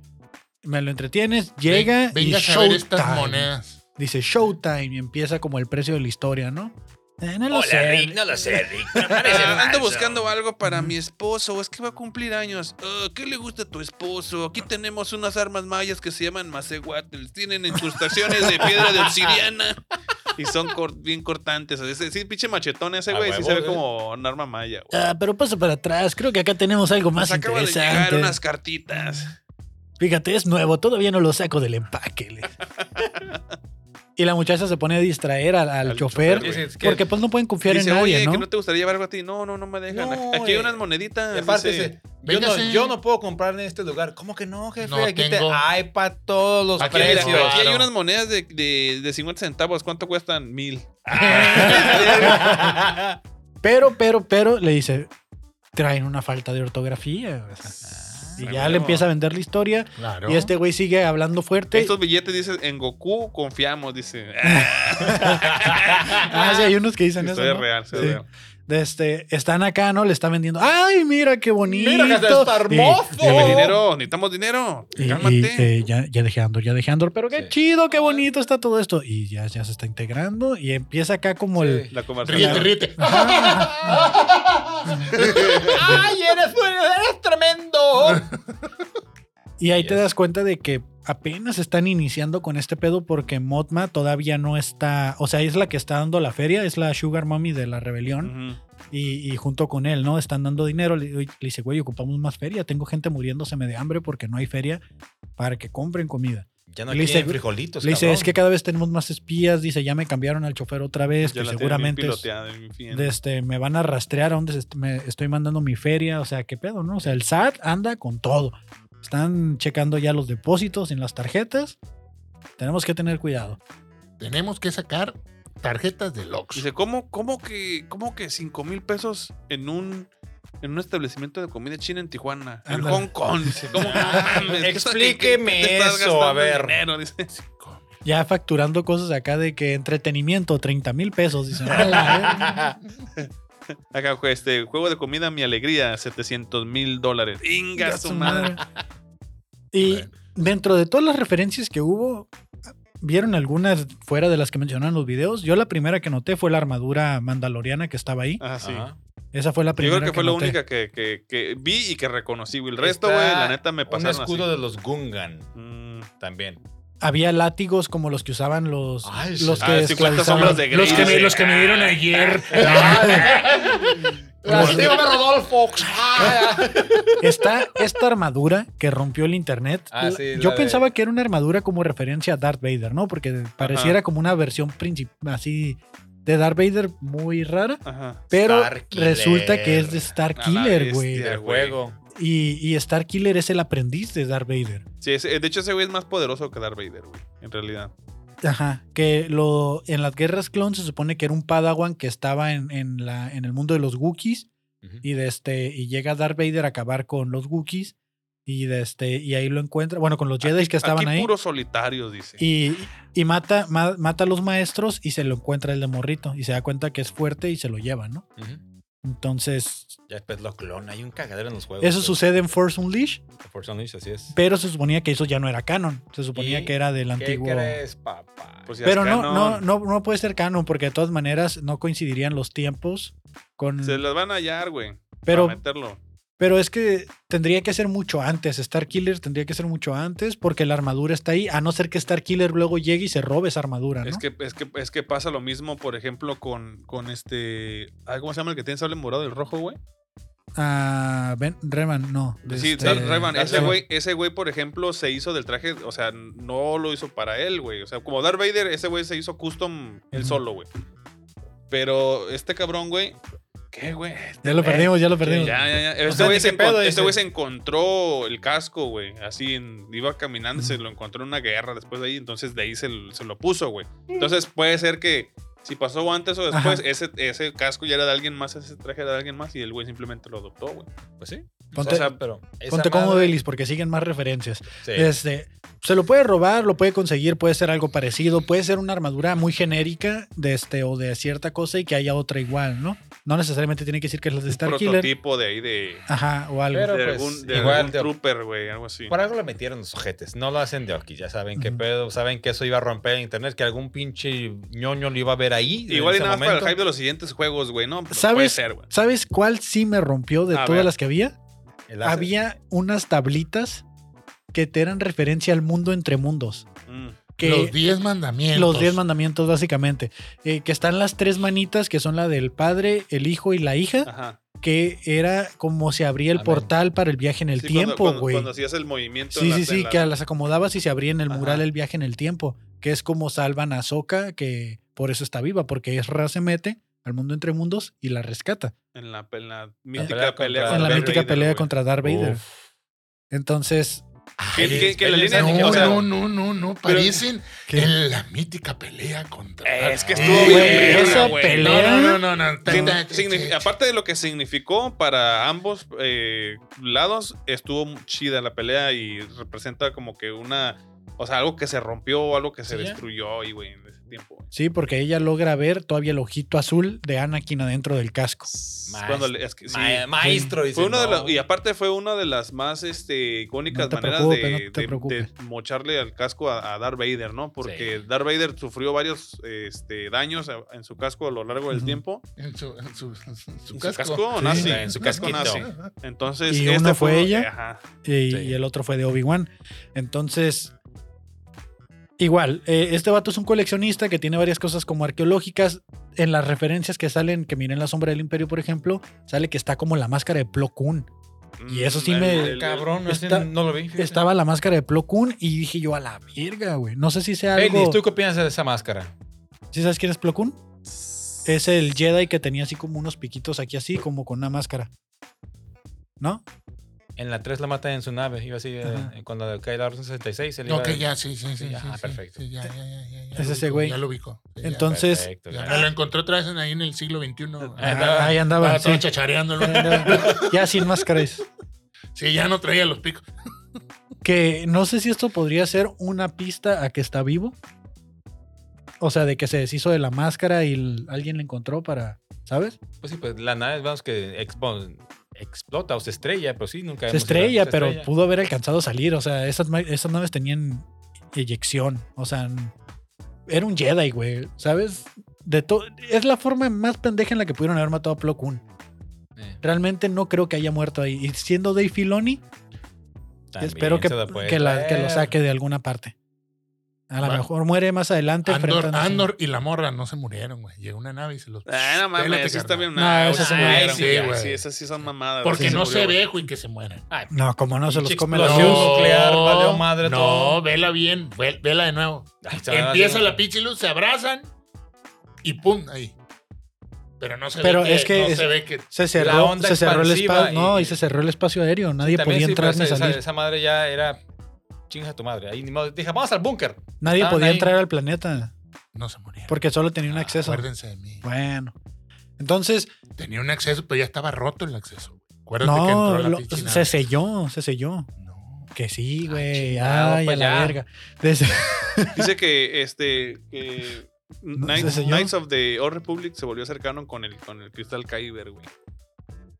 Speaker 2: me lo entretienes, llega
Speaker 1: Ven- venga
Speaker 2: y
Speaker 1: a saber estas
Speaker 2: showtime.
Speaker 1: monedas.
Speaker 2: Dice Showtime y empieza como el precio de la historia, ¿no? Eh, no lo
Speaker 7: Hola,
Speaker 2: sé.
Speaker 7: Rick, no lo sé, Rick. pero parece
Speaker 3: Ah, ando
Speaker 7: falso.
Speaker 3: buscando algo para
Speaker 2: Ujú.
Speaker 3: mi esposo. Es que va a cumplir años. Ah, ¿Qué le gusta a tu esposo? Aquí tenemos unas armas mayas que se llaman macehuatl. Tienen incrustaciones de piedra de obsidiana. Y son cor- bien cortantes. Es decir, pinche machetón ese,
Speaker 4: A
Speaker 3: güey. Sí
Speaker 4: huevo,
Speaker 3: se ve
Speaker 4: güey.
Speaker 3: como un arma maya, güey.
Speaker 2: Ah, pero pasa para atrás, creo que acá tenemos algo más
Speaker 3: Nos acaba de llegar
Speaker 2: interesante.
Speaker 3: unas cartitas.
Speaker 2: Fíjate, es nuevo, todavía no lo saco del empaque. le dice. y la muchacha se pone a distraer al, al
Speaker 3: Al
Speaker 2: chofer,
Speaker 3: chofer,
Speaker 4: güey.
Speaker 2: porque pues no pueden confiar
Speaker 3: Dice,
Speaker 2: en nadie,
Speaker 3: oye,
Speaker 2: ¿no?
Speaker 3: que no te gustaría llevar algo a ti. No, no, no me dejan.
Speaker 4: No,
Speaker 3: Aquí hay
Speaker 4: eh,
Speaker 3: unas moneditas.
Speaker 4: Y
Speaker 2: Ah,
Speaker 4: aparte,
Speaker 3: dice.
Speaker 4: dice, yo, no,
Speaker 1: Véngase.
Speaker 4: yo no puedo comprar en este lugar. ¿Cómo que no, jefe?
Speaker 1: No
Speaker 4: aquí
Speaker 1: tengo.
Speaker 4: te hay para todos los
Speaker 1: Aquí,
Speaker 3: Mira,
Speaker 4: precios.
Speaker 1: Precio.
Speaker 3: aquí hay
Speaker 1: Claro.
Speaker 3: unas monedas de, de, de 50 centavos. ¿Cuánto cuestan? Mil.
Speaker 2: Pero, pero, pero, le dice, traen una falta de ortografía. o sea. y ya
Speaker 3: Ah, huevo.
Speaker 2: le empieza a vender la historia.
Speaker 1: Claro.
Speaker 2: Y este güey sigue hablando fuerte.
Speaker 3: Estos billetes dicen, en Goku confiamos, dice.
Speaker 2: Ah, sí, hay unos que dicen eso.
Speaker 3: Historia
Speaker 2: ¿no?
Speaker 3: real, historia
Speaker 2: Sí.
Speaker 3: real.
Speaker 2: De este, están acá, ¿no? Le está vendiendo. ¡Ay, mira qué bonito!
Speaker 4: Mira que hasta está
Speaker 2: Y-
Speaker 4: hermoso.
Speaker 2: y-
Speaker 3: Dame dinero, Oh. necesitamos dinero.
Speaker 2: y-
Speaker 3: Cálmate.
Speaker 2: y, eh, ya, ya dejé Andor, ya dejé Andor, pero qué
Speaker 4: Sí.
Speaker 2: chido, qué bonito está todo esto. Y ya, ya se está integrando y empieza acá como el...
Speaker 4: Sí.
Speaker 3: la
Speaker 1: Ríete,
Speaker 3: conversación.
Speaker 1: ríete. "Ah,
Speaker 4: ¡Ay, eres, un- eres tremendo!
Speaker 2: Y ahí te
Speaker 4: Yes.
Speaker 2: das cuenta de que apenas están iniciando con este pedo porque Motma todavía no está... O sea, es la que está dando la feria, es la Sugar Mommy de la rebelión.
Speaker 3: Ujú.
Speaker 2: Y, y junto con él, ¿no? Están dando dinero. Le, le dice, güey, ocupamos más feria. Tengo gente muriéndoseme de hambre porque no hay feria para que compren comida.
Speaker 4: Ya no
Speaker 2: Le dice-
Speaker 4: quieren frijolitos,
Speaker 3: Pues
Speaker 2: le dice,
Speaker 4: cabrón.
Speaker 2: es que cada vez tenemos más espías. Dice, ya me cambiaron al chofer otra vez.
Speaker 3: Ya
Speaker 2: Que
Speaker 3: la tienen bien
Speaker 2: seguramente es-
Speaker 3: piloteada, en fin.
Speaker 2: de este, me van a rastrear a dónde se est- me estoy mandando mi feria. O sea, qué pedo, ¿no? O sea, el SAT anda con todo. Están checando ya los depósitos en las tarjetas. Tenemos que tener cuidado.
Speaker 1: Tenemos que sacar tarjetas de Lux.
Speaker 3: Dice, ¿cómo, cómo que, cómo que cinco mil pesos en un en un establecimiento de comida china en Tijuana? En
Speaker 2: Ándale.
Speaker 3: Hong Kong. Dice, ¿cómo que no mames? ¿Qué estás- qué-
Speaker 4: Explíqueme
Speaker 3: qué te estás
Speaker 4: eso, a
Speaker 3: gastando
Speaker 4: ver.
Speaker 3: dinero? Dice,
Speaker 2: Ya facturando cosas acá de que entretenimiento, 30 mil pesos. ¿eh?". Dicen, "A la verga".
Speaker 3: Acá, pues, este juego de comida, mi alegría, 700 mil dólares. Inga su madre.
Speaker 2: Y dentro de todas las referencias que hubo, ¿vieron algunas fuera de las que mencionaron en los videos? Yo la primera que noté fue la armadura mandaloriana que estaba ahí.
Speaker 3: Ah, sí.
Speaker 4: Ajá.
Speaker 2: Esa fue la
Speaker 3: Yo
Speaker 2: primera.
Speaker 3: creo que fue la
Speaker 2: noté.
Speaker 3: única que, que- que vi y que reconocí, güey. El resto,
Speaker 4: Está
Speaker 3: güey, la neta me
Speaker 4: Un
Speaker 3: pasaron
Speaker 4: escudo
Speaker 3: así.
Speaker 4: de los Gungan
Speaker 3: Mm.
Speaker 4: también.
Speaker 2: Había látigos como los que usaban los,
Speaker 4: Ay, sí.
Speaker 2: los que
Speaker 3: Ah, 50
Speaker 2: esclavizaban.
Speaker 3: sombras de Grey.
Speaker 1: Los que, me,
Speaker 3: dice.
Speaker 1: los que me dieron ayer.
Speaker 4: La estima de Rodolfo. Ah,
Speaker 2: Está esta armadura que rompió el internet.
Speaker 4: Ah, sí, la
Speaker 2: Yo
Speaker 4: de-
Speaker 2: pensaba que era una armadura como referencia a Darth Vader, ¿no? Porque pareciera como una versión princip- así de Darth Vader muy rara.
Speaker 3: Ajá.
Speaker 2: Pero
Speaker 4: Starkiller.
Speaker 2: resulta que es de Star
Speaker 3: A la
Speaker 2: Killer, güey.
Speaker 3: bestia.
Speaker 4: Del
Speaker 3: güey.
Speaker 4: juego.
Speaker 2: Y, y Star Killer es el aprendiz de Darth Vader.
Speaker 3: Sí, ese- de hecho, ese güey es más poderoso que Darth Vader, güey. En realidad.
Speaker 2: Ajá. Que lo, en las guerras clon se supone que era un Padawan que estaba en, en la, en el mundo de los Wookiees.
Speaker 4: Ujú.
Speaker 2: Y de este. Y llega Darth Vader a acabar con los Wookiees. Y de este. Y ahí lo encuentra. Bueno, con los Jedi que estaban
Speaker 3: Aquí
Speaker 2: ahí.
Speaker 3: puros solitarios, dice.
Speaker 2: Y, y mata, ma- mata a los maestros y se lo encuentra el de morrito. Y se da cuenta que es fuerte y se lo lleva, ¿no?
Speaker 4: Ujú.
Speaker 2: Entonces.
Speaker 4: Ya después lo clona. Hay un cagadero en los juegos.
Speaker 2: Eso
Speaker 4: güey.
Speaker 2: sucede en Force Unleashed.
Speaker 4: Force Unleashed, así es.
Speaker 2: Pero se suponía que eso ya no era canon. Se suponía
Speaker 4: ¿Y
Speaker 2: que era del
Speaker 4: ¿Qué
Speaker 2: antiguo.
Speaker 4: crees, papá?
Speaker 3: Pues ya
Speaker 2: Pero
Speaker 3: es
Speaker 2: no,
Speaker 3: canon.
Speaker 2: no, no, no puede ser canon, porque de todas maneras no coincidirían los tiempos con.
Speaker 3: Se las van a hallar, güey.
Speaker 2: pero,
Speaker 3: Para meterlo.
Speaker 2: Pero es que tendría que ser mucho antes. Star Killer tendría que ser mucho antes porque la armadura está ahí. A no ser que Star Killer luego llegue y se robe esa armadura, ¿no?
Speaker 3: Es que, es, que, es que pasa lo mismo, por ejemplo, con, con este. ay, ¿Cómo se llama el que tiene sable morado, el rojo, güey?
Speaker 2: Ah, ben, Revan, no.
Speaker 3: Sí,
Speaker 2: Este,
Speaker 3: Darth Revan. Ese
Speaker 2: sí.
Speaker 3: güey, ese güey, por ejemplo, se hizo del traje, o sea, no lo hizo para él, güey. O sea, como Darth Vader, ese güey se hizo custom él
Speaker 2: Ujú.
Speaker 3: solo, güey. Pero este cabrón, güey. ¿Qué, güey? Este
Speaker 2: Ya lo
Speaker 3: güey,
Speaker 2: perdimos, ya lo
Speaker 3: Ya,
Speaker 2: perdimos.
Speaker 3: ya, ya.
Speaker 4: No
Speaker 3: Este
Speaker 4: sabe
Speaker 3: güey
Speaker 4: ni
Speaker 3: se,
Speaker 4: qué pedo,
Speaker 3: encon- este
Speaker 4: dice.
Speaker 3: güey se encontró el casco, güey. Así, en- iba caminando, se lo encontró en una guerra después de ahí. Entonces, de ahí se, l- se lo puso, güey. Entonces, puede ser que si pasó antes o después,
Speaker 2: Ajá.
Speaker 3: ese, ese casco ya era de alguien más, ese traje era de alguien más y el güey simplemente lo adoptó, güey.
Speaker 4: Pues sí.
Speaker 2: Ponte-
Speaker 4: o sea, pero. esa
Speaker 2: Ponte cómodo,
Speaker 4: madre-
Speaker 2: Belis, porque siguen más referencias.
Speaker 4: Sí.
Speaker 2: Este, se lo puede robar, lo puede conseguir, puede ser algo parecido, puede ser una armadura muy genérica de este o de cierta cosa y que haya otra igual, ¿no? No necesariamente tiene que decir que es la de Star Killer.
Speaker 3: prototipo de ahí de,
Speaker 2: Ajá, o algo.
Speaker 4: Pero-
Speaker 3: de
Speaker 4: pues,
Speaker 3: algún, de
Speaker 4: igual
Speaker 3: algún
Speaker 4: de-
Speaker 3: trooper, güey, algo así.
Speaker 4: Por algo le metieron los ojetes. No lo hacen de aquí. Ya saben qué
Speaker 2: Ujú.
Speaker 4: pedo. Saben que eso iba a romper el internet. Que algún pinche ñoño lo iba a ver ahí. en
Speaker 3: Igual y
Speaker 4: ese
Speaker 3: nada más para el
Speaker 4: momento.
Speaker 3: hype de los siguientes juegos, güey, ¿no? Pues Puede
Speaker 2: ¿Sabes,
Speaker 3: ser, güey.
Speaker 2: ¿Sabes cuál sí me rompió de
Speaker 3: A
Speaker 2: todas
Speaker 3: ver.
Speaker 2: las que había?
Speaker 4: El hace-
Speaker 2: Había unas tablitas que te eran referencia al mundo entre mundos.
Speaker 3: Mm.
Speaker 2: Que
Speaker 1: los 10 mandamientos.
Speaker 2: Los diez mandamientos, básicamente. Eh, que están las tres manitas, que son la del padre, el hijo y la hija,
Speaker 3: Ajá.
Speaker 2: que era como se abría el
Speaker 4: Amén.
Speaker 2: portal para el viaje en el
Speaker 3: Sí, cuando-
Speaker 2: tiempo,
Speaker 3: cuando-
Speaker 2: güey.
Speaker 3: Cuando hacías el movimiento. en
Speaker 2: Sí,
Speaker 3: la-
Speaker 2: sí,
Speaker 3: en
Speaker 2: sí,
Speaker 3: la-
Speaker 2: que las acomodabas y se abría en el
Speaker 3: Ajá.
Speaker 2: mural el viaje en el tiempo, que es como salvan a Soka, que por eso está viva, porque Ezra se mete al mundo entre mundos y la rescata.
Speaker 3: En la, en la
Speaker 4: pelea
Speaker 3: mítica
Speaker 4: contra-
Speaker 3: pelea.
Speaker 4: Ah,
Speaker 2: en la
Speaker 3: Darth
Speaker 2: mítica
Speaker 3: Vader,
Speaker 2: pelea
Speaker 3: güey.
Speaker 2: contra Darth Vader.
Speaker 4: Uf.
Speaker 2: Entonces,
Speaker 3: Que-
Speaker 4: Ay,
Speaker 3: que- que la
Speaker 4: espérense,
Speaker 3: línea-
Speaker 4: ¿no?
Speaker 1: No,
Speaker 3: o sea,
Speaker 1: no, no, no, no.
Speaker 3: pero-
Speaker 1: Parecen
Speaker 2: ¿qué?
Speaker 1: en la mítica pelea
Speaker 4: Eh,
Speaker 1: contra.
Speaker 7: Es que
Speaker 1: No,
Speaker 7: estuvo
Speaker 2: güey,
Speaker 7: bien,
Speaker 2: esa
Speaker 7: güey.
Speaker 2: pelea-
Speaker 1: No, no, no, no. no.
Speaker 3: Signi-
Speaker 1: Ta- ta-
Speaker 3: signifi-
Speaker 1: ta-
Speaker 3: aparte de lo que significó para ambos eh, lados, estuvo muy chida la pelea y representa como que una. O sea, algo que se rompió, algo que se
Speaker 4: Sí, ya.
Speaker 3: destruyó y, güey, en ese tiempo. güey.
Speaker 2: sí, porque ella logra ver todavía el ojito azul de Anakin adentro del casco.
Speaker 4: Maes-
Speaker 3: Cuando le- es que sí.
Speaker 4: Ah, ma- maestro, dice.
Speaker 3: Fue una de
Speaker 4: no.
Speaker 3: las- y aparte fue una de las más este, icónicas
Speaker 2: No te
Speaker 3: maneras
Speaker 2: preocupes,
Speaker 3: de,
Speaker 2: no te
Speaker 3: de- de
Speaker 2: preocupes.
Speaker 3: mocharle al casco a, a Darth Vader, ¿no? Porque Darth Vader sufrió varios este, daños a- en su casco a lo largo del
Speaker 2: Ujú.
Speaker 3: tiempo.
Speaker 1: En su, en su, en su- en su
Speaker 3: ¿En su
Speaker 1: casco.
Speaker 3: casco
Speaker 2: Sí.
Speaker 3: nazi?
Speaker 4: En su
Speaker 3: casco
Speaker 4: casquito.
Speaker 3: nazi. Entonces,
Speaker 2: Y
Speaker 3: este
Speaker 2: uno fue ella.
Speaker 3: Ajá.
Speaker 2: y,
Speaker 4: Sí.
Speaker 2: y el otro fue de Obi-Wan. Entonces, igual, eh, este vato es un coleccionista que tiene varias cosas como arqueológicas. En las referencias que salen, que miren la sombra del imperio, por ejemplo, sale que está como la máscara de Plo Koon. Y eso sí
Speaker 3: Mm,
Speaker 2: me-
Speaker 3: el-
Speaker 4: Ah,
Speaker 3: el-
Speaker 4: Cabrón, no, ese
Speaker 2: Está-
Speaker 4: no lo vi. fíjate.
Speaker 2: Estaba la máscara de Plo Koon y dije yo a la verga, güey. No sé si sea
Speaker 4: Belis,
Speaker 2: algo.
Speaker 4: ¿tú qué opinas de esa máscara?
Speaker 2: ¿Sí sabes quién es Plo Koon? Es el Jedi que tenía así como unos piquitos aquí así, como con una máscara. ¿No?
Speaker 4: En la 3 la matan en su nave. Iba así. eh,
Speaker 2: Ajá.
Speaker 4: cuando cae la orden 66. él iba-
Speaker 1: Ok, ya, sí, sí, sí.
Speaker 4: Sí,
Speaker 1: sí,
Speaker 4: ajá,
Speaker 1: sí,
Speaker 4: perfecto.
Speaker 1: sí, ya, ya, ya, ya, ya
Speaker 2: Es
Speaker 1: lo
Speaker 2: ese
Speaker 1: ubico,
Speaker 2: güey.
Speaker 1: Ya lo ubico. sí, ya.
Speaker 2: Entonces-
Speaker 4: Perfecto,
Speaker 1: Ya,
Speaker 4: ya.
Speaker 1: lo encontré otra vez en- ahí en el siglo XXI.
Speaker 4: Ah, andaba-
Speaker 2: ahí andaba.
Speaker 1: Estaba
Speaker 2: sí.
Speaker 1: todo chachareándolo.
Speaker 2: ya sin máscaras.
Speaker 1: Sí, ya no traía los picos.
Speaker 2: Que no sé si esto podría ser una pista a que está vivo. O sea, de que se deshizo de la máscara y l- alguien la encontró para. ¿Sabes?
Speaker 4: Pues sí, pues la nave, vamos que expo- explota o se estrella, pero sí, nunca
Speaker 2: Se
Speaker 4: hemos-
Speaker 2: estrella,
Speaker 4: pues, se
Speaker 2: pero
Speaker 4: estrella.
Speaker 2: pudo haber alcanzado a salir. O sea, esas, ma- esas naves tenían eyección. O sea, n- era un Jedi, güey. ¿Sabes? De to- es la forma más pendeja en la que pudieron haber matado a Plo Koon.
Speaker 4: Eh,
Speaker 2: Realmente no creo que haya muerto ahí. Y siendo Dave Filoni,
Speaker 4: también
Speaker 2: espero que,
Speaker 4: se pues. la puede
Speaker 2: que la- que lo
Speaker 4: traer.
Speaker 2: saque de alguna parte. A lo
Speaker 1: Va.
Speaker 2: mejor muere más adelante.
Speaker 1: Andor,
Speaker 2: enfrentándose-
Speaker 1: Andor y la morra no se murieron, güey. Llegó una nave y se los.
Speaker 3: Ah, no
Speaker 1: Pélate,
Speaker 3: mames, sí está
Speaker 1: carnal.
Speaker 3: bien.
Speaker 2: No,
Speaker 3: nah,
Speaker 2: esas se
Speaker 3: güey,
Speaker 1: murieron. Sí,
Speaker 3: sí, güey.
Speaker 1: güey.
Speaker 3: Sí, esas sí son mamadas.
Speaker 1: Porque
Speaker 3: Sí,
Speaker 1: no
Speaker 3: murió,
Speaker 1: se
Speaker 3: güey.
Speaker 1: ve, güey, que se mueran.
Speaker 2: No, como no se los
Speaker 4: Pinche
Speaker 2: come la
Speaker 4: explosión
Speaker 2: luz.
Speaker 4: nuclear, valió madre
Speaker 1: no,
Speaker 4: todo.
Speaker 1: vela bien, ve- vela de nuevo.
Speaker 4: Ay, se van a
Speaker 1: Empieza
Speaker 4: hacer-
Speaker 1: la pinche luz, se abrazan y pum, ahí. Pero no se
Speaker 2: Pero
Speaker 1: ve que,
Speaker 2: es que
Speaker 1: no
Speaker 2: es-
Speaker 1: se ve que
Speaker 2: Se cerró,
Speaker 4: onda
Speaker 2: se cerró el
Speaker 4: expansiva
Speaker 2: espacio. No,
Speaker 4: y-
Speaker 2: y se cerró el espacio aéreo. Nadie
Speaker 4: También
Speaker 2: podía
Speaker 4: sí, pero
Speaker 2: entrar ni
Speaker 4: esa- esa-
Speaker 2: salir.
Speaker 4: Esa madre ya era chingas a tu madre. Ahí ni modo, dije, vamos al búnker.
Speaker 2: Nadie
Speaker 4: estaban
Speaker 2: podía
Speaker 4: ahí. Ah,
Speaker 2: entrar al planeta
Speaker 1: no se murieron. Ah,
Speaker 2: porque solo tenía un acceso.
Speaker 1: Acuérdense de mí.
Speaker 2: Bueno. Entonces,
Speaker 1: Tenía un acceso, pero ya estaba roto el acceso. Acuérdate que entró
Speaker 2: no,
Speaker 1: la
Speaker 2: lo-
Speaker 1: pinche nave.
Speaker 2: se selló, se selló.
Speaker 1: No.
Speaker 2: Que sí, güey.
Speaker 4: Ah, chingado,
Speaker 2: Ay, a
Speaker 4: pues
Speaker 2: la
Speaker 4: ya.
Speaker 2: verga. Desde-
Speaker 3: Dice que este. que
Speaker 2: No,
Speaker 3: Knights,
Speaker 2: ese señor.
Speaker 3: Knights of the Old Republic se volvió cercano con el, con el Crystal Kyber, güey.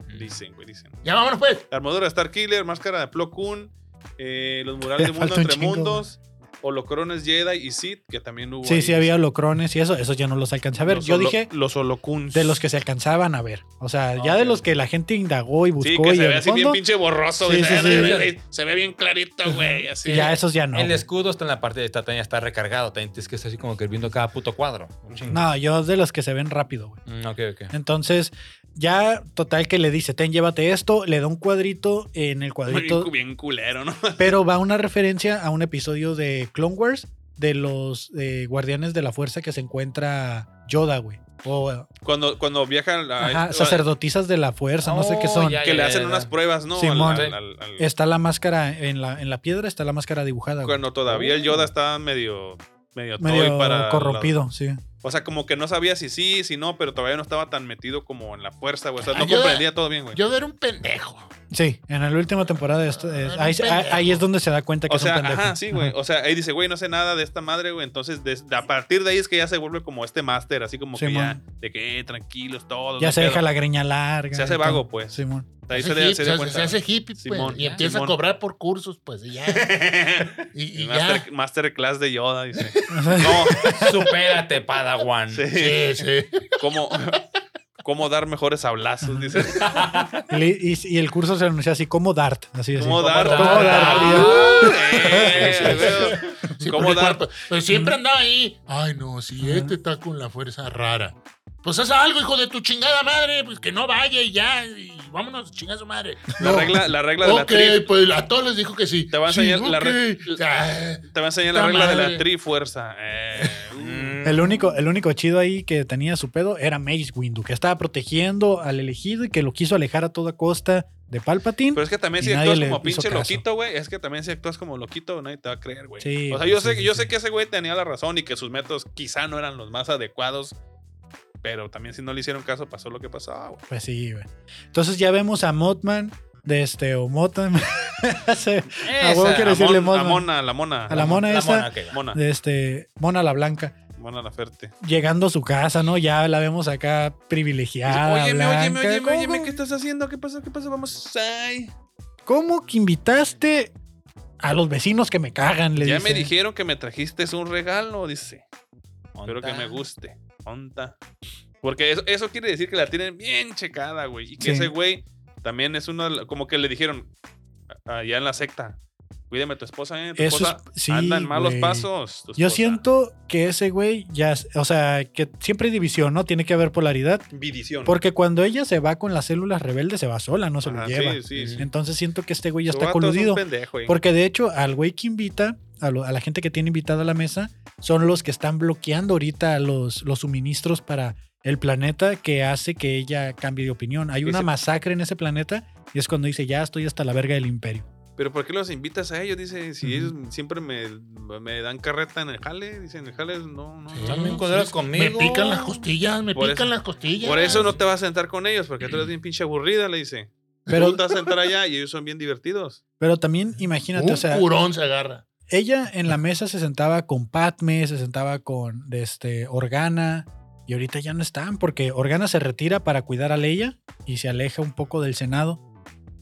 Speaker 2: Mm.
Speaker 3: Dicen, güey, dicen.
Speaker 1: Ya vámonos, pues.
Speaker 3: La armadura de Star Killer, máscara de Plo Koon, eh, los murales
Speaker 2: Le
Speaker 3: de mundo
Speaker 2: falta un
Speaker 3: entre
Speaker 2: chingo,
Speaker 3: mundos, Holocrones Jedi y Sith, que también hubo.
Speaker 2: Sí,
Speaker 3: ahí.
Speaker 2: sí, había holocrones y eso. Eso ya no los alcancé a ver.
Speaker 3: Los
Speaker 2: Yo
Speaker 3: holo-
Speaker 2: dije
Speaker 3: Los holocuns.
Speaker 2: de los que se alcanzaban a ver. O sea, ya de
Speaker 3: ok.
Speaker 2: los que la gente indagó y
Speaker 3: Sí,
Speaker 2: buscó
Speaker 3: que
Speaker 2: y
Speaker 3: se
Speaker 2: en
Speaker 3: ve
Speaker 2: el
Speaker 3: así bien
Speaker 2: fondo,
Speaker 3: pinche borroso.
Speaker 2: Sí,
Speaker 3: güey.
Speaker 2: sí, sí.
Speaker 7: Se ve bien clarito, güey. Así.
Speaker 2: y ya esos ya no.
Speaker 4: El
Speaker 2: güey.
Speaker 4: escudo está en la parte de esta ya está recargado. también Es que está así como que viendo cada puto cuadro. Un chingo.
Speaker 2: No, yo de los que se ven rápido, güey.
Speaker 4: Mm, ok, ok.
Speaker 2: Entonces, ya total que le dice, ten, llévate esto, le da un cuadrito, en el
Speaker 3: Bien,
Speaker 2: cuadrito,
Speaker 3: cu- bien culero, ¿no?
Speaker 2: pero va una referencia a un episodio de Clone Wars de los eh, guardianes de la fuerza que se encuentra Yoda, güey. O
Speaker 3: Ah,
Speaker 2: eh,
Speaker 3: Cuando, cuando viajan a.
Speaker 2: ajá,
Speaker 3: a-
Speaker 2: sacerdotisas de la fuerza, no sé qué son.
Speaker 4: ya,
Speaker 3: que le
Speaker 4: ya,
Speaker 3: hacen
Speaker 4: ya.
Speaker 3: unas pruebas, ¿no?
Speaker 2: Simón.
Speaker 3: Al- al- al- al-
Speaker 2: Está la máscara en la, en la piedra, está la máscara dibujada, güey.
Speaker 3: cuando todavía el Yoda está medio. Medio, toy
Speaker 2: Medio
Speaker 3: para la-
Speaker 2: corrompido, sí.
Speaker 3: o sea, como que no sabía si sí, si no, pero todavía no estaba tan metido como en la fuerza, güey. O sea, no
Speaker 1: Ah, Yoda-
Speaker 3: comprendía todo bien, güey.
Speaker 1: Yo era un pendejo.
Speaker 2: Sí, en la última temporada de esto- es-
Speaker 1: Era un
Speaker 2: ahí, se- ahí- ahí es donde se da cuenta que
Speaker 3: O
Speaker 2: es un
Speaker 3: sea,
Speaker 2: pendejo.
Speaker 3: ajá, sí, güey. O sea, ahí dice, güey, no sé nada de esta madre, güey. Entonces, des- a partir de ahí es que ya se vuelve como este máster, así como que ya,
Speaker 2: Simón.
Speaker 3: de que eh, tranquilos todos.
Speaker 2: Ya
Speaker 3: no
Speaker 2: se
Speaker 3: pedo.
Speaker 2: deja la greña larga.
Speaker 3: Se hace
Speaker 2: y todo.
Speaker 3: vago, pues.
Speaker 2: Simón.
Speaker 3: Ahí
Speaker 1: Se
Speaker 3: se,
Speaker 1: hace
Speaker 3: le-
Speaker 1: hip-
Speaker 3: se
Speaker 1: se,
Speaker 3: da
Speaker 1: hace-
Speaker 3: cuenta.
Speaker 1: se hace hippie, pues,
Speaker 3: Simón,
Speaker 1: y
Speaker 3: ya,
Speaker 1: empieza
Speaker 3: Simón.
Speaker 1: a cobrar por cursos, pues, y ya. y,
Speaker 3: Y
Speaker 1: y
Speaker 3: master-
Speaker 1: ya.
Speaker 3: Masterclass de Yoda, dice. No,
Speaker 4: Supérate, Padawan.
Speaker 3: sí.
Speaker 1: Sí, sí.
Speaker 3: ¿Cómo, cómo dar mejores sablazos, dice.
Speaker 2: Y, le- y- y el curso se anuncia así como Dart. Así, así.
Speaker 3: ¿Cómo dar?
Speaker 4: dar?
Speaker 3: ¿Cómo dar?
Speaker 2: Ah.
Speaker 3: Eh, güey.
Speaker 1: Sí,
Speaker 3: ¿Cómo
Speaker 1: porque
Speaker 3: dar?
Speaker 1: cuarto- pues siempre andaba ahí. Ay, no, si
Speaker 2: Ajá.
Speaker 1: este está con la fuerza rara. Pues haz algo, hijo de tu chingada madre. Pues que no vaya y ya. Y vámonos, chinga su madre.
Speaker 3: La
Speaker 1: No.
Speaker 3: regla, la regla de la
Speaker 1: Ok,
Speaker 3: tri.
Speaker 1: pues a todos les dijo que sí.
Speaker 3: Te voy a
Speaker 1: Sí,
Speaker 3: enseñar la
Speaker 1: ok.
Speaker 3: re-
Speaker 1: Ah,
Speaker 3: Te voy a enseñar la
Speaker 1: Puta
Speaker 3: regla de la
Speaker 1: madre.
Speaker 3: trifuerza. Eh, mm.
Speaker 2: El único, el único chido ahí que tenía su pedo era Mace Windu, que estaba protegiendo al elegido y que lo quiso alejar a toda costa de Palpatine.
Speaker 3: Pero es que también
Speaker 2: Y
Speaker 3: si
Speaker 2: nadie
Speaker 3: actúas
Speaker 2: le
Speaker 3: como
Speaker 2: hizo
Speaker 3: pinche
Speaker 2: caso.
Speaker 3: loquito, güey, es que también si actúas como loquito, nadie te va a creer, güey.
Speaker 2: Sí,
Speaker 3: o sea, yo
Speaker 2: pues,
Speaker 3: sé,
Speaker 2: sí,
Speaker 3: que- yo
Speaker 2: sí,
Speaker 3: sé
Speaker 2: sí.
Speaker 3: que ese güey tenía la razón y que sus métodos quizá no eran los más adecuados, pero también si no le hicieron caso, pasó lo que pasaba, güey.
Speaker 2: Pues sí, güey. Entonces ya vemos a Motman, de este, o Mothman.
Speaker 4: Esa.
Speaker 2: Se- a Ah, huevo quiero
Speaker 3: A
Speaker 2: decirle
Speaker 3: mon- a
Speaker 2: Mothman.
Speaker 3: Mona, a la Mona.
Speaker 2: A la mona
Speaker 4: La
Speaker 2: esa.
Speaker 4: mona, ok, va.
Speaker 3: Mona,
Speaker 2: De este, Mona la Blanca.
Speaker 3: Mona la Ferte.
Speaker 2: Llegando a su casa, ¿no? Ya la vemos acá privilegiada. Ah, blanca. ¿Cómo,
Speaker 3: ¿qué estás haciendo? ¿Qué pasa? ¿Qué pasa? Vamos. Ay.
Speaker 2: cómo que invitaste a los vecinos que me cagan? Le
Speaker 3: Ya
Speaker 2: dice.
Speaker 3: me dijeron que me trajiste un regalo, dice. Espero que
Speaker 4: Onta.
Speaker 3: me guste. Onta. Porque eso, eso quiere decir que la tienen bien checada, güey. Y que
Speaker 2: Sí.
Speaker 3: ese güey también es uno, de la- como que le dijeron allá en la secta, cuídame a tu esposa, eh. Tu
Speaker 2: Eso es-
Speaker 3: esposa
Speaker 2: sí,
Speaker 3: anda en malos
Speaker 2: güey.
Speaker 3: pasos. tu
Speaker 2: Yo
Speaker 3: esposa".
Speaker 2: siento que ese güey ya, o sea, que siempre hay división, ¿no? Tiene que haber polaridad.
Speaker 3: Bidición.
Speaker 2: Porque cuando ella se va con las células rebeldes, se va sola, no se
Speaker 3: Ajá,
Speaker 2: lo lleva.
Speaker 3: Sí, sí, sí.
Speaker 2: Entonces siento que este güey ya
Speaker 3: Su
Speaker 2: está
Speaker 3: vato es un
Speaker 2: coludido.
Speaker 3: pendejo, eh. güey.
Speaker 2: Porque de hecho, al güey que invita, a, lo- a la gente que tiene invitada a la mesa, son los que están bloqueando ahorita los, los suministros para el planeta que hace que ella cambie de opinión. Hay una
Speaker 3: Ese-
Speaker 2: masacre en ese planeta y es cuando dice, ya estoy hasta la verga del imperio.
Speaker 3: Pero ¿por qué los invitas a ellos? Dice, si
Speaker 2: Ujú.
Speaker 3: ellos siempre me, me dan carreta en el jale, dicen, el jale no, no. no.
Speaker 4: Están bien culeros
Speaker 1: me
Speaker 4: conmigo.
Speaker 1: pican las costillas, me
Speaker 3: Por
Speaker 1: pican
Speaker 3: eso-
Speaker 1: las costillas.
Speaker 3: Por eso no te vas a sentar con ellos, porque tú eres bien pinche aburrida, le dice. Pero
Speaker 2: Pero,
Speaker 3: tú te vas a sentar allá y ellos son bien divertidos.
Speaker 2: pero también imagínate,
Speaker 1: Un
Speaker 2: o sea,
Speaker 1: curón se agarra.
Speaker 2: ella en la mesa se sentaba con Padme, se sentaba con este, Organa. Y ahorita ya no están porque Organa se retira para cuidar a Leia y se aleja un poco del Senado.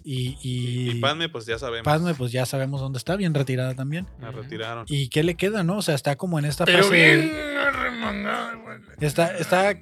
Speaker 2: Y, y,
Speaker 3: Y, Padme, pues ya sabemos.
Speaker 2: Padme, pues ya sabemos dónde está, bien retirada también.
Speaker 3: La retiraron.
Speaker 2: ¿Y qué le queda, no? O sea, está como en esta
Speaker 1: Pero
Speaker 2: fase.
Speaker 1: bien remangado, güey.
Speaker 2: Está, está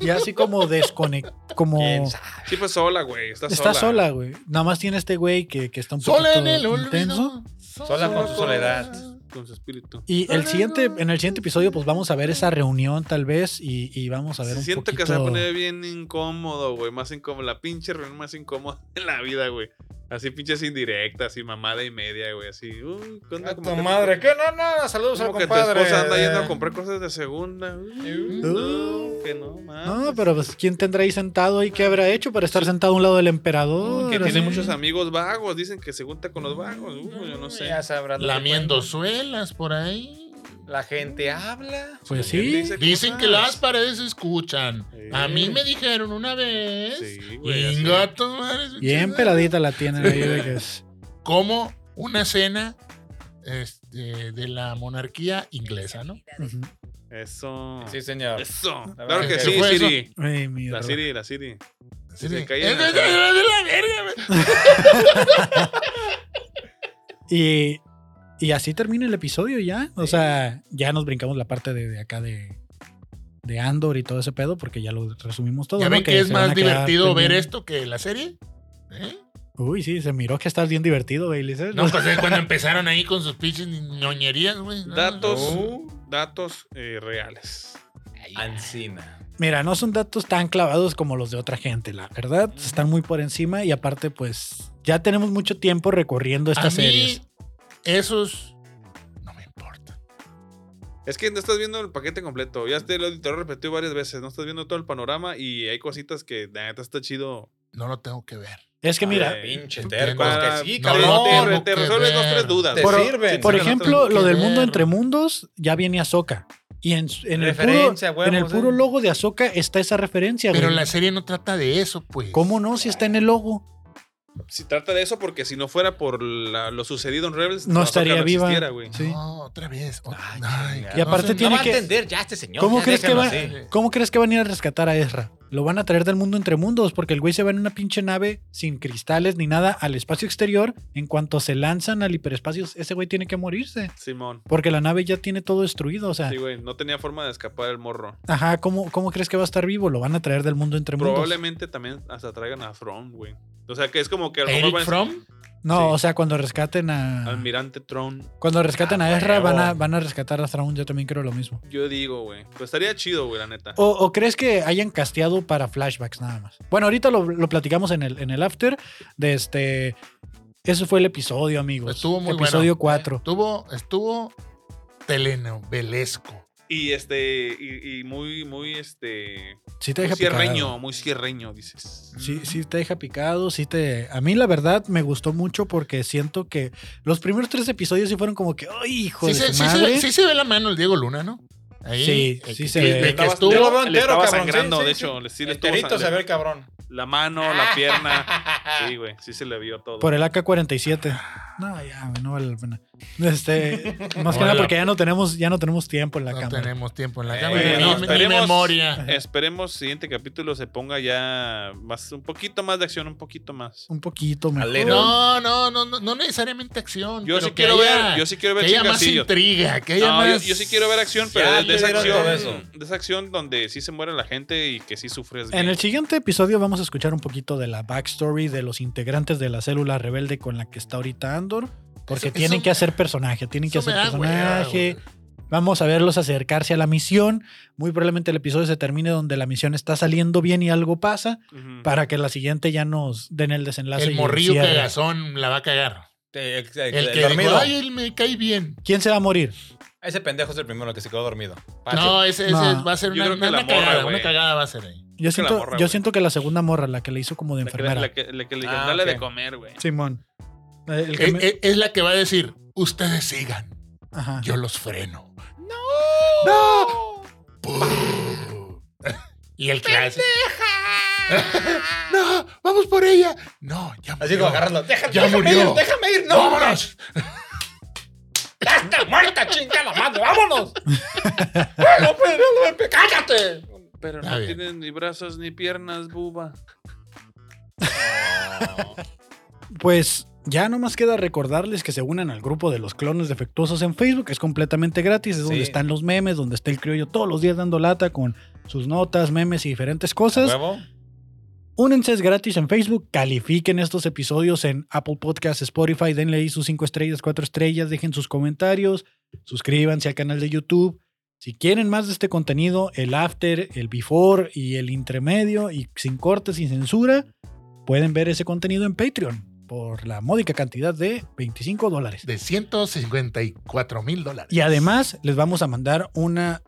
Speaker 2: ya así como desconectada. Como
Speaker 4: ¿Quién sabe?
Speaker 3: Sí, pues sola, güey. Está,
Speaker 2: está
Speaker 3: sola.
Speaker 2: sola, güey. Nada más tiene este güey que, que está un poco
Speaker 1: Sola en el
Speaker 2: intenso.
Speaker 1: olvido.
Speaker 4: Sola con su soledad.
Speaker 3: Con su espíritu.
Speaker 2: Y el siguiente, en el siguiente episodio, pues vamos a ver esa reunión, tal vez, y, y vamos a ver
Speaker 3: Se
Speaker 2: un
Speaker 3: siento
Speaker 2: poquito.
Speaker 3: que se va a poner bien incómodo, güey. Más incómodo. La pinche reunión más incómoda de la vida, güey. Así pinches indirectas, así mamada y media, güey. Así, uy, ¿qué onda?
Speaker 4: A
Speaker 3: Como
Speaker 4: tu
Speaker 3: que-
Speaker 4: madre, ¿qué? No, no, saludos al
Speaker 3: Como que tu
Speaker 4: compadre.
Speaker 3: esposa anda yendo a comprar cosas de segunda. Uy,
Speaker 2: Uh.
Speaker 3: no, que no, mames.
Speaker 2: No, pero pues, ¿quién tendrá ahí sentado y qué habrá hecho para estar sentado a un lado del emperador?
Speaker 3: Que tiene
Speaker 2: Así.
Speaker 3: muchos amigos vagos. Dicen que se junta con los vagos. Uy, yo no sé.
Speaker 4: Ya sabrás lo que
Speaker 1: Lamiendo
Speaker 4: cuentan.
Speaker 1: suelas por ahí.
Speaker 4: La gente habla.
Speaker 2: Pues
Speaker 3: Él
Speaker 2: sí.
Speaker 3: dice
Speaker 1: Dicen que
Speaker 3: cosas.
Speaker 1: las paredes escuchan.
Speaker 3: Sí.
Speaker 1: A mí me dijeron una vez.
Speaker 3: Sí, güey. así.
Speaker 1: Inga, tu madre,
Speaker 2: Bien
Speaker 1: chingada.
Speaker 2: peladita la tienen ahí, de que es.
Speaker 1: Como una cena este, de la monarquía inglesa, ¿no?
Speaker 2: Ujú.
Speaker 3: Eso.
Speaker 4: Sí, señor.
Speaker 3: Eso.
Speaker 4: La
Speaker 3: Claro
Speaker 4: verdad
Speaker 3: que
Speaker 4: que
Speaker 3: sí,
Speaker 1: fue eso.
Speaker 3: Siri.
Speaker 2: Ay, mi
Speaker 3: La
Speaker 2: Dios.
Speaker 3: Siri, la Siri.
Speaker 1: Sí,
Speaker 3: se
Speaker 1: sí.
Speaker 3: caía en
Speaker 1: Es
Speaker 3: la
Speaker 1: de-
Speaker 3: cama.
Speaker 1: de la verga, güey.
Speaker 2: Y Y así termina el episodio ya. O sea, ya nos brincamos la parte de, de acá de, de Andor y todo ese pedo, porque ya lo resumimos todo.
Speaker 1: ¿Ya
Speaker 2: ¿no?
Speaker 1: ven que es
Speaker 2: se van
Speaker 1: más
Speaker 2: a quedar
Speaker 1: divertido ver
Speaker 2: pendientes.
Speaker 1: esto que la serie? ¿Eh?
Speaker 2: Uy, sí, se miró que estás bien divertido, Bailey. ¿eh?
Speaker 1: No, pues es cuando empezaron ahí con sus pinches ñoñerías, güey. No,
Speaker 3: Datos,
Speaker 4: No.
Speaker 3: datos eh, reales.
Speaker 4: Ancina.
Speaker 2: Mira, no son datos tan clavados como los de otra gente, la verdad. Están muy por encima y aparte, pues ya tenemos mucho tiempo recorriendo
Speaker 1: A
Speaker 2: estas
Speaker 1: mí,
Speaker 2: series.
Speaker 1: Esos no me importan.
Speaker 3: Es que no estás viendo el paquete completo. Ya te lo, te lo repetí varias veces. No estás viendo todo el panorama y hay cositas que la neta está chido.
Speaker 1: No lo tengo que ver.
Speaker 2: Es que mira,
Speaker 3: Eh,
Speaker 4: Pinche
Speaker 1: tú
Speaker 4: tercos.
Speaker 1: tienes-
Speaker 4: Que sí,
Speaker 1: no,
Speaker 3: Te-
Speaker 1: no,
Speaker 4: cabrón.
Speaker 3: te,
Speaker 1: tengo
Speaker 3: te
Speaker 1: que
Speaker 3: resuelves dos,
Speaker 1: ver.
Speaker 3: tres dudas.
Speaker 4: Te
Speaker 2: Por-
Speaker 4: sirven.
Speaker 2: por
Speaker 3: Sí, no
Speaker 2: ejemplo, lo
Speaker 1: tengo que
Speaker 2: del mundo
Speaker 1: ver.
Speaker 2: entre mundos ya viene Ahsoka. Y en, su- en el puro,
Speaker 4: Referencia, huevos,
Speaker 2: en el puro
Speaker 4: eh.
Speaker 2: logo de Ahsoka está esa referencia,
Speaker 1: Pero
Speaker 2: güey.
Speaker 1: la serie no trata de eso, pues.
Speaker 2: ¿Cómo no? Si está en el logo.
Speaker 3: Si trata de eso, porque si no fuera por la- lo sucedido en Rebels,
Speaker 2: No
Speaker 3: Ahsoka
Speaker 2: estaría viva.
Speaker 3: existiera, güey.
Speaker 2: Sí. Ah,
Speaker 1: No, otra vez. Ot-
Speaker 4: Ay,
Speaker 1: Ay,
Speaker 4: chingada.
Speaker 1: que
Speaker 2: Y aparte
Speaker 1: se-
Speaker 2: tiene
Speaker 4: no va a
Speaker 2: que-
Speaker 4: entender ya este señor.
Speaker 2: ¿Cómo
Speaker 4: ya
Speaker 2: crees que
Speaker 4: déjenlo
Speaker 2: va-
Speaker 4: así.
Speaker 2: ¿Cómo creres que van a ir a rescatar a Ezra? Lo van a traer del mundo entre mundos, porque el güey se va en una pinche nave sin cristales ni nada al espacio exterior. En cuanto se lanzan al hiperespacio, ese güey tiene que morirse.
Speaker 3: Simón.
Speaker 2: Porque la nave ya tiene todo destruido. O sea,
Speaker 3: Sí, güey. No tenía forma de escapar el morro.
Speaker 2: ajá, ¿cómo, ¿cómo crees que va a estar vivo? Lo van a traer del mundo entre mundos.
Speaker 3: Probablemente también hasta traigan a Throne, güey. O sea, que es como que a lo mejor
Speaker 1: Eric
Speaker 3: van a-
Speaker 1: Fromm.
Speaker 2: No,
Speaker 3: sí.
Speaker 2: o sea, cuando rescaten a.
Speaker 3: Almirante Throne.
Speaker 2: Cuando rescaten
Speaker 4: Ah,
Speaker 2: a Ezra, van a,
Speaker 4: huevo.
Speaker 2: van a rescatar a Thrawn. Yo también creo lo mismo.
Speaker 3: Yo digo, güey. Pues estaría chido, güey, la neta.
Speaker 2: ¿O, o crees que hayan casteado para flashbacks nada más? Bueno, ahorita lo, lo platicamos en el, en el after de este... Eso fue el episodio, amigos.
Speaker 1: Pues Estuvo muy
Speaker 2: episodio
Speaker 1: bueno. ¿eh?
Speaker 2: 4.
Speaker 1: Estuvo, estuvo telenovelesco.
Speaker 3: Y este, y, y muy, muy, este,
Speaker 2: Sí te
Speaker 3: muy
Speaker 2: deja
Speaker 3: cierreño,
Speaker 2: picado.
Speaker 3: muy cierreño, dices. Mm.
Speaker 2: Sí, sí te deja picado, sí te... A mí la verdad me gustó mucho porque siento que los primeros tres episodios sí fueron como que, ¡ay, hijo
Speaker 1: Sí,
Speaker 2: de
Speaker 1: se,
Speaker 2: su
Speaker 1: sí se-
Speaker 2: madre!
Speaker 1: sí se ve la mano el Diego Luna, ¿no? Ahí,
Speaker 2: Sí,
Speaker 1: eh,
Speaker 2: sí
Speaker 1: que-
Speaker 2: se
Speaker 1: de-
Speaker 2: ve.
Speaker 1: de que
Speaker 3: Estabas-
Speaker 1: estuvo.
Speaker 4: Yo lo veo
Speaker 3: le
Speaker 4: entero,
Speaker 3: estaba
Speaker 4: cabrón.
Speaker 3: sangrando,
Speaker 4: Sí,
Speaker 3: de
Speaker 4: sí,
Speaker 3: hecho, le- sí le estuvo
Speaker 4: Enterito se
Speaker 3: sangrando.
Speaker 4: ve el cabrón.
Speaker 3: La mano, la pierna. Sí, güey, sí se le vio todo.
Speaker 2: Por el AK-47. No, ya, no vale la pena. Este, más que
Speaker 1: Vale
Speaker 2: nada
Speaker 1: la
Speaker 2: porque ya no tenemos, ya no tenemos tiempo en la
Speaker 1: no
Speaker 2: cámara.
Speaker 1: tenemos tiempo en la
Speaker 4: Eh,
Speaker 1: cámara.
Speaker 4: bueno,
Speaker 1: Ni- ni,
Speaker 3: esperemos-
Speaker 1: memoria.
Speaker 3: Esperemos siguiente capítulo se ponga ya más, un poquito más de acción, un poquito más.
Speaker 2: Un poquito mejor.
Speaker 4: Alero.
Speaker 1: No, no, no, no, no necesariamente acción.
Speaker 3: Yo
Speaker 1: pero
Speaker 3: sí
Speaker 1: que
Speaker 3: quiero
Speaker 1: haya-
Speaker 3: ver, yo sí quiero ver
Speaker 1: Que haya más
Speaker 3: chingacillos.
Speaker 1: intriga, que haya
Speaker 3: No, yo,
Speaker 1: más.
Speaker 3: yo sí quiero ver acción, pero
Speaker 4: Ya
Speaker 3: de, de esa
Speaker 4: te dieron
Speaker 3: acción,
Speaker 4: todo
Speaker 3: de esa acción donde sí se muere la gente y que sí sufres.
Speaker 2: En
Speaker 3: bien.
Speaker 2: el siguiente episodio vamos a escuchar un poquito de la backstory de los integrantes de la célula rebelde con la que está ahorita Andor, porque
Speaker 1: Eso-
Speaker 2: tienen
Speaker 1: eso-
Speaker 2: que hacer personaje, tienen que
Speaker 1: eso
Speaker 2: hacer
Speaker 1: me da hueva,
Speaker 2: personaje.
Speaker 1: güey.
Speaker 2: Vamos a verlos acercarse a la misión. Muy probablemente el episodio se termine donde la misión está saliendo bien y algo pasa
Speaker 3: Ujú.
Speaker 2: para que la siguiente ya nos den el desenlace. y
Speaker 1: El morrillo
Speaker 2: cierre.
Speaker 1: cagazón la va a cagar.
Speaker 4: El, el-
Speaker 1: El
Speaker 4: el
Speaker 1: que dijo,
Speaker 4: dormido.
Speaker 1: ay, él me cae bien.
Speaker 2: ¿Quién se va a morir?
Speaker 4: Ese pendejo es el primero que se quedó dormido.
Speaker 1: No, ese, ese
Speaker 2: No.
Speaker 1: va a ser
Speaker 3: Yo
Speaker 1: una,
Speaker 3: creo que
Speaker 1: una
Speaker 3: la morra,
Speaker 1: cagada.
Speaker 3: güey.
Speaker 1: Una cagada va a ser ahí.
Speaker 2: Yo,
Speaker 3: que la
Speaker 2: siento,
Speaker 3: morra,
Speaker 2: yo
Speaker 3: güey.
Speaker 2: siento que la segunda morra, la que le hizo como de
Speaker 3: La que, la,
Speaker 2: enfermera.
Speaker 3: que, la que le dijeron,
Speaker 4: Ah,
Speaker 3: dale de
Speaker 4: ok.
Speaker 3: comer, güey.
Speaker 2: Simón. Eh, el que
Speaker 1: Es,
Speaker 2: me-
Speaker 1: es- E, es la que va a decir, ustedes sigan,
Speaker 2: Ajá.
Speaker 1: yo los freno. ¡No! ¡No! y el que hace... ¡No! ¡Vamos por ella! No, ya murió.
Speaker 4: Así como agarrando. Déjame,
Speaker 1: Ya
Speaker 4: déjame
Speaker 1: murió.
Speaker 4: ir, déjame ir.
Speaker 1: ¡No,
Speaker 4: No,
Speaker 1: vámonos!
Speaker 4: ¡Ya está muerta, chingada madre! ¡Vámonos! Bueno, pues, no, no, ¡Cállate!
Speaker 3: Pero
Speaker 1: Está
Speaker 3: no
Speaker 1: bien.
Speaker 3: tienes ni brazos ni piernas, buba.
Speaker 2: Pues ya no más queda recordarles que se unan al grupo de los clones defectuosos en Facebook. Es completamente gratis, es donde
Speaker 4: Sí.
Speaker 2: están los memes, donde está el criollo todos los días dando lata con sus notas, memes y diferentes cosas.
Speaker 4: ¿Huevo?
Speaker 2: Únense es gratis en Facebook, califiquen estos episodios en Apple Podcasts, Spotify, denle ahí sus 5 estrellas, 4 estrellas, dejen sus comentarios, suscríbanse al canal de YouTube. Si quieren más de este contenido, el after, el before y el intermedio y sin cortes, sin censura, pueden ver ese contenido en Patreon por la módica cantidad de 25 dólares.
Speaker 1: De 154 mil dólares.
Speaker 2: Y además les vamos a mandar una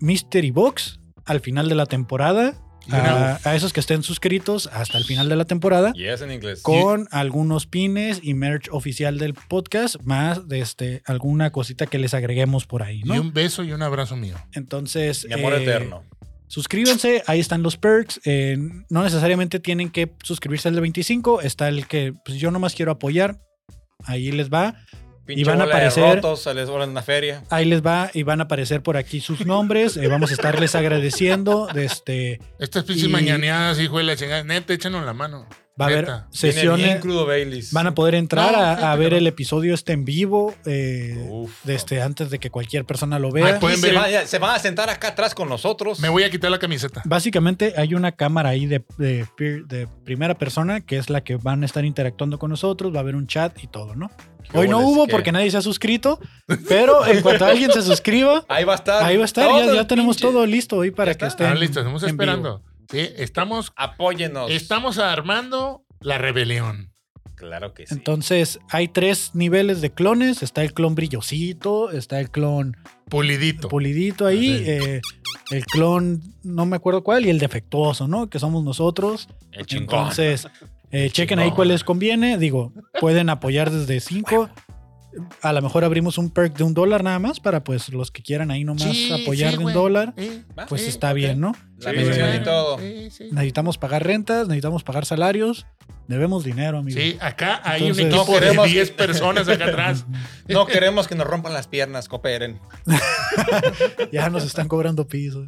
Speaker 2: Mystery Box al final de la temporada.
Speaker 1: Y una-
Speaker 2: A, a esos que estén suscritos hasta el final de la temporada
Speaker 4: Y es en inglés.
Speaker 2: con algunos pines y merch oficial del podcast, más de este, alguna cosita que les agreguemos por ahí,
Speaker 1: y
Speaker 2: ¿no?
Speaker 1: un beso y un abrazo mío.
Speaker 2: Entonces,
Speaker 4: Mi amor
Speaker 2: eh,
Speaker 4: eterno.
Speaker 2: Suscríbanse, ahí están los perks. eh, no necesariamente tienen que suscribirse al de 25, está el que pues, yo nomás quiero apoyar. Ahí les va.
Speaker 4: Pinche
Speaker 2: van a
Speaker 4: bola de
Speaker 2: aparecer-
Speaker 4: rotos, se les vuelan en la feria.
Speaker 2: Ahí les va y van a aparecer por aquí sus nombres. eh, vamos a estarles agradeciendo. de este,
Speaker 1: Estas pinches
Speaker 2: Y-
Speaker 1: mañaneadas, hijo de la chingada. Neta, échanos la mano.
Speaker 2: Va a haber
Speaker 1: Neta.
Speaker 4: Viene bien
Speaker 2: sesiones.
Speaker 4: crudo Baileys.
Speaker 2: Van a poder entrar
Speaker 1: No,
Speaker 2: a- a,
Speaker 1: fíjate
Speaker 2: ver
Speaker 1: que no.
Speaker 2: el episodio este en vivo. eh,
Speaker 4: Uf,
Speaker 2: de este, antes de que cualquier persona lo
Speaker 1: Ay,
Speaker 2: vea.
Speaker 1: pues-
Speaker 4: Y
Speaker 1: Pueden
Speaker 4: se,
Speaker 1: ver-
Speaker 4: van a, se van a sentar acá atrás con nosotros.
Speaker 1: Me voy a quitar la camiseta.
Speaker 2: Básicamente hay una cámara ahí de, de peer- de primera persona que es la que van a estar interactuando con nosotros, va a haber un chat y todo, ¿no? Hoy no
Speaker 4: bolas,
Speaker 2: hubo
Speaker 4: ¿qué?
Speaker 2: porque nadie se ha suscrito, pero en cuanto alguien se suscriba,
Speaker 4: Ahí va a estar.
Speaker 2: ahí va a estar,
Speaker 4: todo
Speaker 2: ya, ya
Speaker 4: el
Speaker 2: tenemos
Speaker 4: pinche-
Speaker 2: todo listo hoy para
Speaker 4: Ya está.
Speaker 2: que
Speaker 4: Ah,
Speaker 2: estén.
Speaker 1: Están listos, Ah, estamos
Speaker 2: en vivo.
Speaker 1: esperando. Sí, estamos,
Speaker 4: Apóyennos.
Speaker 1: estamos armando la rebelión.
Speaker 4: Claro que sí.
Speaker 2: Entonces, hay tres niveles de clones. Está el clon brillosito, está el clon
Speaker 1: Pulidito.
Speaker 2: pulidito ahí,
Speaker 1: Sí.
Speaker 2: eh, el clon, no me acuerdo cuál, y el defectuoso, ¿no? Que somos nosotros.
Speaker 4: el chingón.
Speaker 2: Entonces, eh, chequen ahí
Speaker 4: chingón.
Speaker 2: cuál les conviene. Digo, pueden apoyar desde 5. A lo mejor abrimos un perk de un dólar nada más para pues los que quieran ahí nomás
Speaker 1: Sí,
Speaker 2: apoyar
Speaker 1: sí,
Speaker 2: de un
Speaker 1: güey.
Speaker 2: dólar.
Speaker 1: Sí,
Speaker 4: ¿Va?
Speaker 2: Pues
Speaker 1: sí,
Speaker 2: está
Speaker 1: ok.
Speaker 2: bien, ¿no?
Speaker 4: La
Speaker 3: Sí,
Speaker 4: mención
Speaker 3: bueno.
Speaker 4: y todo.
Speaker 1: Sí, sí.
Speaker 2: Necesitamos pagar rentas, necesitamos pagar salarios, debemos dinero, amigo.
Speaker 1: Sí, acá hay
Speaker 2: Entonces-
Speaker 1: un
Speaker 4: No
Speaker 1: equipo
Speaker 4: queremos-
Speaker 1: de 10 personas acá atrás.
Speaker 4: No queremos que nos rompan las piernas, cooperen.
Speaker 2: Ya nos están cobrando piso.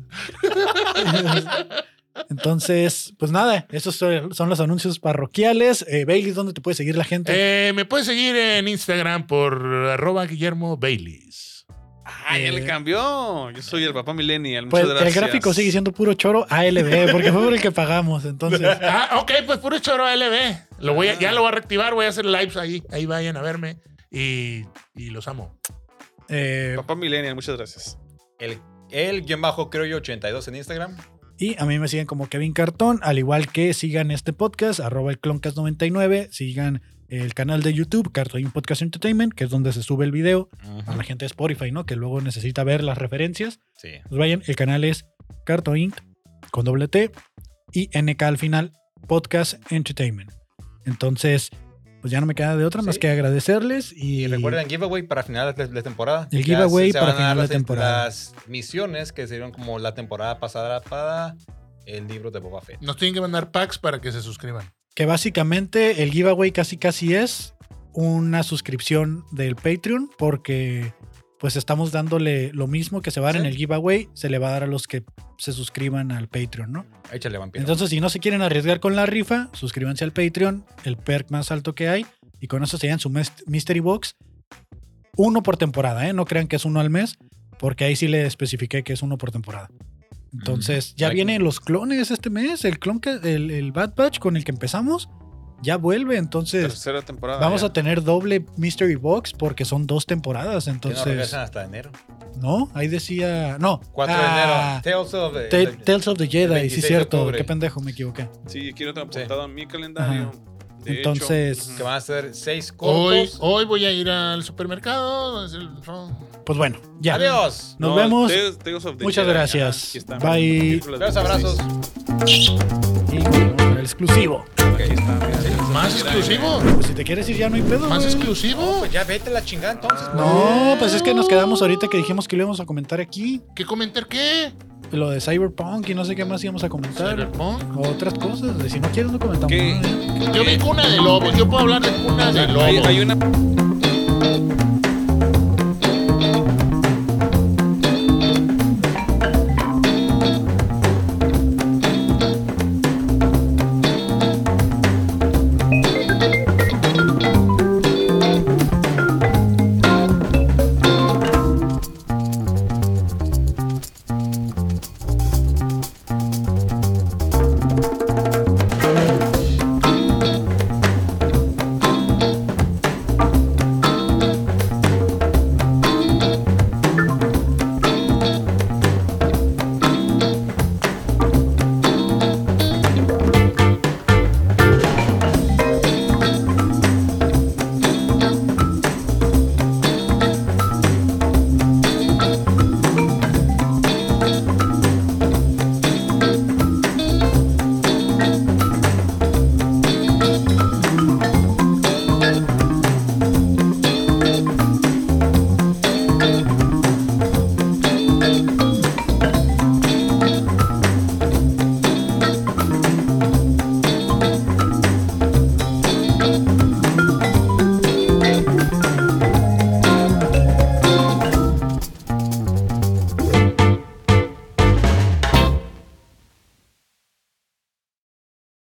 Speaker 2: Entonces, pues nada, estos son son los anuncios parroquiales. Eh, Bailey, ¿dónde te puede seguir la gente?
Speaker 1: Eh, me puedes seguir en Instagram por arroba Guillermo Baileys.
Speaker 3: Ah, ya le
Speaker 2: Eh,
Speaker 3: cambió. Yo soy el papá millennial.
Speaker 2: pues
Speaker 3: Muchas
Speaker 2: el
Speaker 3: gracias.
Speaker 2: gráfico sigue siendo puro choro ALB, porque fue por el que pagamos. Entonces,
Speaker 1: Ah, ok, pues puro choro LB. Lo voy a- ya lo voy a reactivar, voy a hacer lives ahí. Ahí vayan a verme. Y, y los amo.
Speaker 2: eh,
Speaker 3: Papá millennial, muchas gracias.
Speaker 4: El, el guión bajo, creo yo, 82 en Instagram.
Speaker 2: Y a mí me siguen como Kevin Cartón, al igual que sigan este podcast, arroba el cloncast99, sigan el canal de YouTube, Cartoon Podcast Entertainment, que es donde se sube el video a la gente de Spotify, ¿no? Que luego necesita ver las referencias.
Speaker 4: Sí.
Speaker 2: Pues vayan, el canal es Cartoon Inc. con doble T y NK al final, Podcast Entertainment. Entonces, pues ya no me queda de otra más
Speaker 4: Sí.
Speaker 2: que agradecerles y,
Speaker 4: Y recuerden, giveaway para finales de la temporada.
Speaker 2: El giveaway
Speaker 4: se- se van
Speaker 2: para
Speaker 4: a dar
Speaker 2: final de
Speaker 4: las-
Speaker 2: temporada.
Speaker 4: Las misiones que se dieron como la temporada pasada para el libro de Boba Fett.
Speaker 1: Nos tienen que mandar packs para que se suscriban.
Speaker 2: que básicamente el giveaway casi casi es una suscripción del Patreon porque pues estamos dándole lo mismo que se va a dar en el giveaway, se le va a dar a los que se suscriban al Patreon, ¿no?
Speaker 4: Échale, vampiro.
Speaker 2: Entonces, si no se quieren arriesgar con la rifa, suscríbanse al Patreon, el perk más alto que hay, y con eso se llevan su mes- Mystery Box. Uno por temporada, ¿eh? No crean que es uno al mes, porque ahí sí le especifiqué que es uno por temporada. Entonces, ya
Speaker 4: Ay,
Speaker 2: vienen los clones este mes, el clon que, el, el Bad Batch con el que empezamos, ya vuelve, entonces
Speaker 3: Tercera temporada.
Speaker 2: vamos
Speaker 3: ya.
Speaker 2: a tener doble Mystery Box porque son dos temporadas,
Speaker 4: Que no
Speaker 2: entonces...
Speaker 4: regresan hasta enero.
Speaker 2: No, ahí decía... No.
Speaker 4: 4
Speaker 2: ah,
Speaker 4: de enero. Tales of eh, the-
Speaker 2: Ta- Tales of the Jedi, sí,
Speaker 4: 26 de
Speaker 2: cierto.
Speaker 4: octubre.
Speaker 2: Qué pendejo, me equivoqué.
Speaker 3: Sí, aquí no tengo apuntado en mi calendario.
Speaker 2: Ajá.
Speaker 3: De
Speaker 2: Entonces-
Speaker 3: hecho,
Speaker 4: Que van a ser 6
Speaker 1: Hoy,
Speaker 4: cortos.
Speaker 1: hoy voy a ir al supermercado. a hacer el ron.
Speaker 2: Pues bueno, ya.
Speaker 4: Adiós.
Speaker 2: Nos vemos.
Speaker 3: Tales- Tales of the
Speaker 2: Muchas
Speaker 3: Jedi.
Speaker 2: gracias.
Speaker 3: Ajá, aquí está.
Speaker 2: Bye.
Speaker 3: Películas de
Speaker 4: Los abrazos.
Speaker 2: Y vamos con el exclusivo.
Speaker 1: ¿Más exclusivo?
Speaker 2: Pues si te quieres ir ya no hay pedo.
Speaker 1: ¿Más
Speaker 2: güey.
Speaker 1: exclusivo?
Speaker 4: Pues ya vete a la chingada entonces.
Speaker 2: No, pues es que nos quedamos ahorita que dijimos que lo íbamos a comentar aquí.
Speaker 1: ¿Qué comentar qué?
Speaker 2: Lo de Cyberpunk y no sé qué más íbamos a comentar.
Speaker 1: Cyberpunk.
Speaker 2: Otras cosas. Si no quieres, no comentamos.
Speaker 3: ¿Qué?
Speaker 2: nada.
Speaker 1: Yo vi cuna de lobos. Yo puedo hablar de cuna de lobos.
Speaker 3: Hay, hay una.